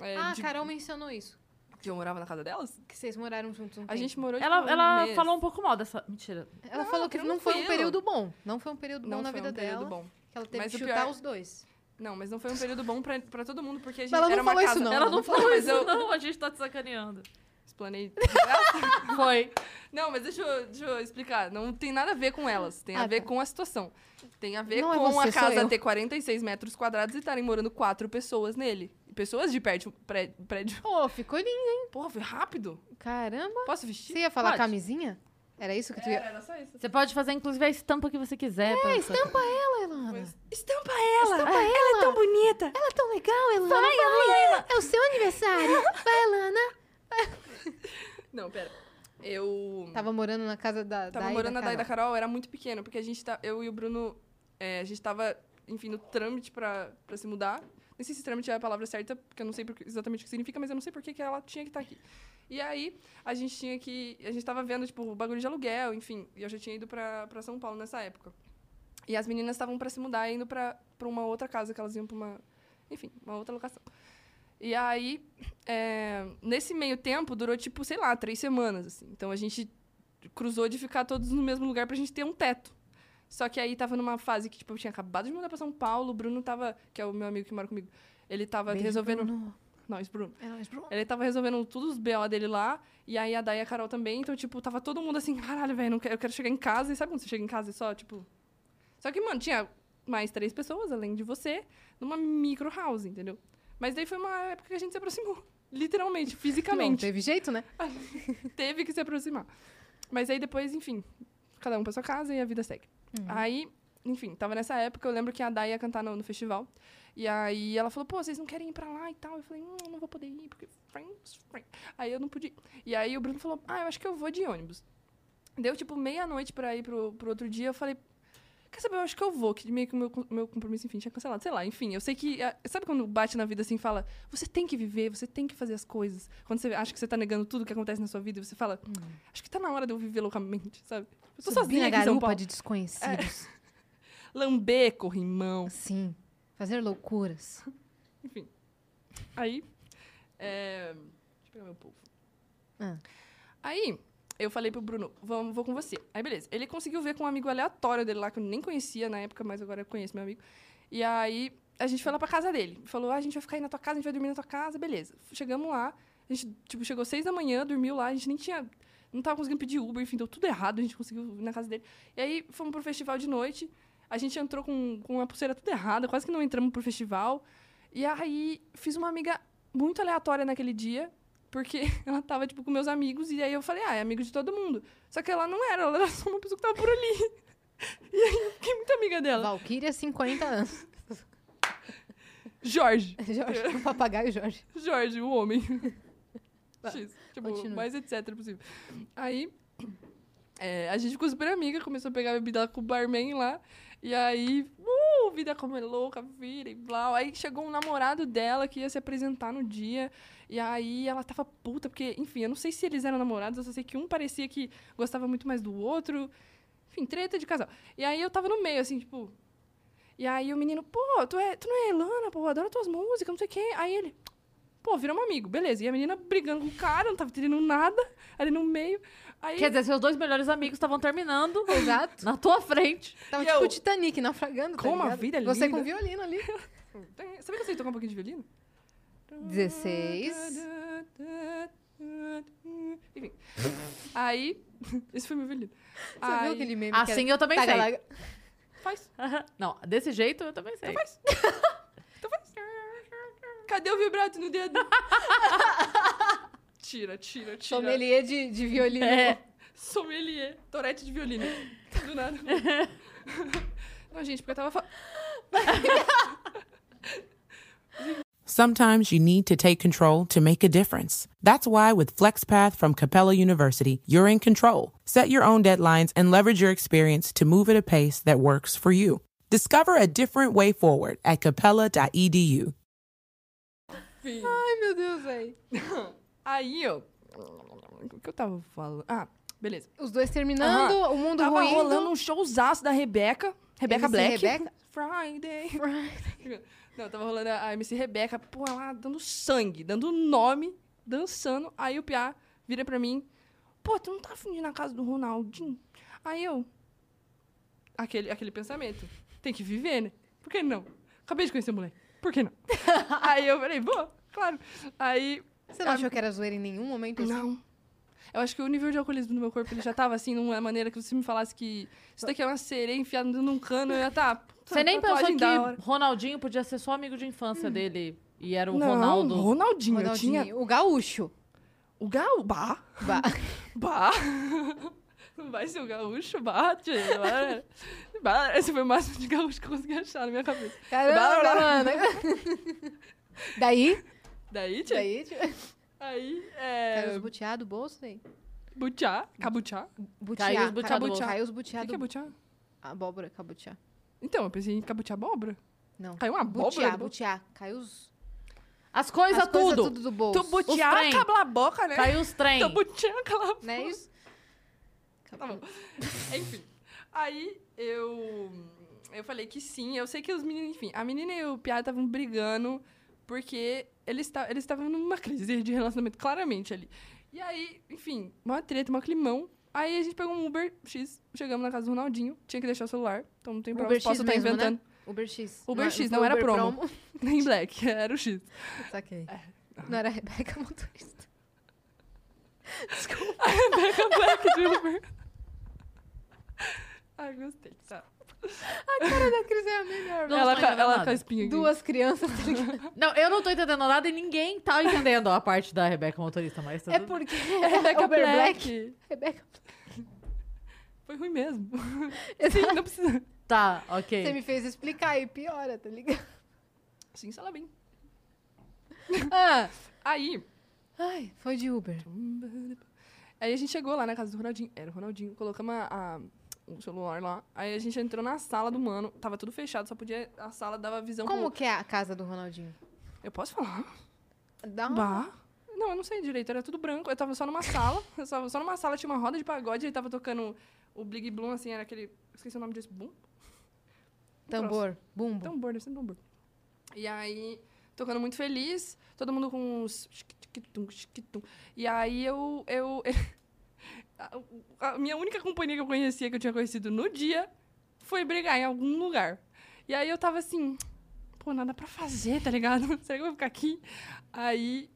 É, Ah, de- Carol mencionou isso. Que eu morava na casa delas? Que vocês moraram juntos um A tempo. gente morou tipo, Ela, um ela mês. falou um pouco mal dessa. Mentira. Ela Não, falou que foi não foi um tranquilo. período bom. Não foi um período bom Não na foi vida um período dela. bom. Que ela teve Mas que o chutar pior- os dois. Não, mas não foi um período bom pra, pra todo mundo, porque a gente Mas ela não era uma falou isso, casa... não. ela não falou mas isso, eu não. A gente tá te sacaneando. explanei. *laughs* Foi. Não, mas deixa eu, deixa eu explicar. Não tem nada a ver com elas. Tem a Ah, ver tá. com a situação. Tem a ver Não é com você, a sou casa eu. ter 46 metros quadrados e estarem morando quatro pessoas nele. Pessoas de prédio. pré- prédio. Ô, ficou lindo, hein? Porra, foi rápido. Caramba. Posso vestir? Você ia falar Pode. camisinha? Era isso que tu ia... Era só isso. Você pode fazer, inclusive, a estampa que você quiser. É, estampa ela, Elana. Estampa ela! Estampa ela. Ela é tão bonita! Ela é tão legal, Elana. Vai, É o seu aniversário. Vai, Elana. Não, pera. Eu. Tava morando na casa da Tava Dai morando da na Dai da Carol. Carol, era muito pequeno, porque a gente tá, eu e o Bruno, é, a gente tava, enfim, no trâmite pra, pra se mudar. Não sei se trâmite é a palavra certa, porque eu não sei por que- exatamente o que significa, mas eu não sei por que que ela tinha que estar aqui. E aí, a gente tinha que... A gente tava vendo, tipo, o bagulho de aluguel, enfim. E eu já tinha ido pra, pra São Paulo nessa época. E as meninas estavam pra se mudar, indo pra, pra uma outra casa, que elas iam pra uma... Enfim, uma outra locação. E aí, é, nesse meio tempo, durou, tipo, sei lá, três semanas, assim. Então, a gente cruzou de ficar todos no mesmo lugar pra gente ter um teto. Só que aí tava numa fase que, tipo, eu tinha acabado de mudar pra São Paulo, o Bruno tava, que é o meu amigo que mora comigo, ele tava Beijo, resolvendo. Bruno. Nós, Bruno. É nóis, Bruno. Ele tava resolvendo todos os BO dele lá, e aí a Day e a Carol também, então, tipo, tava todo mundo assim, caralho, velho, não quero- eu quero chegar em casa, e sabe quando você chega em casa e só, tipo. Só que, mano, tinha mais três pessoas, além de você, numa micro house, entendeu? Mas daí foi uma época que a gente se aproximou, *laughs* literalmente, Não fisicamente teve jeito, né? teve que se aproximar. Mas aí depois, enfim, cada um pra sua casa e a vida segue. Uhum. Aí, enfim, tava nessa época, eu lembro que a Day ia cantar no, no festival. E aí ela falou, pô, vocês não querem ir pra lá e tal? Eu falei, hum, não vou poder ir, porque friends, friends. Aí eu não pude ir. E aí o Bruno falou, ah, eu acho que eu vou de ônibus. Deu, tipo, meia-noite pra ir pro, pro outro dia, eu falei... Quer saber, eu acho que eu vou, que meio que o meu, com- meu compromisso, enfim, tinha cancelado. Sei lá, enfim, eu sei que... ah, Sabe quando bate na vida assim e fala, você tem que viver, você tem que fazer as coisas. Quando você acha que você tá negando tudo que acontece na sua vida, você fala, Hum. acho que tá na hora de eu viver loucamente, sabe? Eu tô Subir sozinha na aqui em São garupa Paulo. É. de desconhecidos. Lamber corrimão. Sim. Fazer loucuras. Enfim. Aí. É... Deixa eu pegar meu povo. Ah. Aí, eu falei pro Bruno, vamos, vou com você. Aí, beleza. Ele conseguiu ver com um amigo aleatório dele lá, que eu nem conhecia na época, mas agora eu conheço meu amigo. E aí, a gente foi lá pra casa dele. Falou, ah, a gente vai ficar aí na tua casa, a gente vai dormir na tua casa, beleza. Chegamos lá, a gente, tipo, chegou seis da manhã, dormiu lá, a gente nem tinha... Não tava conseguindo pedir Uber, enfim, deu tudo errado, a gente conseguiu ir na casa dele. E aí, fomos pro festival de noite, a gente entrou com, com uma pulseira tudo errada, quase que não entramos pro festival. E aí, fiz uma amiga muito aleatória naquele dia, porque *laughs* ela tava, tipo, com meus amigos, e aí eu falei, ah, é amigo de todo mundo. Só que ela não era, ela era só uma pessoa que tava por ali. *laughs* E aí, eu fiquei muito amiga dela. *laughs* Valkyria, 50 anos. Jorge. Jorge, o papagaio Jorge. Jorge, o homem. X. Tipo, continua. mais etc possível. Aí, é, a gente ficou super amiga, começou a pegar bebida com o barman lá. E aí, uh, vida como é louca, vira e blá. Aí chegou um namorado dela que ia se apresentar no dia. E aí ela tava puta, porque, enfim, eu não sei se eles eram namorados, eu só sei que um parecia que gostava muito mais do outro. Enfim, treta de casal. E aí eu tava no meio, assim, tipo. E aí o menino, pô, tu, é, tu não é Elana, pô, eu adoro tuas músicas, não sei o quê. Aí ele, pô, viramos amigo, beleza. E a menina brigando com o cara, não tava entendendo nada, ali no meio. Aí, Quer dizer, seus dois melhores amigos estavam terminando Exato. na tua frente. Tava E tipo eu? o Titanic naufragando. tá Como a ligado? vida é Você linda. com *laughs* violino ali. Sabe que eu sei tocar um pouquinho de violino? 16. Enfim. Aí, *laughs* esse foi meu violino. Você Aí- viu aquele meme? que Assim era- eu também Tá, sei. galera, Faz. Não, desse jeito eu também sei. Cadê o vibrato no *laughs* dedo? tira, tira, tira. Sommelier de, de violino. É. Sommelier. Torete de violino. Do *laughs* nada. Não, gente, porque eu tava falando... Sometimes you need to take control to make a difference. That's why with FlexPath from Capella University, you're in control. Set your own deadlines and leverage your experience to move at a pace that works for you. Discover a different way forward at E capella.edu. Ai, meu Deus, velho. Aí, ó... O que eu tava falando? Ah, beleza. Os dois terminando, o mundo Tava ruindo. rolando um showzaço da Rebeca. Rebeca MC Black. Rebeca? Friday. Não, tava rolando a MC Rebeca, pô, lá dando sangue, dando nome, dançando. Aí o Piá vira pra mim, pô, tu não tá afim de ir na casa do Ronaldinho? Aí eu, aquele, aquele pensamento, tem que viver, né? Por que não? Acabei de conhecer o moleque, por que não? *laughs* Aí eu falei, vou, claro. Aí, Você não achou que era zoeira em nenhum momento? não. Eu acho que o nível de alcoolismo do meu corpo, ele já tava assim, numa maneira que você me falasse que isso daqui é uma sereia enfiada num cano, eu ia tá... puta, Você nem pensou tatuagem da hora. que Ronaldinho podia ser só amigo de infância Hum. dele e era o Não, Ronaldo. Ronaldinho. Eu Ronaldinho, tinha o gaúcho. o Gaú. Bah. Bah. *laughs* Bah. Não vai ser o gaúcho? Bah, tio. *laughs* Bah. Bah. Esse foi o máximo de gaúcho que eu consegui achar na minha cabeça. Caramba, Bah, mano. *laughs* Daí, Daí, tia. daí, tipo, Aí, caiu é... os butiá do bolso, velho. Butiá. Cabutiá. Butiá. Caiu os butiá do cabuteá. bolso. Caiu os O butiá que, que é do bolso. butiá? Abóbora, cabutiá. Então, eu pensei em cabutiá abóbora. Não. Caiu uma abóbora Butiá, do bolso? butiá. Caiu os... As coisas as coisas tudo. né? é tudo Tá do bolso. Tu butiá, Os trem. cala a boca, né? Caiu os *laughs* trem. Tu butiá, cala a boca. Né, isso? Tá bom. *laughs* Enfim. Aí eu. Eu falei que sim. Eu sei que os meninos. Enfim, a menina e o Piá estavam brigando porque eles ta- eles estavam numa *laughs* crise de relacionamento, claramente ali. E aí, enfim, uma treta, uma climão. Aí a gente pegou um Uber X, chegamos na casa do Ronaldinho, tinha que deixar o celular, então não tem problema, Uber X posso estar mesmo, inventando. *laughs* né? Uber X. Uber X, não era Uber promo. *laughs* Nem Black, era o X. Saquei. Tá Não era a Rebeca motorista. A Rebeca *laughs* Black de Uber. *laughs* Ai, gostei. Tá. *laughs* A cara da Cris é a melhor, Não, velho. Ela, tô ca- entendendo ela nada. com a espinha aqui. *laughs* Duas *laughs* crianças, tá ligado? Não, eu não tô entendendo nada e ninguém tá entendendo a parte da Rebeca motorista, mas tá tudo É bem. porque Rebeca *laughs* Uber Black. Black. Rebeca, Foi ruim mesmo. Exato. Sim, não precisa. Tá, você ok. me fez explicar e piora, tá ligado? Sim, se ela bem. *laughs* Ah, Então, Aí. ai, foi de Uber. Aí a gente chegou lá na casa do Ronaldinho. Era o Ronaldinho. Colocamos a, a- o celular lá. Aí a gente entrou na sala do mano. Tava tudo fechado, só podia. A sala dava visão Como pro. que é a casa do Ronaldinho? Eu posso falar? Dá um... Bah. Não, eu não sei direito. Era tudo branco. Eu tava só numa sala. *laughs* Eu tava só numa sala, tinha uma roda de pagode. Ele tava tocando o Big Bloom, assim, era aquele. Esqueci o nome disso. Boom? Tambor, bumbo. Tambor, deve ser tambor. um E aí, tocando muito feliz, todo mundo com uns... chiquitum, chiquitum. E aí, eu... eu *laughs* a, a minha única companhia que eu conhecia, que eu tinha conhecido no dia, foi brigar em algum lugar. E aí, eu tava assim... Pô, nada pra fazer, tá ligado? *laughs* Será que eu vou ficar aqui? Aí,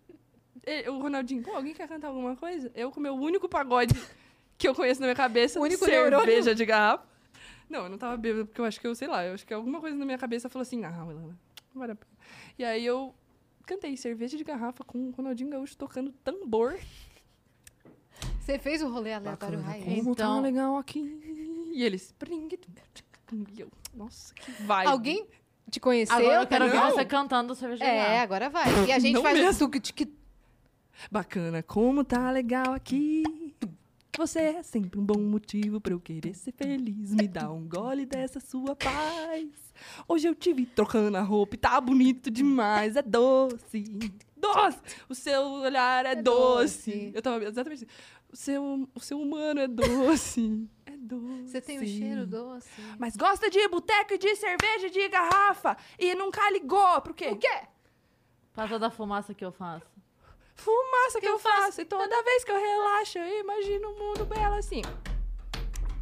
e- o Ronaldinho... Pô, alguém quer cantar alguma coisa? Eu com o meu único pagode que eu conheço na minha cabeça. O único cerveja neurônio. de garrafa. Não, eu não tava bêbada, porque eu acho que eu, sei lá, eu acho que alguma coisa na minha cabeça falou assim, ah, Wilana, não vale a pena. E aí eu cantei cerveja de garrafa com o Ronaldinho Gaúcho tocando tambor. Você fez o rolê aleatório raiz? Como tá Então- legal aqui. E eles... "Pring it, pring it." E eu, nossa, que vibe. Alguém te conheceu. Agora eu quero ouvir não? você cantando cerveja. É, gelada. agora vai. *laughs* E a gente Não faz mesmo. um tuk-tuk. Bacana, como tá legal aqui. Você é sempre um bom motivo pra eu querer ser feliz. Me dá um gole dessa sua paz. Hoje eu te vi trocando a roupa e tá bonito demais. É doce. Doce! O seu olhar é, doce. doce. Eu tava exatamente assim. O seu, o seu humano é doce. É doce. Você tem o cheiro doce. Mas gosta de boteco e de cerveja de garrafa. E nunca ligou. Por quê? O quê? Pra toda a fumaça que eu faço. Fumaça que, eu faço. E toda vez que eu relaxo, eu imagino o mundo belo assim.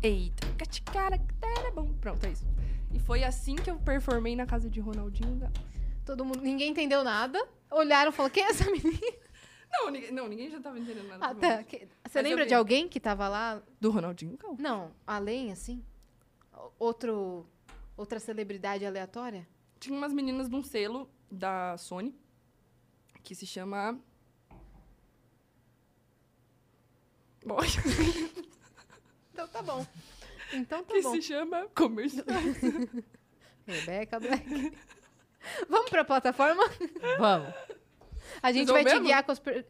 Eita, caticara, era bom. Pronto, é isso. E foi assim que eu performei na casa de Ronaldinho. Gaúcho. *laughs* Todo mundo, ninguém entendeu nada. Olharam e falaram, quem é essa menina? Não, ninguém, não, ninguém já tava entendendo nada. *laughs* Ah, do tá. Ronaldinho. Que- Você eu lembra vi. de alguém que tava lá? Do Ronaldinho Gaúcho. Não, além, assim? O- Outro, outra celebridade aleatória? Tinha umas meninas de um selo da Sony que se chama. Bom, *laughs* Então tá bom. Então tá que bom. se chama Comercial. Rebeca Black. *laughs* Vamos pra plataforma? Vamos. A gente vão vai te mesmo? guiar com as per...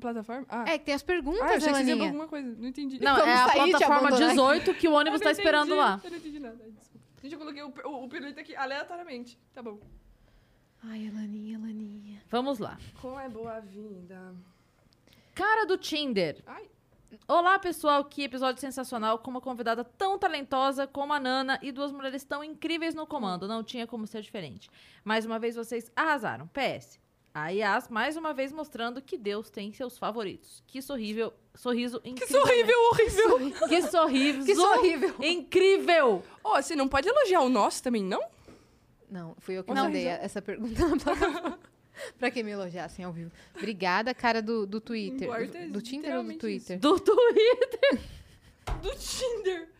Plataforma? Ah, É, que tem as perguntas, ah eu achei que você ia pra Elaninha. alguma coisa. Não entendi. Não, Vamos é a sair, te plataforma abandonar aqui. 18 *laughs* que o ônibus Eu tá não esperando entendi, lá. Eu não entendi nada. ai, desculpa. Gente, eu coloquei o, per- o, o pirulito aqui aleatoriamente. Tá bom. Ai, Elaninha, Elaninha. Vamos lá. Com é boa-vinda. Cara do Tinder. Ai. Olá, pessoal. Que episódio sensacional com uma convidada tão talentosa como a Nana e duas mulheres tão incríveis no comando. Não tinha como ser diferente. Mais uma vez, vocês arrasaram. PS. A Yas, mais uma vez, mostrando que Deus tem seus favoritos. Que sorrível, sorriso incrível. Que horrível, horrível. Que sorriso. Que horrível. Incrível. Ô, você não pode elogiar o nosso também, não? Não, fui eu que Não. mandei a- essa pergunta na *laughs* plataforma. pra que me elogiassem ao vivo. Obrigada, cara do, do Twitter. Importa Do Tinder ou do literalmente Twitter? Do Twitter. *laughs* Do Tinder.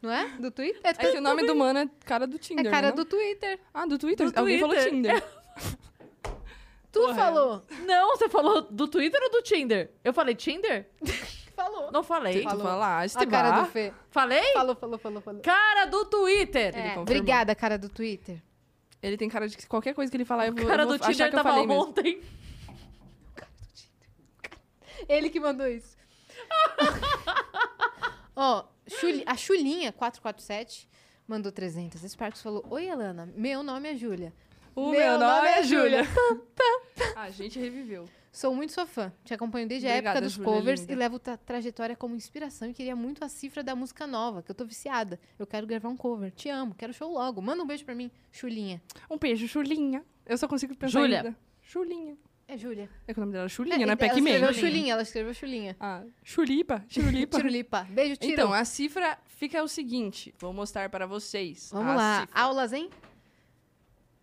Não é? Do Twitter? É, É que o nome do mano é cara do Tinder. é cara não? do Twitter. Ah, do Twitter? Do Alguém falou Twitter. Tinder. Tu Porra. falou. Não, você falou do Twitter ou do Tinder? Eu falei Tinder? *laughs* Falou. Não falei. Tu Falou. falaste, A cara bah. do Fê. Falei? Falou, falou, falou, falou. Cara do Twitter. É, confirmou. obrigada, cara do Twitter. Ele tem cara de que qualquer coisa que ele falar, eu vou, Cara eu vou do Tinder tá achar que eu tava falei mesmo. ontem. Ele que mandou isso. *laughs* Ó, Chuli- a Chulinha 447 mandou 300. Sparks falou: Oi, Elana, meu nome é Júlia. O Meu meu nome nome é é Júlia. *laughs* Ah, A gente reviveu. Sou muito sua fã. Te acompanho desde a Obrigada, época dos Júlia, covers linda. e levo ta- trajetória como inspiração e queria muito a cifra da música nova, que eu tô viciada. Eu quero gravar um cover. Te amo, quero show logo. Manda um beijo pra mim, Chulinha. Um beijo, Julinha. Eu só consigo pensar Júlia. ainda. Julinha. É Júlia. É que o nome dela é Chulinha, né? ela Pac-Man. escreveu Chulinha, ela escreveu Chulinha. Ah, chulipa, chulipa. *laughs* Tirulipa. Beijo, Tiro. Então, a cifra fica É o seguinte. Vou mostrar para vocês. Vamos a lá, cifra. aulas, hein?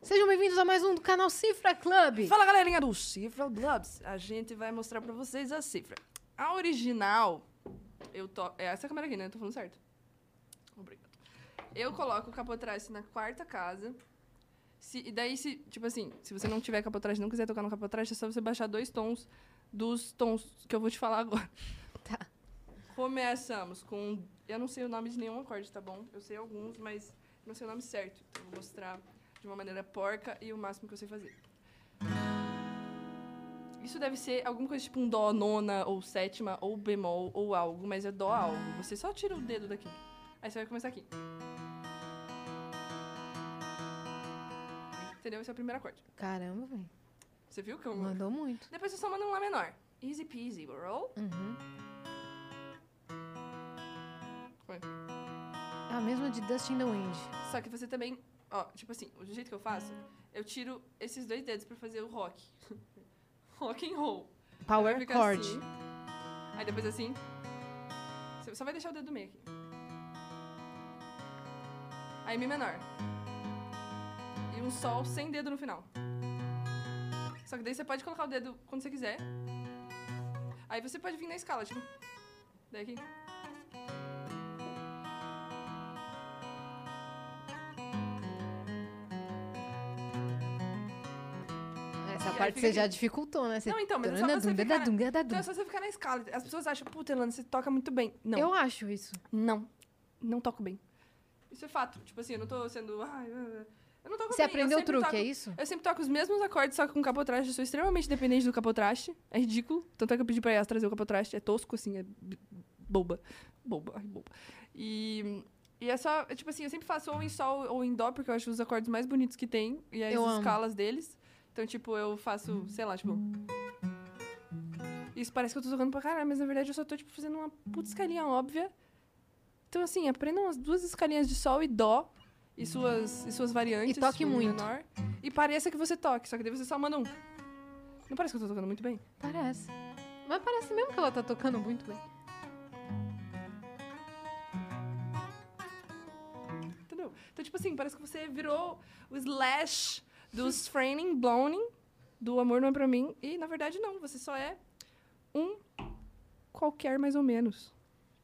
Sejam bem-vindos a mais um do canal Cifra Club. Fala, galerinha do Cifra Blobs. A gente vai mostrar para vocês a cifra. A original... Eu to... É essa câmera aqui, né? Tô falando certo. Obrigado. Eu coloco o capotraste na quarta casa. Se- e daí, se, tipo assim, se você não tiver capotraste e não quiser tocar no capotraste, é só você baixar dois tons dos tons que eu vou te falar agora. Tá. Começamos com. Eu não sei o nome de nenhum acorde, tá bom? Eu sei alguns, mas não sei o nome certo. Então, eu vou mostrar de uma maneira porca e o máximo que eu sei fazer. Isso deve ser alguma coisa tipo um dó nona, ou sétima, ou bemol, ou algo, mas é dó algo. Você só tira o dedo daqui. Aí você vai começar aqui. Entendeu? Esse é o primeiro acorde. Caramba, velho. Você viu que eu... Mandou muito. Depois você só manda um Lá menor. Easy peasy, roll. Uhum. Foi. É a mesma de Dust in the Wind. Só que você também... Ó, tipo assim, do jeito que eu faço, eu tiro esses dois dedos pra fazer o rock. *laughs* rock and roll. Aí Power fica Chord. assim. Aí depois assim. Você só vai deixar o dedo do meio aqui. Aí Mi menor. E um Sol sem dedo no final. Só que daí você pode colocar o dedo quando você quiser. Aí você pode vir na escala, tipo. Daí aqui. Essa aí parte É, fica você aqui. já dificultou, né? Você... Não, então, mas é só Dunga, você dunga, ficar- dunga, dunga. Então é só você ficar na escala. As pessoas acham, puta, Elana, você toca muito bem. Não. Eu acho isso. Não, não toco bem. Isso é fato. Tipo assim, eu não tô sendo. "Ai, ah, ah". Eu não toco Você bem, eu aprendeu o sempre truque, toco- é isso? Eu sempre toco os mesmos acordes, só que com capotraste. Eu sou extremamente dependente do capotraste. É ridículo. Tanto é que eu pedi pra Yas trazer o capotraste. É tosco, assim, é b- boba. Boba, ai, boba. E, e é só, é tipo assim, eu sempre faço ou em sol ou em dó, porque eu acho os acordes mais bonitos que tem. E as Eu amo. escalas deles. Então, tipo, eu faço, sei lá, tipo... Isso parece que eu tô tocando pra caralho, mas na verdade eu só tô, tipo, fazendo uma puta escalinha óbvia. Então, assim, aprendam as duas escalinhas de sol e dó e suas, e suas variantes. E toque tipo, muito. Menor, e pareça que você toque, só que daí você só manda um. Não parece que eu tô tocando muito bem? Parece. Mas parece mesmo que ela tá tocando muito bem. Entendeu? Então, tipo assim, parece que você virou o slash *laughs* dos Framing Blowning, do Amor Não É Pra Mim, e na verdade não, você só é um qualquer mais ou menos.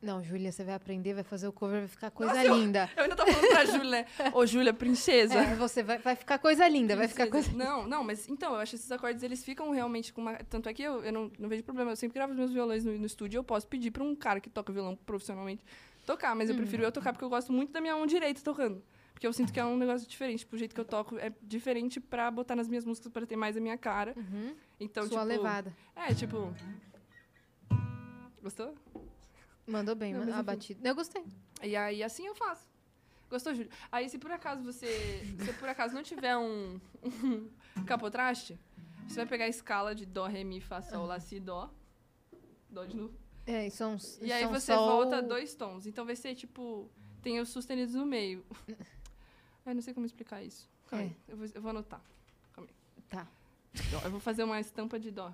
Não, Júlia, você vai aprender, vai fazer o cover, vai ficar coisa Nossa, eu- linda. Eu ainda tô falando pra *laughs* Júlia, né? Ô, Júlia, princesa. É, você vai, vai ficar coisa linda, vai ficar coisa. Princesa. *laughs* Não, não, mas então, eu acho que esses acordes eles ficam realmente com uma. Tanto é que eu, eu não, não vejo problema. Eu sempre gravo os meus violões no, no estúdio eu posso pedir pra um cara que toca violão profissionalmente tocar, mas eu Uhum. prefiro eu tocar porque eu gosto muito da minha mão direita tocando. Porque eu sinto que é um negócio diferente. Tipo, o jeito que eu toco é diferente pra botar nas minhas músicas pra ter mais a minha cara. Uhum. Então, Sua tipo. levada. É, tipo. Gostou? Mandou bem Não, mas a enfim. batida. Eu gostei. E aí assim eu faço. Gostou, Júlio? Aí se por acaso você. Se por acaso não tiver um, um capotraste, você vai pegar a escala de Dó, Ré, Mi, Fá, Sol, Lá, Si, Dó. Dó de novo. É, isso é um. isso E aí é um você sol- volta dois tons. Então vai ser tipo. Tem os sustenidos no meio. Eu não sei como explicar isso. Calma É. aí. Eu, vou, eu vou anotar. Calma aí. Tá. Dó. Eu vou fazer uma estampa de Dó.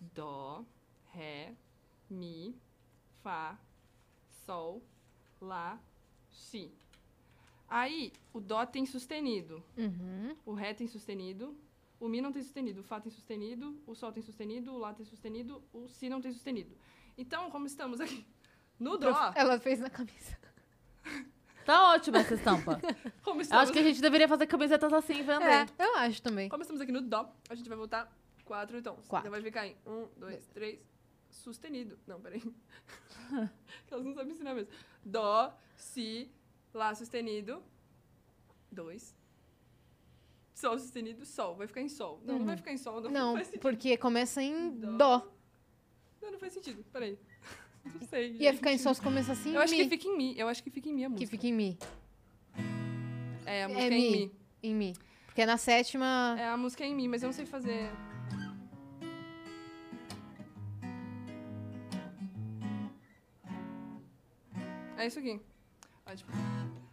Dó, Ré, Mi, Fá, Sol, Lá, Si. Aí, o Dó tem sustenido, Uhum. o Ré tem sustenido, o Mi não tem sustenido, o Fá tem sustenido, o Sol tem sustenido, o Lá tem sustenido, o Si não tem sustenido. Então, como estamos aqui *laughs* no Dó, *laughs* Ela fez na camisa. Tá ótima essa estampa. *laughs* como Eu acho estamos, que a gente deveria fazer camisetas assim, vender. É, eu acho também. como estamos aqui no Dó, a gente vai voltar quatro tons. Quatro. Então vai ficar em um, dois, três, sustenido. Não, *laughs* peraí. Que Elas não sabem ensinar mesmo. Dó, Si, Lá sustenido, dois. Sol sustenido, Sol. Vai ficar em Sol. Não, não vai ficar em Sol. Não, Uhum. Não, faz sentido. porque começa em Dó. dó. Não, não faz sentido. Peraí. *laughs* Não sei. Ia gente. ficar em sol se começa assim. em Eu acho que mi. fica em Mi. Eu acho que fica em Mi a Que música. fica em mi. É, a É música é, em Mi. Mi. Em mi. Porque é na sétima. É, a música é em Mi, mas eu não sei fazer. É isso aqui. Ó, tipo,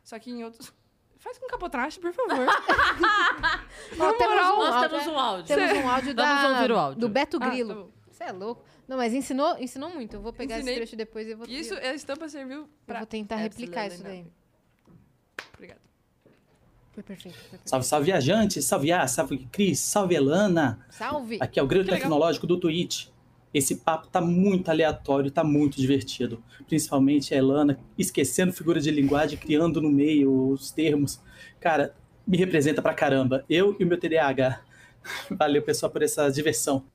Só que em outros. Faz com capotraste, por favor. Ó, temos um Nós áudio, temos é? um áudio. Temos um áudio da, Vamos ouvir o áudio. do Beto Ah, Grilo. tá bom. Você é louco. Não, mas ensinou, ensinou muito. Eu vou pegar Ensinei. esse trecho depois e eu vou, E isso, eu a estampa serviu pra. né? vou tentar replicar isso Absolutely daí. nothing. Obrigada. Foi perfeito. Foi perfeito. Salve, salve viajante, salve A, salve Cris, salve Elana. Salve! Aqui é o Grilo Que legal. Tecnológico do Twitch. Esse papo tá muito aleatório, tá muito divertido. Principalmente a Elana esquecendo figura de linguagem, criando no meio os termos. Cara, me representa pra caramba. Eu e o meu TDAH. *laughs* Valeu, pessoal, por essa diversão.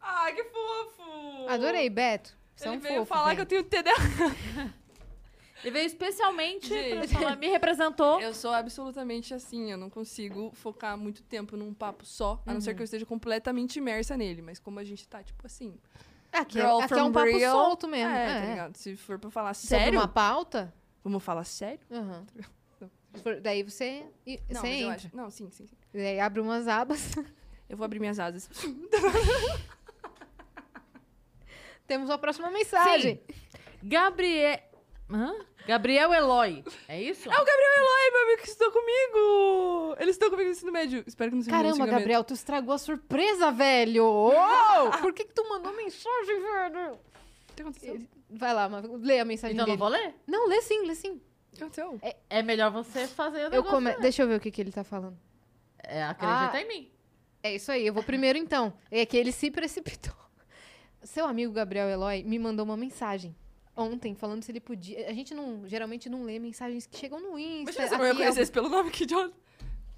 Ai, que fofo! Adorei, Beto. São Ele veio fofos, falar né? que eu tenho TDAH. *laughs* Ele veio especialmente Gente. pra falar, me representou. Eu sou absolutamente assim, eu não consigo focar muito tempo num papo só, a não Uhum. ser que eu esteja completamente imersa nele. Mas como a gente tá, tipo assim. Aqui, é- Girl aqui é from um papo Rio. solto mesmo. É, É, tá é. ligado? Se for pra falar Sobre sério. uma pauta? Vamos falar sério? Aham. Não. For- Daí você, e- Não, você mas eu entra. acho. Não, sim, sim, sim. Daí abre umas abas. *laughs* Eu vou abrir minhas asas. Temos a próxima mensagem. Gabriel. Hã? Gabriel Eloy. É isso? É o Gabriel Eloy, meu amigo, que estudou comigo! Ele estudou comigo no ensino médio. Espero que não seja meu Caramba, antigamento. Gabriel, tu estragou a surpresa, velho! Uou! *laughs* Por que, que tu mandou mensagem, velho? O que aconteceu? O Vai lá, Mavi, lê a mensagem Então não dele. vou ler? Não, lê sim, lê sim. que aconteceu? É melhor você fazer o Eu negócio. come... Deixa eu ver o que, que ele tá falando. É, acredita Ah. em mim. É isso aí, eu vou primeiro então. É que ele se precipitou. *laughs* Seu amigo Gabriel Eloy me mandou uma mensagem ontem falando se ele podia. A gente não geralmente não lê mensagens que chegam no Insta. Imagina se eu não aqui, reconhecesse pelo nome que idiota.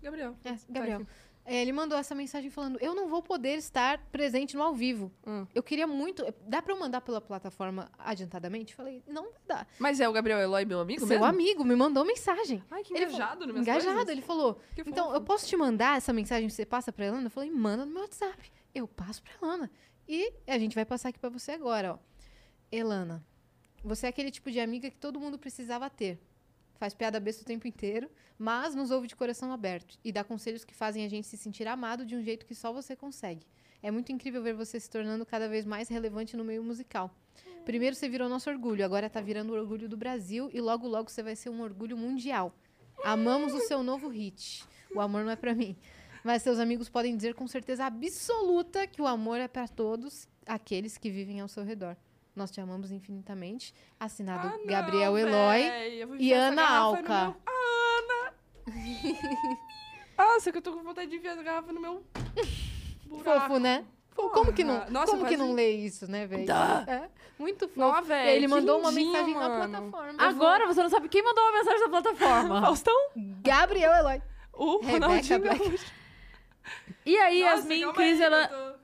Gabriel. é, Gabriel. Tá Ele mandou essa mensagem falando: Eu não vou poder estar presente no ao vivo. Hum. Eu queria muito. Dá pra eu mandar pela plataforma adiantadamente? Falei: Não vai dar. Mas é o Gabriel Eloy, meu amigo Seu mesmo? amigo me mandou mensagem. Ai, que Ele engajado no meu Engajado. Ele falou: Que fofo. Então, eu posso te mandar essa mensagem que você passa pra Elana? Eu falei, manda no meu WhatsApp. Eu passo pra Elana. E a gente vai passar aqui pra você agora, ó. Elana, você é aquele tipo de amiga que todo mundo precisava ter. Faz piada besta o tempo inteiro, mas nos ouve de coração aberto e dá conselhos que fazem a gente se sentir amado de um jeito que só você consegue. É muito incrível ver você se tornando cada vez mais relevante no meio musical. Primeiro você virou nosso orgulho, agora tá virando o orgulho do Brasil e logo logo você vai ser um orgulho mundial. Amamos o seu novo hit. O amor não é pra mim. Mas seus amigos podem dizer com certeza absoluta que o amor é pra todos aqueles que vivem ao seu redor. Nós te amamos infinitamente. Assinado Ah, não, Gabriel Eloy. véi, eu vou e enfiar essa Ana garrafa é no Alca. meu- Ah, Ana! Nossa, que eu tô com vontade de enfiar essa garrafa no *laughs* meu. buraco. Fofo, né? Pô, Como que não, Porra. Nossa, como que quase- não lê isso, né, velho? É, muito fofo. Não, véi, Ele que mandou uma lindinho, mensagem na mano. plataforma. Agora você não sabe quem mandou a mensagem da *laughs* plataforma. Faustão? Gabriel *laughs* Eloy. O Rebeca Ronaldinho Black. Gaúcho. E aí, Nossa, Yasmin, calma Cris, aí, ela... eu tô-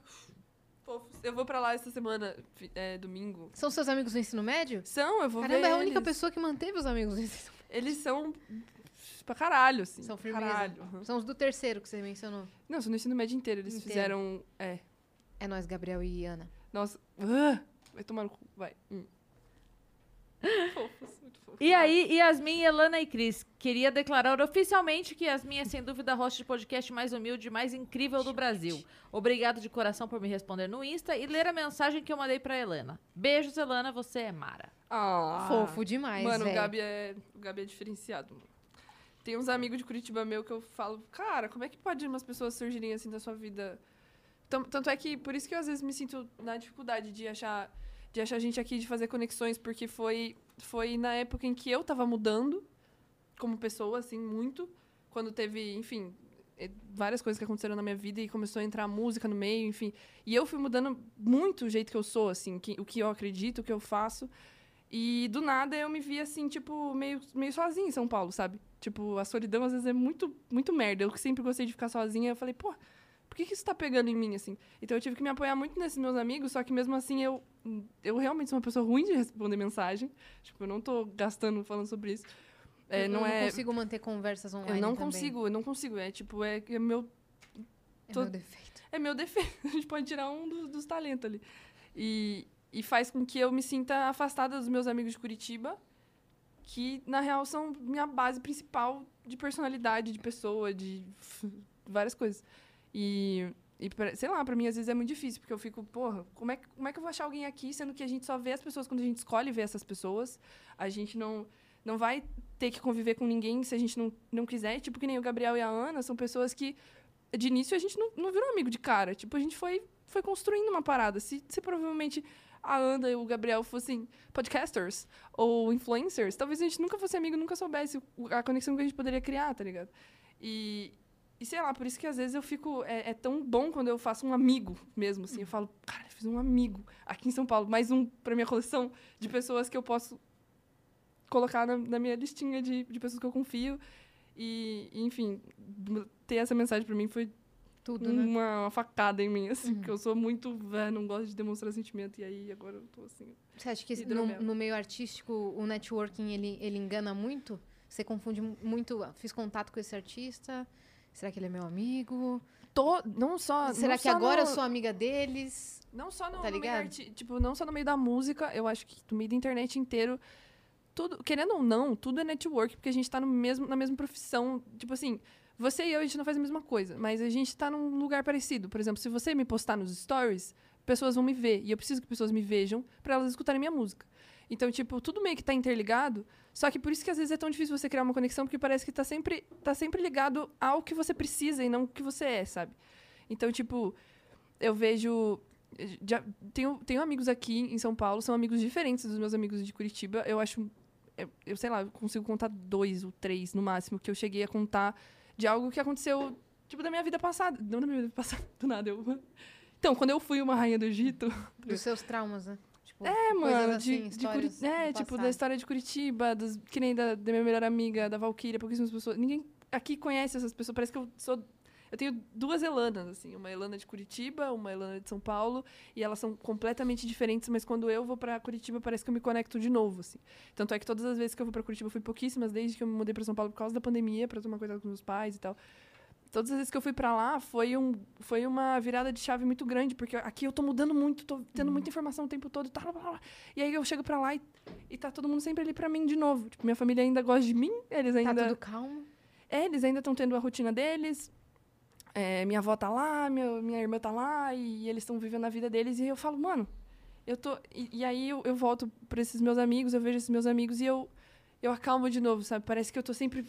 Fofos. Eu vou pra lá essa semana, fi- é, domingo. São seus amigos do ensino médio? São, eu vou ver Caramba, é a única eles. pessoa que manteve os amigos do ensino médio. Eles são pra caralho, assim. São pra firmeza. Caralho. uhum. São os do terceiro que você mencionou. Não, são no ensino médio inteiro. Eles Inteiro. fizeram... É. É nós, Gabriel e Ana. Nossa. ah, vai tomar no cu. Vai. Hum. Fofos, muito fofos. E aí, Yasmin, Elana e Cris, queria declarar oficialmente que Yasmin é sem dúvida a host de podcast mais humilde e mais incrível do Brasil. Obrigado de coração por me responder no Insta e ler a mensagem que eu mandei pra Elana. Beijos, Elana, você é mara. Ah. Fofo demais, Mano, o véi. Gabi, é, o Gabi é diferenciado. mano. Tem uns amigos de Curitiba meu que eu falo, cara, como é que pode umas pessoas surgirem assim da sua vida? Tam- Tanto é que, por isso que eu às vezes me sinto na dificuldade de achar, de achar gente aqui, de fazer conexões, porque foi, foi na época em que eu tava mudando como pessoa, assim, muito. Quando teve, enfim, eh, várias coisas que aconteceram na minha vida e começou a entrar música no meio, enfim. E eu fui mudando muito o jeito que eu sou, assim, que- o que eu acredito, o que eu faço. E do nada eu me vi assim, tipo, meio, meio sozinha em São Paulo, sabe? Tipo, a solidão às vezes é muito, muito merda. Eu que sempre gostei de ficar sozinha, eu falei, pô, por que, que isso tá pegando em mim, assim? Então eu tive que me apoiar muito nesses meus amigos, só que mesmo assim eu, eu realmente sou uma pessoa ruim de responder mensagem. Tipo, eu não tô gastando falando sobre isso. É, eu não, não é. consigo manter conversas eu online não também. consigo, eu não consigo. É tipo, é, é meu É tô- meu defeito. é meu defeito. *laughs* A gente pode tirar um dos, dos talentos ali. E, e faz com que eu me sinta afastada dos meus amigos de Curitiba, que, na real, são minha base principal de personalidade, de pessoa, de *laughs* várias coisas. E, e pra- sei lá, pra mim, às vezes é muito difícil, porque eu fico, porra, como é, que- como é que eu vou achar alguém aqui, sendo que a gente só vê as pessoas quando a gente escolhe ver essas pessoas? A gente não, não vai ter que conviver com ninguém se a gente não, não quiser. Tipo, que nem o Gabriel e a Ana, são pessoas que de início a gente não, não virou amigo de cara. Tipo, a gente foi, foi construindo uma parada. Se, se provavelmente a Ana e o Gabriel fossem podcasters ou influencers, talvez a gente nunca fosse amigo, nunca soubesse o- a conexão que a gente poderia criar, tá ligado? E, e sei lá, por isso que às vezes eu fico. É, é tão bom quando eu faço um amigo mesmo, assim. Eu falo, cara, eu fiz um amigo aqui em São Paulo, mais um pra minha coleção de pessoas que eu posso colocar na, na minha listinha de, de pessoas que eu confio. E, enfim, ter essa mensagem pra mim foi Tudo, né? Uhum. uma, uma facada em mim, assim, que eu sou muito, velho, não gosto de demonstrar sentimento, e aí agora eu tô assim. Você acha que no, Hidromel. no meio artístico o networking ele, ele engana muito? Você confunde mu- muito. ah, Fiz contato com esse artista. Será que ele é meu amigo? Tô, não só. Será Ah, não só que agora eu no- sou amiga deles? Não só no, Tá no meio ligado? arti- tipo, não só no meio da música, eu acho que no meio da internet inteiro, tudo, querendo ou não, tudo é network, porque a gente tá no mesmo, na mesma profissão. Tipo assim, você e eu, a gente não faz a mesma coisa, mas a gente tá num lugar parecido. Por exemplo, se você me postar nos stories, pessoas vão me ver, e eu preciso que pessoas me vejam pra elas escutarem minha música. Então, tipo, tudo meio que tá interligado, só que por isso que às vezes é tão difícil você criar uma conexão, porque parece que tá sempre, tá sempre ligado ao que você precisa e não o que você é, sabe? Então, tipo, eu vejo. Já, tenho, tenho amigos aqui em São Paulo, são amigos diferentes dos meus amigos de Curitiba. Eu acho. Eu, eu sei lá, eu consigo contar dois ou três no máximo que eu cheguei a contar de algo que aconteceu, tipo, da minha vida passada. Não da minha vida passada, *laughs* do nada. Eu... Então, quando eu fui uma rainha do Egito. Dos seus traumas, né? Tipo, É, *laughs* mano, coisas assim, de, de histórias Curi- É, do tipo, da passado. história de Curitiba, dos, que nem da, da minha melhor amiga, da Valkyria, pouquíssimas pessoas. Ninguém aqui conhece essas pessoas. Parece que eu sou. Eu tenho duas Elanas, assim, uma Elana de Curitiba, uma Elana de São Paulo, e elas são completamente diferentes, mas quando eu vou pra Curitiba parece que eu me conecto de novo, assim. Tanto é que todas as vezes que eu vou pra Curitiba, eu fui pouquíssimas, desde que eu me mudei pra São Paulo por causa da pandemia, pra tomar cuidado com meus pais e tal todas as vezes que eu fui pra lá foi, um, foi uma virada de chave muito grande, porque aqui eu tô mudando muito, tô tendo muita informação o tempo todo, tá, blá, blá, blá. e aí eu chego pra lá e, e tá todo mundo sempre ali pra mim de novo. Tipo, minha família ainda gosta de mim, eles ainda. Tá tudo calmo? É, eles ainda estão tendo a rotina deles. É, minha avó tá lá, meu, minha irmã tá lá, e eles estão vivendo a vida deles. E eu falo, mano, eu tô. E, e aí eu, eu volto pra esses meus amigos, eu vejo esses meus amigos e eu, eu acalmo de novo, sabe? Parece que eu tô sempre.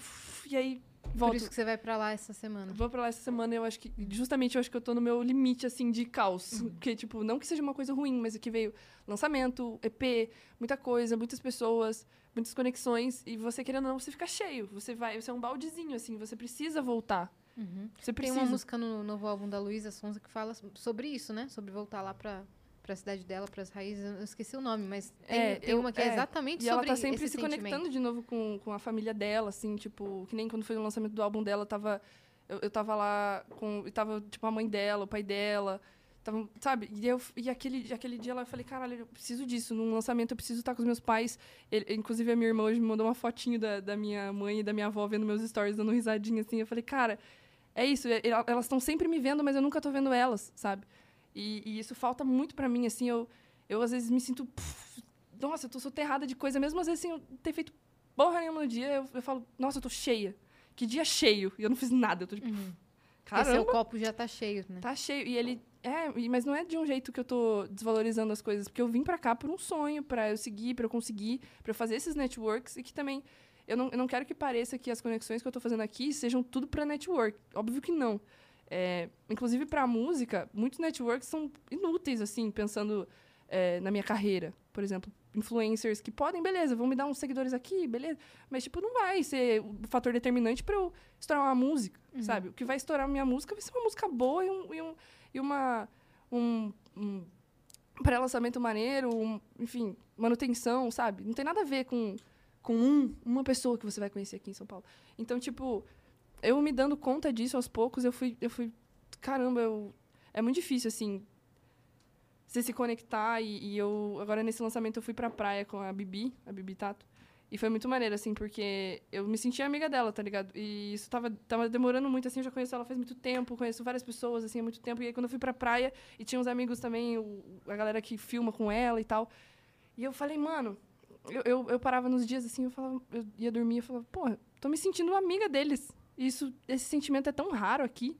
E aí volto. Por isso que você vai pra lá essa semana. Vou pra lá essa semana, eu acho que. Justamente eu acho que eu tô no meu limite, assim, de caos. Uhum. Porque, tipo, não que seja uma coisa ruim, mas o que veio lançamento, EP, muita coisa, muitas pessoas, muitas conexões. E você querendo ou não, você fica cheio. Você vai, você é um baldezinho, assim, você precisa voltar. Você Tem precisa. uma música no novo álbum da Luísa Sonza que fala sobre isso, né? Sobre voltar lá pra, pra cidade dela, pras raízes. Eu esqueci o nome, mas tem, É, tem eu- uma que é é. exatamente E sobre ela tá sempre esse se conectando sentimento. de novo com, com a família dela, assim, tipo, que nem quando foi o lançamento do álbum dela, tava. Eu, eu tava lá com. e Tava, tipo, a mãe dela, o pai dela. Tava, sabe? E, eu, e aquele, aquele dia ela eu falei, caralho, eu preciso disso. Num lançamento eu preciso estar com os meus pais. Ele- inclusive, a minha irmã hoje me mandou uma fotinho da, da minha mãe e da minha avó vendo meus stories, dando risadinha, assim. Eu falei, cara, é isso. e- e- Elas estão sempre me vendo, mas eu nunca tô vendo elas, sabe? E, e isso falta muito pra mim, assim. Eu, eu às vezes me sinto. puf, nossa, eu tô soterrada de coisa, mesmo às vezes sem eu ter feito porra nenhuma no dia, eu, eu falo, nossa, eu tô cheia. Que dia cheio. E eu não fiz nada. Eu tô tipo. Porque Caramba, seu copo já tá cheio, né? tá cheio. E ele. É, e- mas não é de um jeito que eu tô desvalorizando as coisas, porque eu vim pra cá por um sonho, pra eu seguir, pra eu conseguir, pra eu fazer esses networks e que também. Eu não, eu não quero que pareça que as conexões que eu tô fazendo aqui sejam tudo pra network. Óbvio que não. É, inclusive pra música, muitos networks são inúteis, assim, pensando é, na minha carreira. Por exemplo, influencers que podem, beleza, vão me dar uns seguidores aqui, beleza. Mas, tipo, não vai ser o fator determinante pra eu estourar uma música, sabe? O que vai estourar a minha música vai ser uma música boa e, um, e, um, e uma... Um, um pré-lançamento maneiro, um- enfim, manutenção, sabe? Não tem nada a ver com, com um, uma pessoa que você vai conhecer aqui em São Paulo. Então, tipo, eu me dando conta disso aos poucos, eu fui... Eu fui caramba, eu... É muito difícil, assim, você se conectar. E, e eu, agora nesse lançamento, eu fui pra praia com a Bibi, a Bibi Tato. E foi muito maneiro, assim, porque eu me sentia amiga dela, tá ligado? E isso tava, tava demorando muito, assim, eu já conheço ela faz muito tempo, conheço várias pessoas, assim, há muito tempo. E aí, quando eu fui pra praia, e tinha uns amigos também, o- a galera que filma com ela e tal. E eu falei, mano, eu, eu, eu parava nos dias, assim, eu falava, eu ia dormir, eu falava, porra, tô me sentindo uma amiga deles. E isso, esse sentimento é tão raro aqui,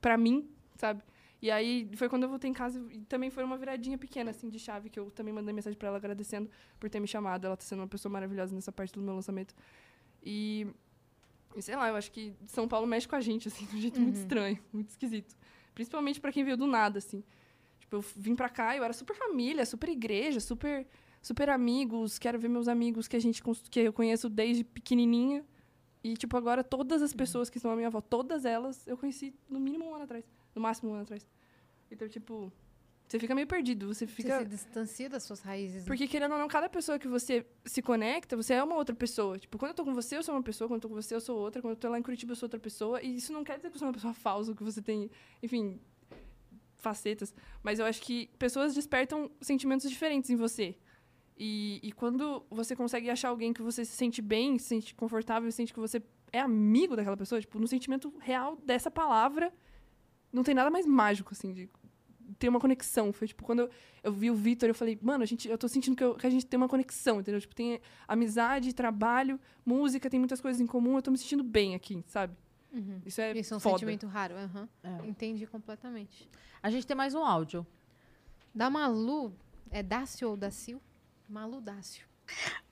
pra mim, sabe? E aí foi quando eu voltei em casa e também foi uma viradinha pequena, assim, de chave, que eu também mandei mensagem pra ela agradecendo por ter me chamado. Ela tá sendo uma pessoa maravilhosa nessa parte do meu lançamento. E, e sei lá, eu acho que São Paulo mexe com a gente, assim, de um jeito muito estranho, muito esquisito. Principalmente pra quem veio do nada, assim. Tipo, eu vim pra cá, eu era super família, super igreja, super super amigos, quero ver meus amigos que a gente cons- que eu conheço desde pequenininha. E tipo, agora todas as pessoas que são a minha avó, todas elas eu conheci no mínimo um ano atrás, no máximo um ano atrás. Então, tipo, você fica meio perdido, você fica Você se distancia das suas raízes. né? porque, querendo ou não, cada pessoa que você se conecta, você é uma outra pessoa. Tipo, quando eu tô com você, eu sou uma pessoa. Quando eu tô com você, eu sou outra. Quando eu tô lá em Curitiba, eu sou outra pessoa. E isso não quer dizer que eu sou uma pessoa falsa, que você tem, enfim, facetas. Mas eu acho que pessoas despertam sentimentos diferentes em você. E, e quando você consegue achar alguém que você se sente bem, se sente confortável, se sente que você é amigo daquela pessoa, tipo, no sentimento real dessa palavra, não tem nada mais mágico, assim, de ter uma conexão. Foi tipo, quando eu, eu vi o Vitor, eu falei, mano, a gente, eu tô sentindo que, eu- que a gente tem uma conexão, entendeu? Tipo, tem amizade, trabalho, música, tem muitas coisas em comum, eu tô me sentindo bem aqui, sabe? Uhum. Isso é Isso é um foda. sentimento raro. aham. É. Entendi completamente. A gente tem mais um áudio. Da Malu, é Dácio ou Dacio? Malu Dácio.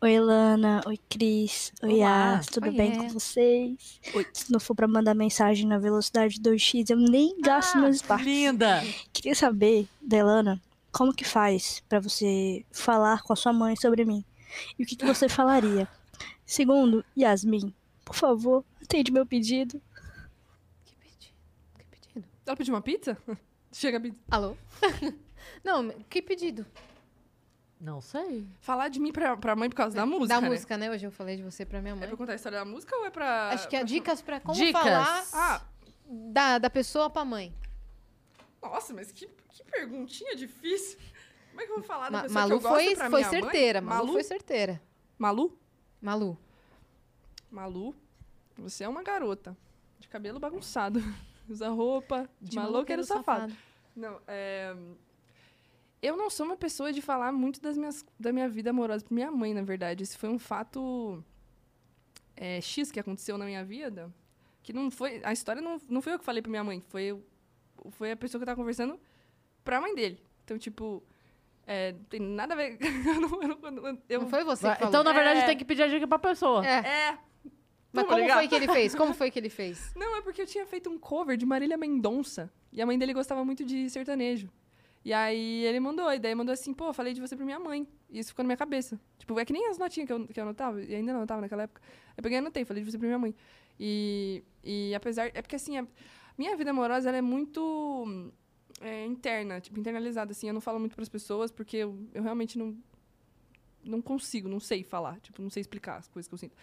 Oi, Lana. Oi, Cris. Oi, Olá. Yas. Tudo Oi, bem Yas. com vocês? Oi. Se não for pra mandar mensagem na velocidade 2x, eu Ah, nem gasto meus sparks. Linda! Queria saber, da Elana, como que faz pra você falar com a sua mãe sobre mim? E o que, que você falaria? Segundo, Yasmin, por favor, atende meu pedido. Que pedido? Que pedido? Ela pediu uma pizza? *laughs* Chega a pizza. Alô? *laughs* Não, que pedido? Não sei. Falar de mim pra, pra mãe por causa da música, da né? música, né? Hoje eu falei de você pra minha É mãe. pra contar a história da música ou é pra... Acho que é dicas pra como Dicas. falar. Ah, Da, da pessoa pra mãe. Nossa, mas que, que perguntinha difícil. Como é que eu vou falar da Ma- pessoa Malu que eu gosto foi, pra foi minha mãe? certeira. Malu, Malu? foi certeira. Malu? Malu. Malu, você é uma garota. De cabelo bagunçado. *laughs* Usa roupa. De maloqueiro safado. Não, é... Eu não sou uma pessoa de falar muito das minhas, da minha vida amorosa pra minha mãe, na verdade. Esse foi um fato é, X que aconteceu na minha vida. Que não foi... A história não, não foi eu que falei pra minha mãe. Foi, eu- foi a pessoa que eu tava conversando pra mãe dele. Então, tipo... É, não tem nada a ver... *laughs* eu não, eu não- eu- Não foi você Vai- que falou. Então, na verdade, É. tem que pedir a dica pra pessoa. É. É... Mas Não, como obrigado. foi que ele fez? Como foi que ele fez? Não, é porque eu tinha feito um cover de Marília Mendonça. E a mãe dele gostava muito de sertanejo. E aí ele mandou, e daí mandou assim, pô, falei de você pra minha mãe. E isso ficou na minha cabeça. Tipo, é que nem as notinhas que eu, que eu anotava, e ainda não anotava naquela época. Eu peguei e anotei, falei de você pra minha mãe. E, e apesar. É porque assim, a minha vida amorosa ela é muito hum, é, interna, tipo, internalizada, assim. Eu não falo muito pras pessoas, porque eu, eu realmente não. Não consigo, não sei falar. Tipo, não sei explicar as coisas que eu sinto.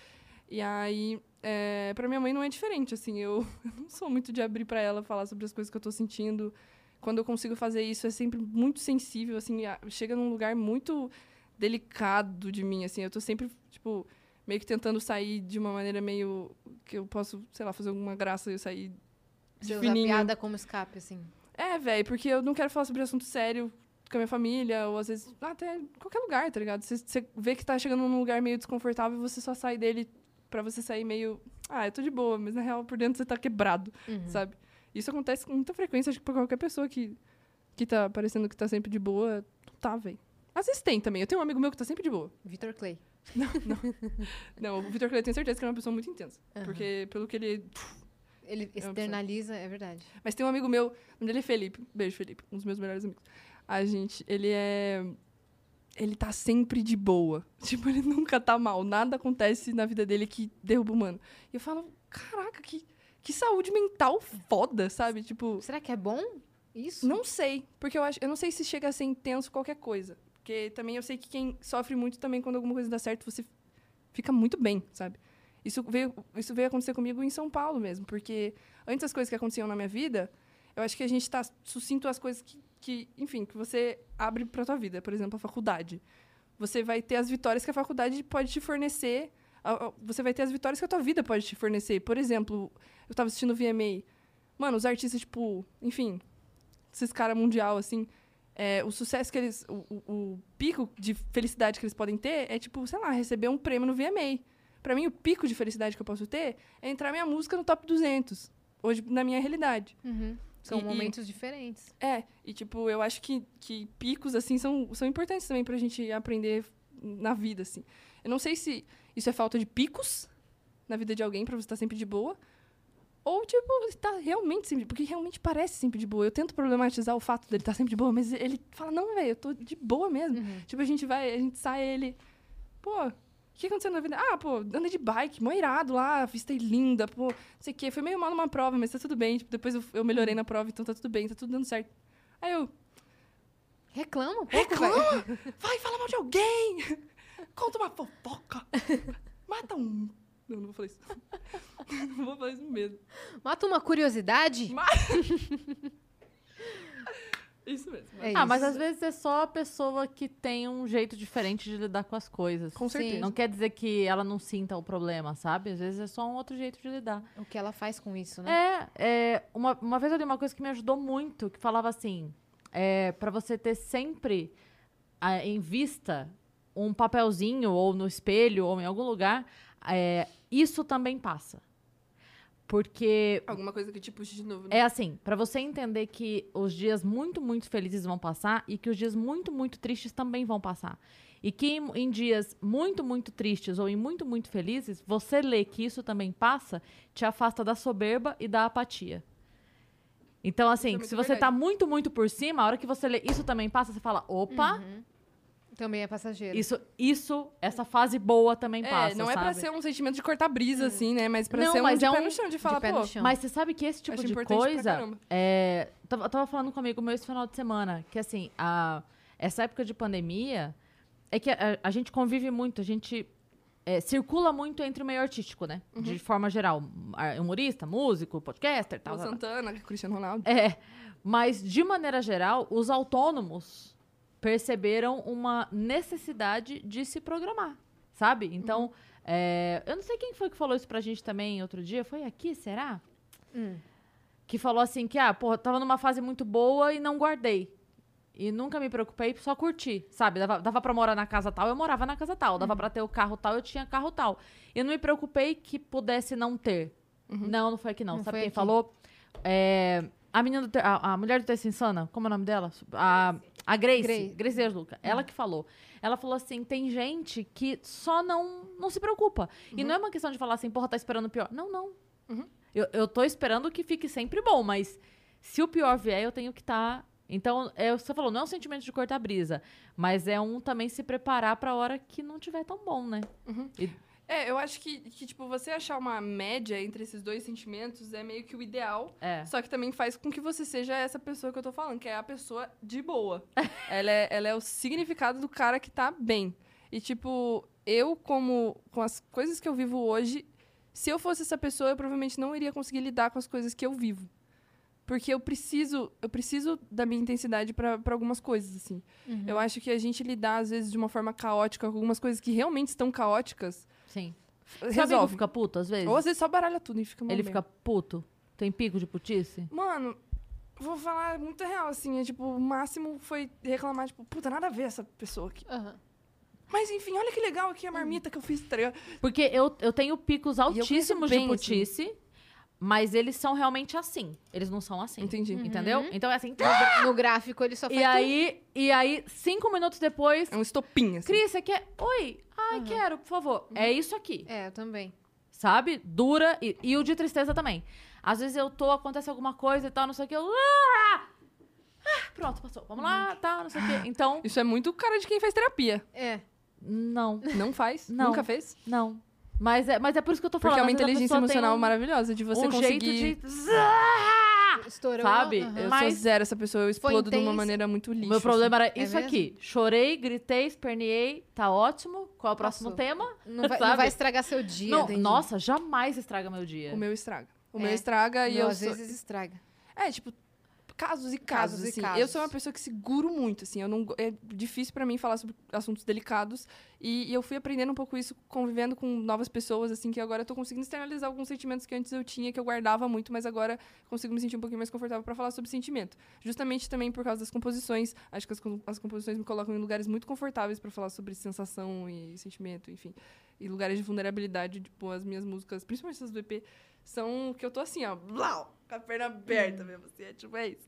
E aí, é, para minha mãe não é diferente, assim, eu, *laughs* eu não sou muito de abrir para ela falar sobre as coisas que eu tô sentindo. Quando eu consigo fazer isso, é sempre muito sensível, assim, a- chega num lugar muito delicado de mim, assim, eu tô sempre, tipo, meio que tentando sair de uma maneira meio que eu posso, sei lá, fazer alguma graça e eu sair Você de usa a fininho. piada como escape, assim. É, velho, porque eu não quero falar sobre assunto sério com a minha família, ou às vezes até em qualquer lugar, tá ligado? Você- Você vê que tá chegando num lugar meio desconfortável e você só sai dele pra você sair meio. Ah, eu tô de boa, mas na real por dentro você tá quebrado, sabe? Isso acontece com muita frequência, acho que pra qualquer pessoa que, que tá parecendo que tá sempre de boa, não tá, velho. Às vezes tem também. Eu tenho um amigo meu que tá sempre de boa. Vitor Clay. Não, o Vitor Clay, eu tenho certeza que ele é uma pessoa muito intensa. Porque, pelo que ele Ele pessoa. externaliza, é verdade. Mas tem um amigo meu, o nome dele é Felipe. Beijo, Felipe. Um dos meus melhores amigos. A gente, ele é. Ele tá sempre de boa. *laughs* Tipo, ele nunca tá mal. Nada acontece na vida dele que derruba o mano. E eu falo, caraca, que, que saúde mental foda, sabe? Tipo. Será que é bom isso? Não sei, porque eu acho, eu não sei se chega a ser intenso qualquer coisa, porque também eu sei que quem sofre muito também quando alguma coisa dá certo, você fica muito bem, sabe? Isso veio, isso veio acontecer comigo em São Paulo mesmo, porque antes as coisas que aconteciam na minha vida, eu acho que a gente tá, está sucinto às coisas que, que, enfim, que você abre para tua vida, por exemplo, a faculdade. Você vai ter as vitórias que a faculdade pode te fornecer, a- a- você vai ter as vitórias que a tua vida pode te fornecer. Por exemplo, eu estava assistindo o VMA. Mano, os artistas, tipo, enfim, esses caras mundial, assim, é, o sucesso que eles. O, o- o pico de felicidade que eles podem ter é, tipo, sei lá, receber um prêmio no VMA. Pra mim, o pico de felicidade que eu posso ter é entrar minha música no top 200. Hoje, na minha realidade. Uhum. São E- e- momentos diferentes. É, e tipo, eu acho que, que picos, assim, são, são importantes também pra gente aprender na vida, assim. Eu não sei se isso é falta de picos na vida de alguém pra você estar sempre de boa, ou, tipo, você tá realmente sempre, porque realmente parece sempre de boa. Eu tento problematizar o fato dele estar sempre de boa, mas ele fala, não, velho, eu tô de boa mesmo. Tipo, a gente vai, a gente sai, ele, pô... O que aconteceu na vida? Ah, pô, andei de bike, mó irado lá, vista linda, pô, não sei o quê. Foi meio mal numa prova, mas tá tudo bem. Tipo, depois eu, eu melhorei na prova, então tá tudo bem, tá tudo dando certo. Aí eu, Reclama um pouco, velho. reclama! Vai falar mal de alguém! *laughs* Conta uma fofoca! *laughs* Mata um. Não, não vou falar isso. *laughs* Não vou falar isso mesmo. Mata uma curiosidade. Isso mesmo. É Ah, mas isso. às vezes é só a pessoa que tem um jeito diferente de lidar com as coisas. Com certeza. Não quer dizer que ela não sinta o problema, sabe? Às vezes é só um outro jeito de lidar. O que ela faz com isso, né? É, é, uma, uma vez eu li uma coisa que me ajudou muito, que falava assim, é, para você ter sempre ah, em vista um papelzinho ou no espelho ou em algum lugar, é, isso também passa. Porque Alguma coisa que te puxe de novo. né? é assim, pra você entender que os dias muito, muito felizes vão passar e que os dias muito, muito tristes também vão passar. E que em, em dias muito, muito tristes ou em muito, muito felizes, você lê que isso também passa, te afasta da soberba e da apatia. Então, assim, muito se você tá muito, muito por cima, a hora que você lê isso também passa, você fala, opa, Também é passageiro. isso, isso, essa fase boa também passa. não é pra sabe? Hum. ser um sentimento de cortar brisa, assim, né? Mas pra Não, ser um mas de é pé um no chão, de falar, pé pô... no chão. Mas você sabe que esse tipo Acho de importante pra coisa. caramba. É, tava, tava falando comigo meu esse final de semana, que assim, a, essa época de pandemia é que a, a gente convive muito, a gente é, circula muito entre o meio artístico, né? Uhum. De forma geral. Ar- Humorista, músico, podcaster, tal. Paulo tal, tal. Santana, Cristiano Ronaldo. *laughs* É. Mas, de maneira geral, os autônomos perceberam uma necessidade de se programar, sabe? Uhum. Então, é, eu não sei quem foi que falou isso pra gente também outro dia. Foi aqui, será? Hum. Que falou assim que, ah, porra, tava numa fase muito boa e não guardei. E nunca me preocupei, só curti, sabe? Dava, dava pra morar na casa tal, eu morava na casa tal. Uhum. Dava pra ter o carro tal, eu tinha carro tal. Eu não me preocupei que pudesse não ter. Não, não foi aqui não. Uhum. Não sabe foi quem aqui. falou? É, a menina do ter- a, a mulher do Terça Insana, como é o nome dela? A, a Grace. Grace. Grace, Grace Luca. Ela que falou. Ela falou assim: tem gente que só não, não se preocupa. E não é uma questão de falar assim, porra, tá esperando o pior. Não, não. Eu, eu tô esperando que fique sempre bom, mas se o pior vier, eu tenho que estar. Então, é, o que você falou, não é um sentimento de cortar brisa, mas é um também se preparar pra hora que não tiver tão bom, né? É, eu acho que, que, tipo, você achar uma média entre esses dois sentimentos é meio que o ideal. É. Só que também faz com que você seja essa pessoa que eu tô falando, que é a pessoa de *laughs* boa. ela, é, ela é o significado do cara que tá bem. E, tipo, eu, como com as coisas que eu vivo hoje, se eu fosse essa pessoa, eu provavelmente não iria conseguir lidar com as coisas que eu vivo. Porque eu preciso, eu preciso da minha intensidade pra pra algumas coisas, assim. Eu acho que a gente lidar, às vezes, de uma forma caótica com algumas coisas que realmente estão caóticas, Sim. Sabe ele resolve. fica puto às vezes? Ou às vezes só baralha tudo e fica uma Ele merda. fica puto. Tem pico de putice? Mano, vou falar muito real, assim. É, tipo, o máximo foi reclamar, tipo, puta, nada a ver essa pessoa aqui. Aham. Mas enfim, olha que legal aqui a marmita que eu fiz. tá ligado? Porque eu, eu tenho picos conheço altíssimos de bem, assim. putice, mas eles são realmente assim. Eles não são assim. Entendi. Uhum. Entendeu? Então é assim. No gra- No gráfico ele só faz E aí, e aí, cinco minutos depois, É um estopim, assim. Cris, você quer. Oi! Ai, quero, por favor. Uhum. É isso aqui. tudo. É, eu também. Sabe? Dura. E, e o de tristeza também. Às vezes eu tô, acontece alguma coisa e tal, não sei o que. Eu... Ah! Ah, pronto, passou. Vamos Uhum. lá, tá, não sei o que. Então, Isso é muito cara de quem faz terapia. É. não, Não faz? *laughs* Não. Nunca fez? não. Mas é, mas é por isso que eu tô falando. Porque é uma às vezes a inteligência pessoa tem emocional um, maravilhosa de você um conseguir. jeito de. Ah! Estourou. Sabe? aham. Eu Mas- sou zero essa pessoa, eu explodo de uma intenso. maneira muito O lixo. assim. meu problema era É isso aqui. Chorei, gritei, esperneei, tá ótimo. Qual é o próximo Passou. tema? Não, vai, não Sabe? vai estragar seu dia. Não, entendi. nossa, jamais estraga meu assim. dia. O meu estraga. O É. meu estraga e Não, eu às sou... vezes estraga. É, tipo, casos e Casos casos, e assim. casos. Eu sou uma pessoa que seguro muito, assim. Eu não, go- é difícil pra mim falar sobre assuntos delicados. E, e eu fui aprendendo um pouco isso convivendo com novas pessoas, assim, que agora eu tô conseguindo externalizar alguns sentimentos que antes eu tinha, que eu guardava muito, mas agora consigo me sentir um pouquinho mais confortável pra falar sobre sentimento. Justamente também por causa das composições. Acho que as, com- as composições me colocam em lugares muito confortáveis pra falar sobre sensação e sentimento, enfim. E lugares de vulnerabilidade, tipo, as minhas músicas, principalmente essas do EP, são que eu tô assim, ó, blau, com a perna aberta mesmo, assim, é tipo, é isso.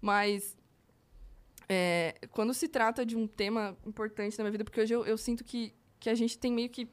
Mas é, quando se trata de um tema importante na minha vida, porque hoje eu, eu sinto que, que a gente tem meio que,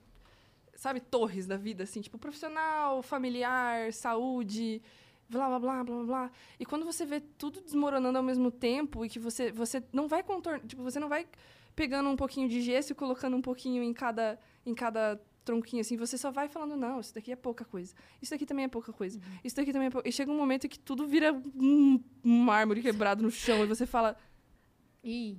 sabe, torres da vida, assim, tipo, profissional, familiar, saúde, blá, blá, blá, blá, blá, blá. E quando você vê tudo desmoronando ao mesmo tempo e que você, você não vai contornar, tipo, você não vai pegando um pouquinho de gesso e colocando um pouquinho em cada, em cada tronquinho, assim, você só vai falando, não, isso daqui é pouca coisa, isso daqui também é pouca coisa, Uhum. isso daqui também é pouca... E chega um momento que tudo vira um mármore quebrado no chão e você fala, Ih,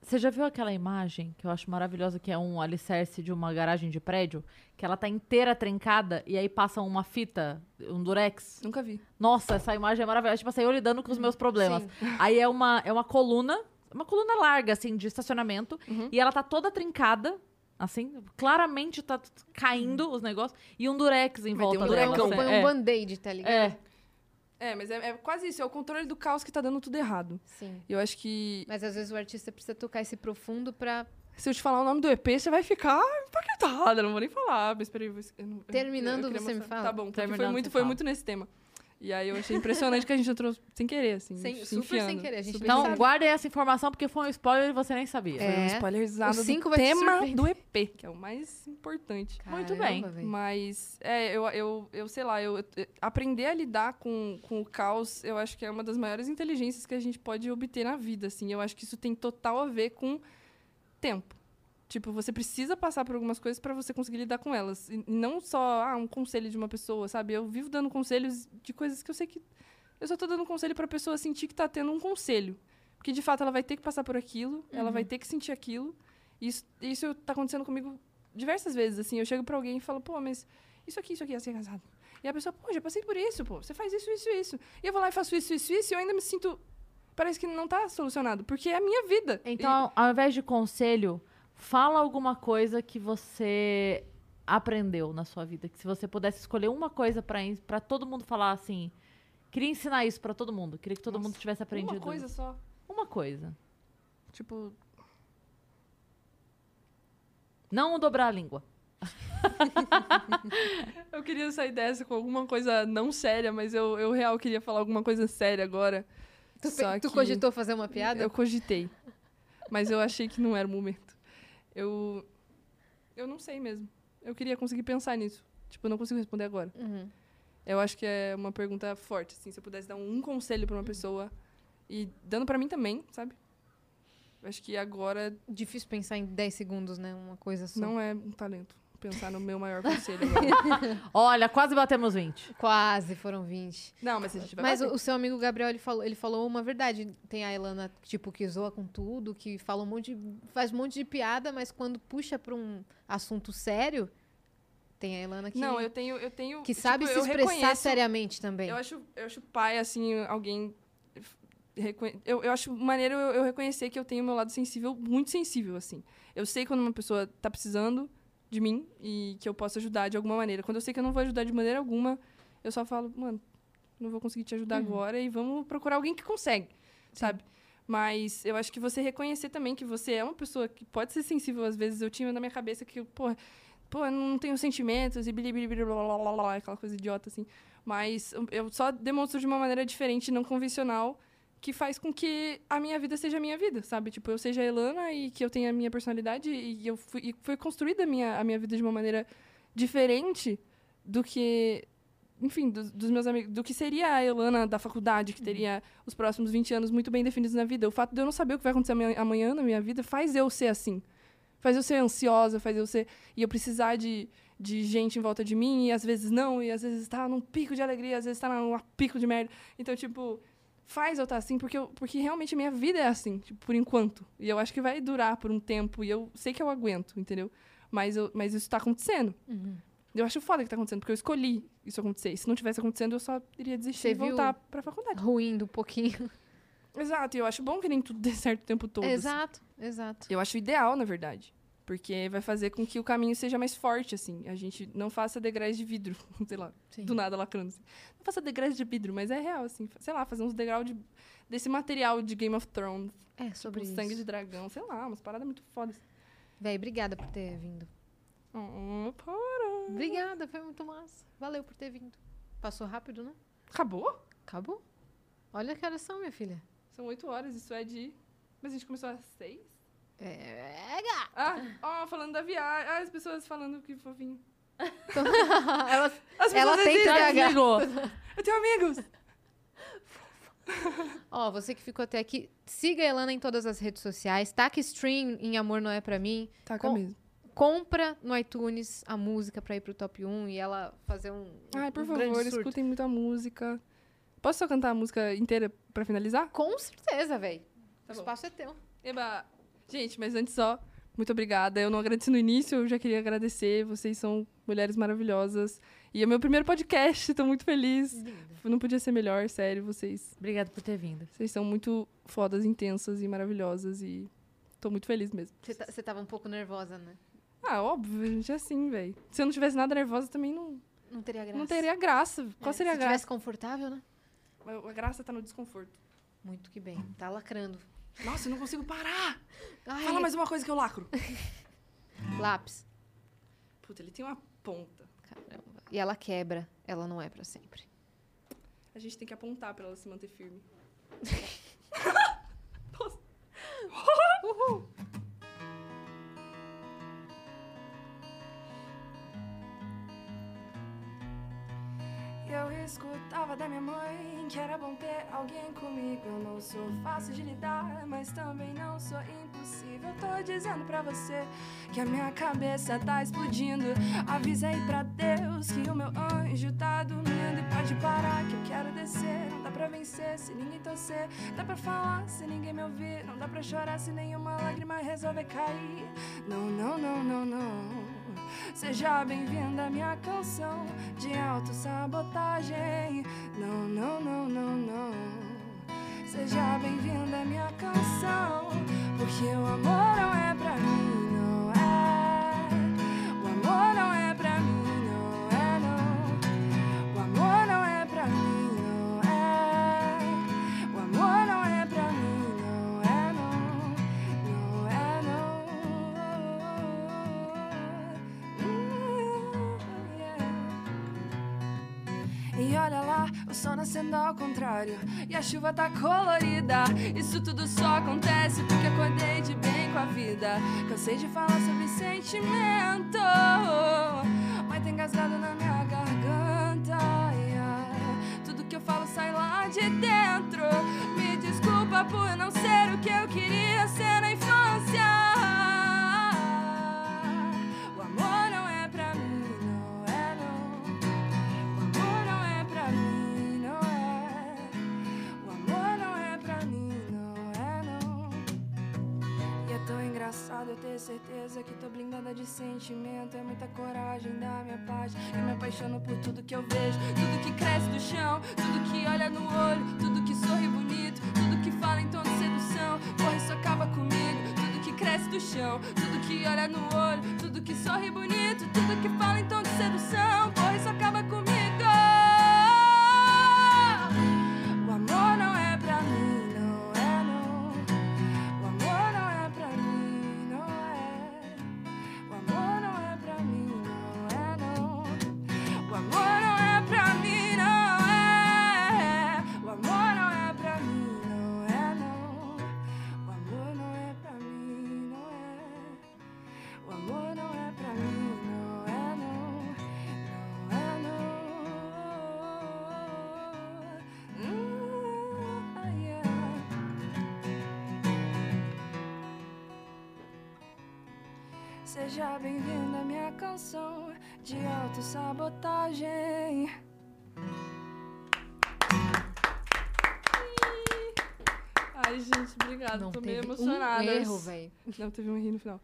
Você já viu aquela imagem que eu acho maravilhosa, que é um alicerce de uma garagem de prédio, que ela tá inteira trincada e aí passa uma fita, um durex? nunca vi. Nossa, essa imagem é maravilhosa. Tipo assim, eu lidando com os meus problemas. *laughs* Aí é uma, é uma coluna, uma coluna larga, assim, de estacionamento, Uhum. e ela tá toda trincada, assim, claramente tá t- caindo os negócios, e um durex em Mas volta tem Uhum. um dela. durecão. assim, foi é. um band-aid, tá ligado? É. É, mas é, é quase isso, é o controle do caos que tá dando tudo errado. Sim. Eu acho que. Mas às vezes o artista precisa tocar esse profundo pra. Se eu te falar o nome do EP, você vai ficar empaquetada. Não vou nem falar. Mas peraí, eu vou- eu não- eu- Terminando, eu queria você me fala? Tá bom, porque foi Terminando, muito, você foi fala. muito nesse tema. E aí eu achei impressionante que a gente entrou sem querer, assim. Sem- se super sem enfiando. querer, a gente Super não- Então, sem- sabe. guardem essa informação, porque foi um spoiler e você nem sabia. É. Foi um spoilerzado O do cinco vai te tema surpreender. do EP, que é o mais importante. Muito Caramba, bem. velho. Mas, é, eu, eu, eu sei lá, eu, eu- aprender a lidar com, com o caos, eu acho que é uma das maiores inteligências que a gente pode obter na vida, assim. Eu acho que isso tem total a ver com tempo. Tipo, você precisa passar por algumas coisas para você conseguir lidar com elas. E não só, ah, um conselho de uma pessoa, sabe? Eu vivo dando conselhos de coisas que eu sei que... Eu só tô dando conselho pra pessoa sentir que tá tendo um conselho. Porque, Uhum. de fato, ela vai ter que passar por aquilo, ela vai ter que sentir aquilo. E Isso, isso tá acontecendo comigo diversas vezes, assim, eu chego pra alguém e falo, pô, mas isso aqui, isso aqui, assim, é casado. E a pessoa, pô, já passei por isso, pô, você faz isso, isso, isso. E eu vou lá e faço isso, isso, isso, e eu ainda me sinto. Parece que não tá solucionado, porque é a minha vida. Então, ao invés de conselho, fala alguma coisa que você aprendeu na sua vida. Que se você pudesse escolher uma coisa pra en- pra todo mundo falar assim. Queria ensinar isso pra todo mundo. Queria que todo Nossa, mundo E tivesse aprendido. uma coisa só. Uma coisa. Tipo, Não dobrar a língua. Eu queria sair dessa com alguma coisa não séria, mas eu, eu real queria falar alguma coisa séria agora. Tu, pe- Só tu que cogitou fazer uma piada? Eu cogitei. Mas eu achei que não era o momento. Eu. Eu não sei mesmo. Eu queria conseguir pensar nisso. Tipo, eu não consigo responder agora. Uhum. Eu acho que é uma pergunta forte, assim. Se eu pudesse dar um conselho Uhum. pra uma pessoa e dando pra mim também, sabe? Eu acho que agora Difícil pensar em 10 segundos, né? Uma coisa só. não é um talento pensar no meu maior conselho *laughs* agora. Olha, quase batemos 20. Quase foram 20. Não, mas a gente vai Mas fazer. o, o seu amigo Gabriel, ele falou, ele falou uma verdade. Tem a Elana, tipo, que zoa com tudo, que fala um monte de, faz um monte de piada, mas quando puxa pra um assunto sério, tem a Elana que, Não, eu tenho. Eu tenho que tipo, sabe se eu expressar reconheço- seriamente também. Eu acho, eu acho pai, assim, alguém. reconhe- Eu, eu acho maneiro eu, eu reconhecer que eu tenho meu lado sensível, muito sensível, assim. Eu sei quando uma pessoa tá precisando de mim e que eu posso ajudar de alguma maneira. Quando eu sei que eu não vou ajudar de maneira alguma, eu só falo, mano, não vou conseguir te ajudar agora e vamos procurar alguém que consegue, sabe? Mas eu acho que você reconhecer também que você é uma pessoa que pode ser sensível. Às vezes eu tinha na minha cabeça que, porra, pô, eu não tenho sentimentos e bilibili, blá, blá, blá, blá, aquela coisa idiota, assim. Mas eu- eu só demonstro de uma maneira diferente, não convencional, que faz com que a minha vida seja a minha vida, sabe? Tipo, eu seja a Elana e que eu tenha a minha personalidade e eu fui, e foi construída a minha, a minha vida de uma maneira diferente do que... Enfim, dos, dos meus amigos, do que seria a Elana da faculdade, que teria os próximos 20 anos muito bem definidos na vida. O fato de eu não saber o que vai acontecer amanhã- amanhã na minha vida faz eu ser assim. Faz eu ser ansiosa, faz eu ser. E eu precisar de, de gente em volta de mim, e às vezes não, e às vezes tá num pico de alegria, às vezes tá num pico de merda. Então, tipo, faz eu estar assim, porque, eu, porque realmente a minha vida é assim, tipo, por enquanto. E eu acho que vai durar por um tempo, e eu sei que eu aguento, entendeu? Mas, eu, mas isso tá acontecendo. Uhum. Eu acho foda que tá acontecendo, porque eu escolhi isso acontecer. E se não tivesse acontecendo, eu só iria desistir Você e viu? voltar pra faculdade. Ruindo um pouquinho. Exato, e eu acho bom que nem tudo dê certo o tempo todo. assim. Exato, exato. Eu acho ideal, na verdade. Porque vai fazer com que o caminho seja mais forte, assim. A gente não faça degraus de vidro, *laughs* sei lá, Sim. do nada lacrando. Assim. Não faça degraus de vidro, mas é real, assim. Sei lá, fazer uns degraus de, desse material de Game of Thrones, É, sobre tipo, isso. sangue de dragão, sei lá, umas paradas muito fodas. Véi, obrigada por ter vindo. Oh, para. Obrigada, foi muito massa. Valeu por ter vindo. Passou rápido, né? Acabou? Acabou. Olha que horas são, minha filha. São oito horas, isso é de. Mas a gente começou às seis? É, gata. Ah, ó, falando da viagem. Ah, as pessoas falando que fofinho. *laughs* Ela, As pessoas ela tem existem. Já TDAH. desligou. Eu tenho amigos! Ó, você que ficou até aqui, siga a Elana em todas as redes sociais. Taca stream em Amor Não É Pra Mim. Tá com a mesma. Compra no iTunes a música pra ir pro top 1 e ela fazer um. Ai, por um grande favor, surto. escutem muita música. Posso só cantar a música inteira pra finalizar? Com certeza, véi. Tá o bom. espaço é teu. Eba! Gente, mas antes só, muito obrigada. Eu não agradeci no início, eu já queria agradecer. Vocês são mulheres maravilhosas. E é meu primeiro podcast, tô muito feliz. Não podia ser melhor, sério. Vocês, Obrigada por ter vindo. vocês são muito fodas, intensas e maravilhosas. E tô muito feliz mesmo. Você tá- você tava um pouco nervosa, né? Ah, óbvio, a gente é assim, velho. Se eu não tivesse nada nervosa, também não, Não teria graça. não teria graça. Qual É, seria a Se graça? tivesse confortável, né? A graça tá no desconforto. Muito que bem. Tá lacrando. Nossa, eu não consigo parar! Ai, é. Fala mais uma coisa que eu lacro. um Lápis. Puta, ele tem uma ponta. Caramba. E ela quebra. Ela não é pra sempre. A gente tem que apontar pra ela se manter firme. *laughs* Eu escutava da minha mãe que era bom ter alguém comigo. Eu não sou fácil de lidar, mas também não sou impossível. Tô dizendo pra você que a minha cabeça tá explodindo. Avisa aí pra Deus que o meu anjo tá dormindo. E pode parar que eu quero descer. Não dá pra vencer se ninguém torcer. Dá pra falar se ninguém me ouvir. Não dá pra chorar se nenhuma lágrima resolver cair. Não, não, não, não, não. Seja bem-vinda à minha canção de autossabotagem. Não, não, não, não, não. Seja bem-vinda à minha canção, porque o amor não é pra mim, não é. O amor não é pra mim, não é, não. O amor não é pra mim, não é. O amor não é pra mim, não é, não. Não é, não. Yeah. E olha lá, o sol nascendo ao contrário E a chuva tá colorida Isso tudo só acontece porque acordei de bem com a vida Cansei de falar sobre sentimento Mas tem gasgado na minha garganta yeah. Tudo que eu falo sai lá de dentro Me desculpa por não ser o que eu queria ser na infância O amor não é pra mim, não é não o amor não é pra mim, não é. O amor não é pra mim, não é, não. E é tão engraçado eu ter certeza que tô blindada de sentimento. É muita coragem da minha parte. Eu me apaixono por tudo que eu vejo, tudo que cresce do chão, tudo que olha no olho, tudo que sorri bonito, tudo que fala em tom de sedução. Porra, isso acaba comigo. Tudo que cresce do chão, tudo que olha no olho, tudo que sorri bonito, tudo que fala em tom de sedução. Porra, isso acaba comigo. O amor não é pra mim, não é não. O amor não é pra mim, não é. O amor não é pra mim, não é não. O amor não é pra mim, não é. O amor não é pra mim, não é não. O amor não é pra mim, não é. O amor não é pra mim, não é não. Não é não. Hum, ah, yeah. Seja bem-vindo à minha canção de autossabotagem. Ai, gente, obrigada. Não Tô teve meio emocionada. um erro, velho. Não, teve um ri *laughs* no final.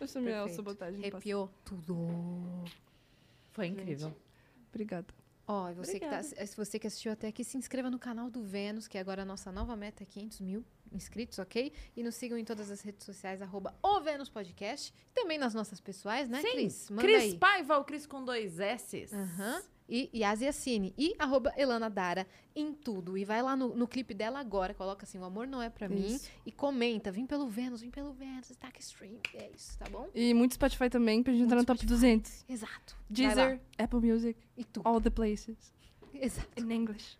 Eu chamei a Perfeito. É sabotagem. Arrepiou tudo. Foi incrível. Obrigada. Ó, e você que, tá, Obrigada. assi- se você que assistiu até aqui, se inscreva no canal do Vênus, que é agora a nossa nova meta é 500 mil inscritos, ok? E nos sigam em todas as redes sociais, arroba o Vênus Podcast. E também nas nossas pessoais, né, Sim, Cris? Manda Cris aí. Paiva, o Cris com dois S's. Aham. E Yasi Assine. E arroba Elana Dara em tudo. E vai lá no, no clipe dela agora, coloca assim, o amor não é pra mim. Isso. E comenta, vem pelo Vênus, vem pelo Vênus, está que stream. É isso, tá bom? E muito Spotify também, pra gente entrar no Muito top 200. Exato. Vai lá. Deezer, Apple Music, E tudo. all the places. Exato. In English.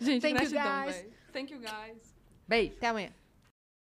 Gente, Thank you, gratidão, guys. véi. Thank you guys. Beijo. Até amanhã.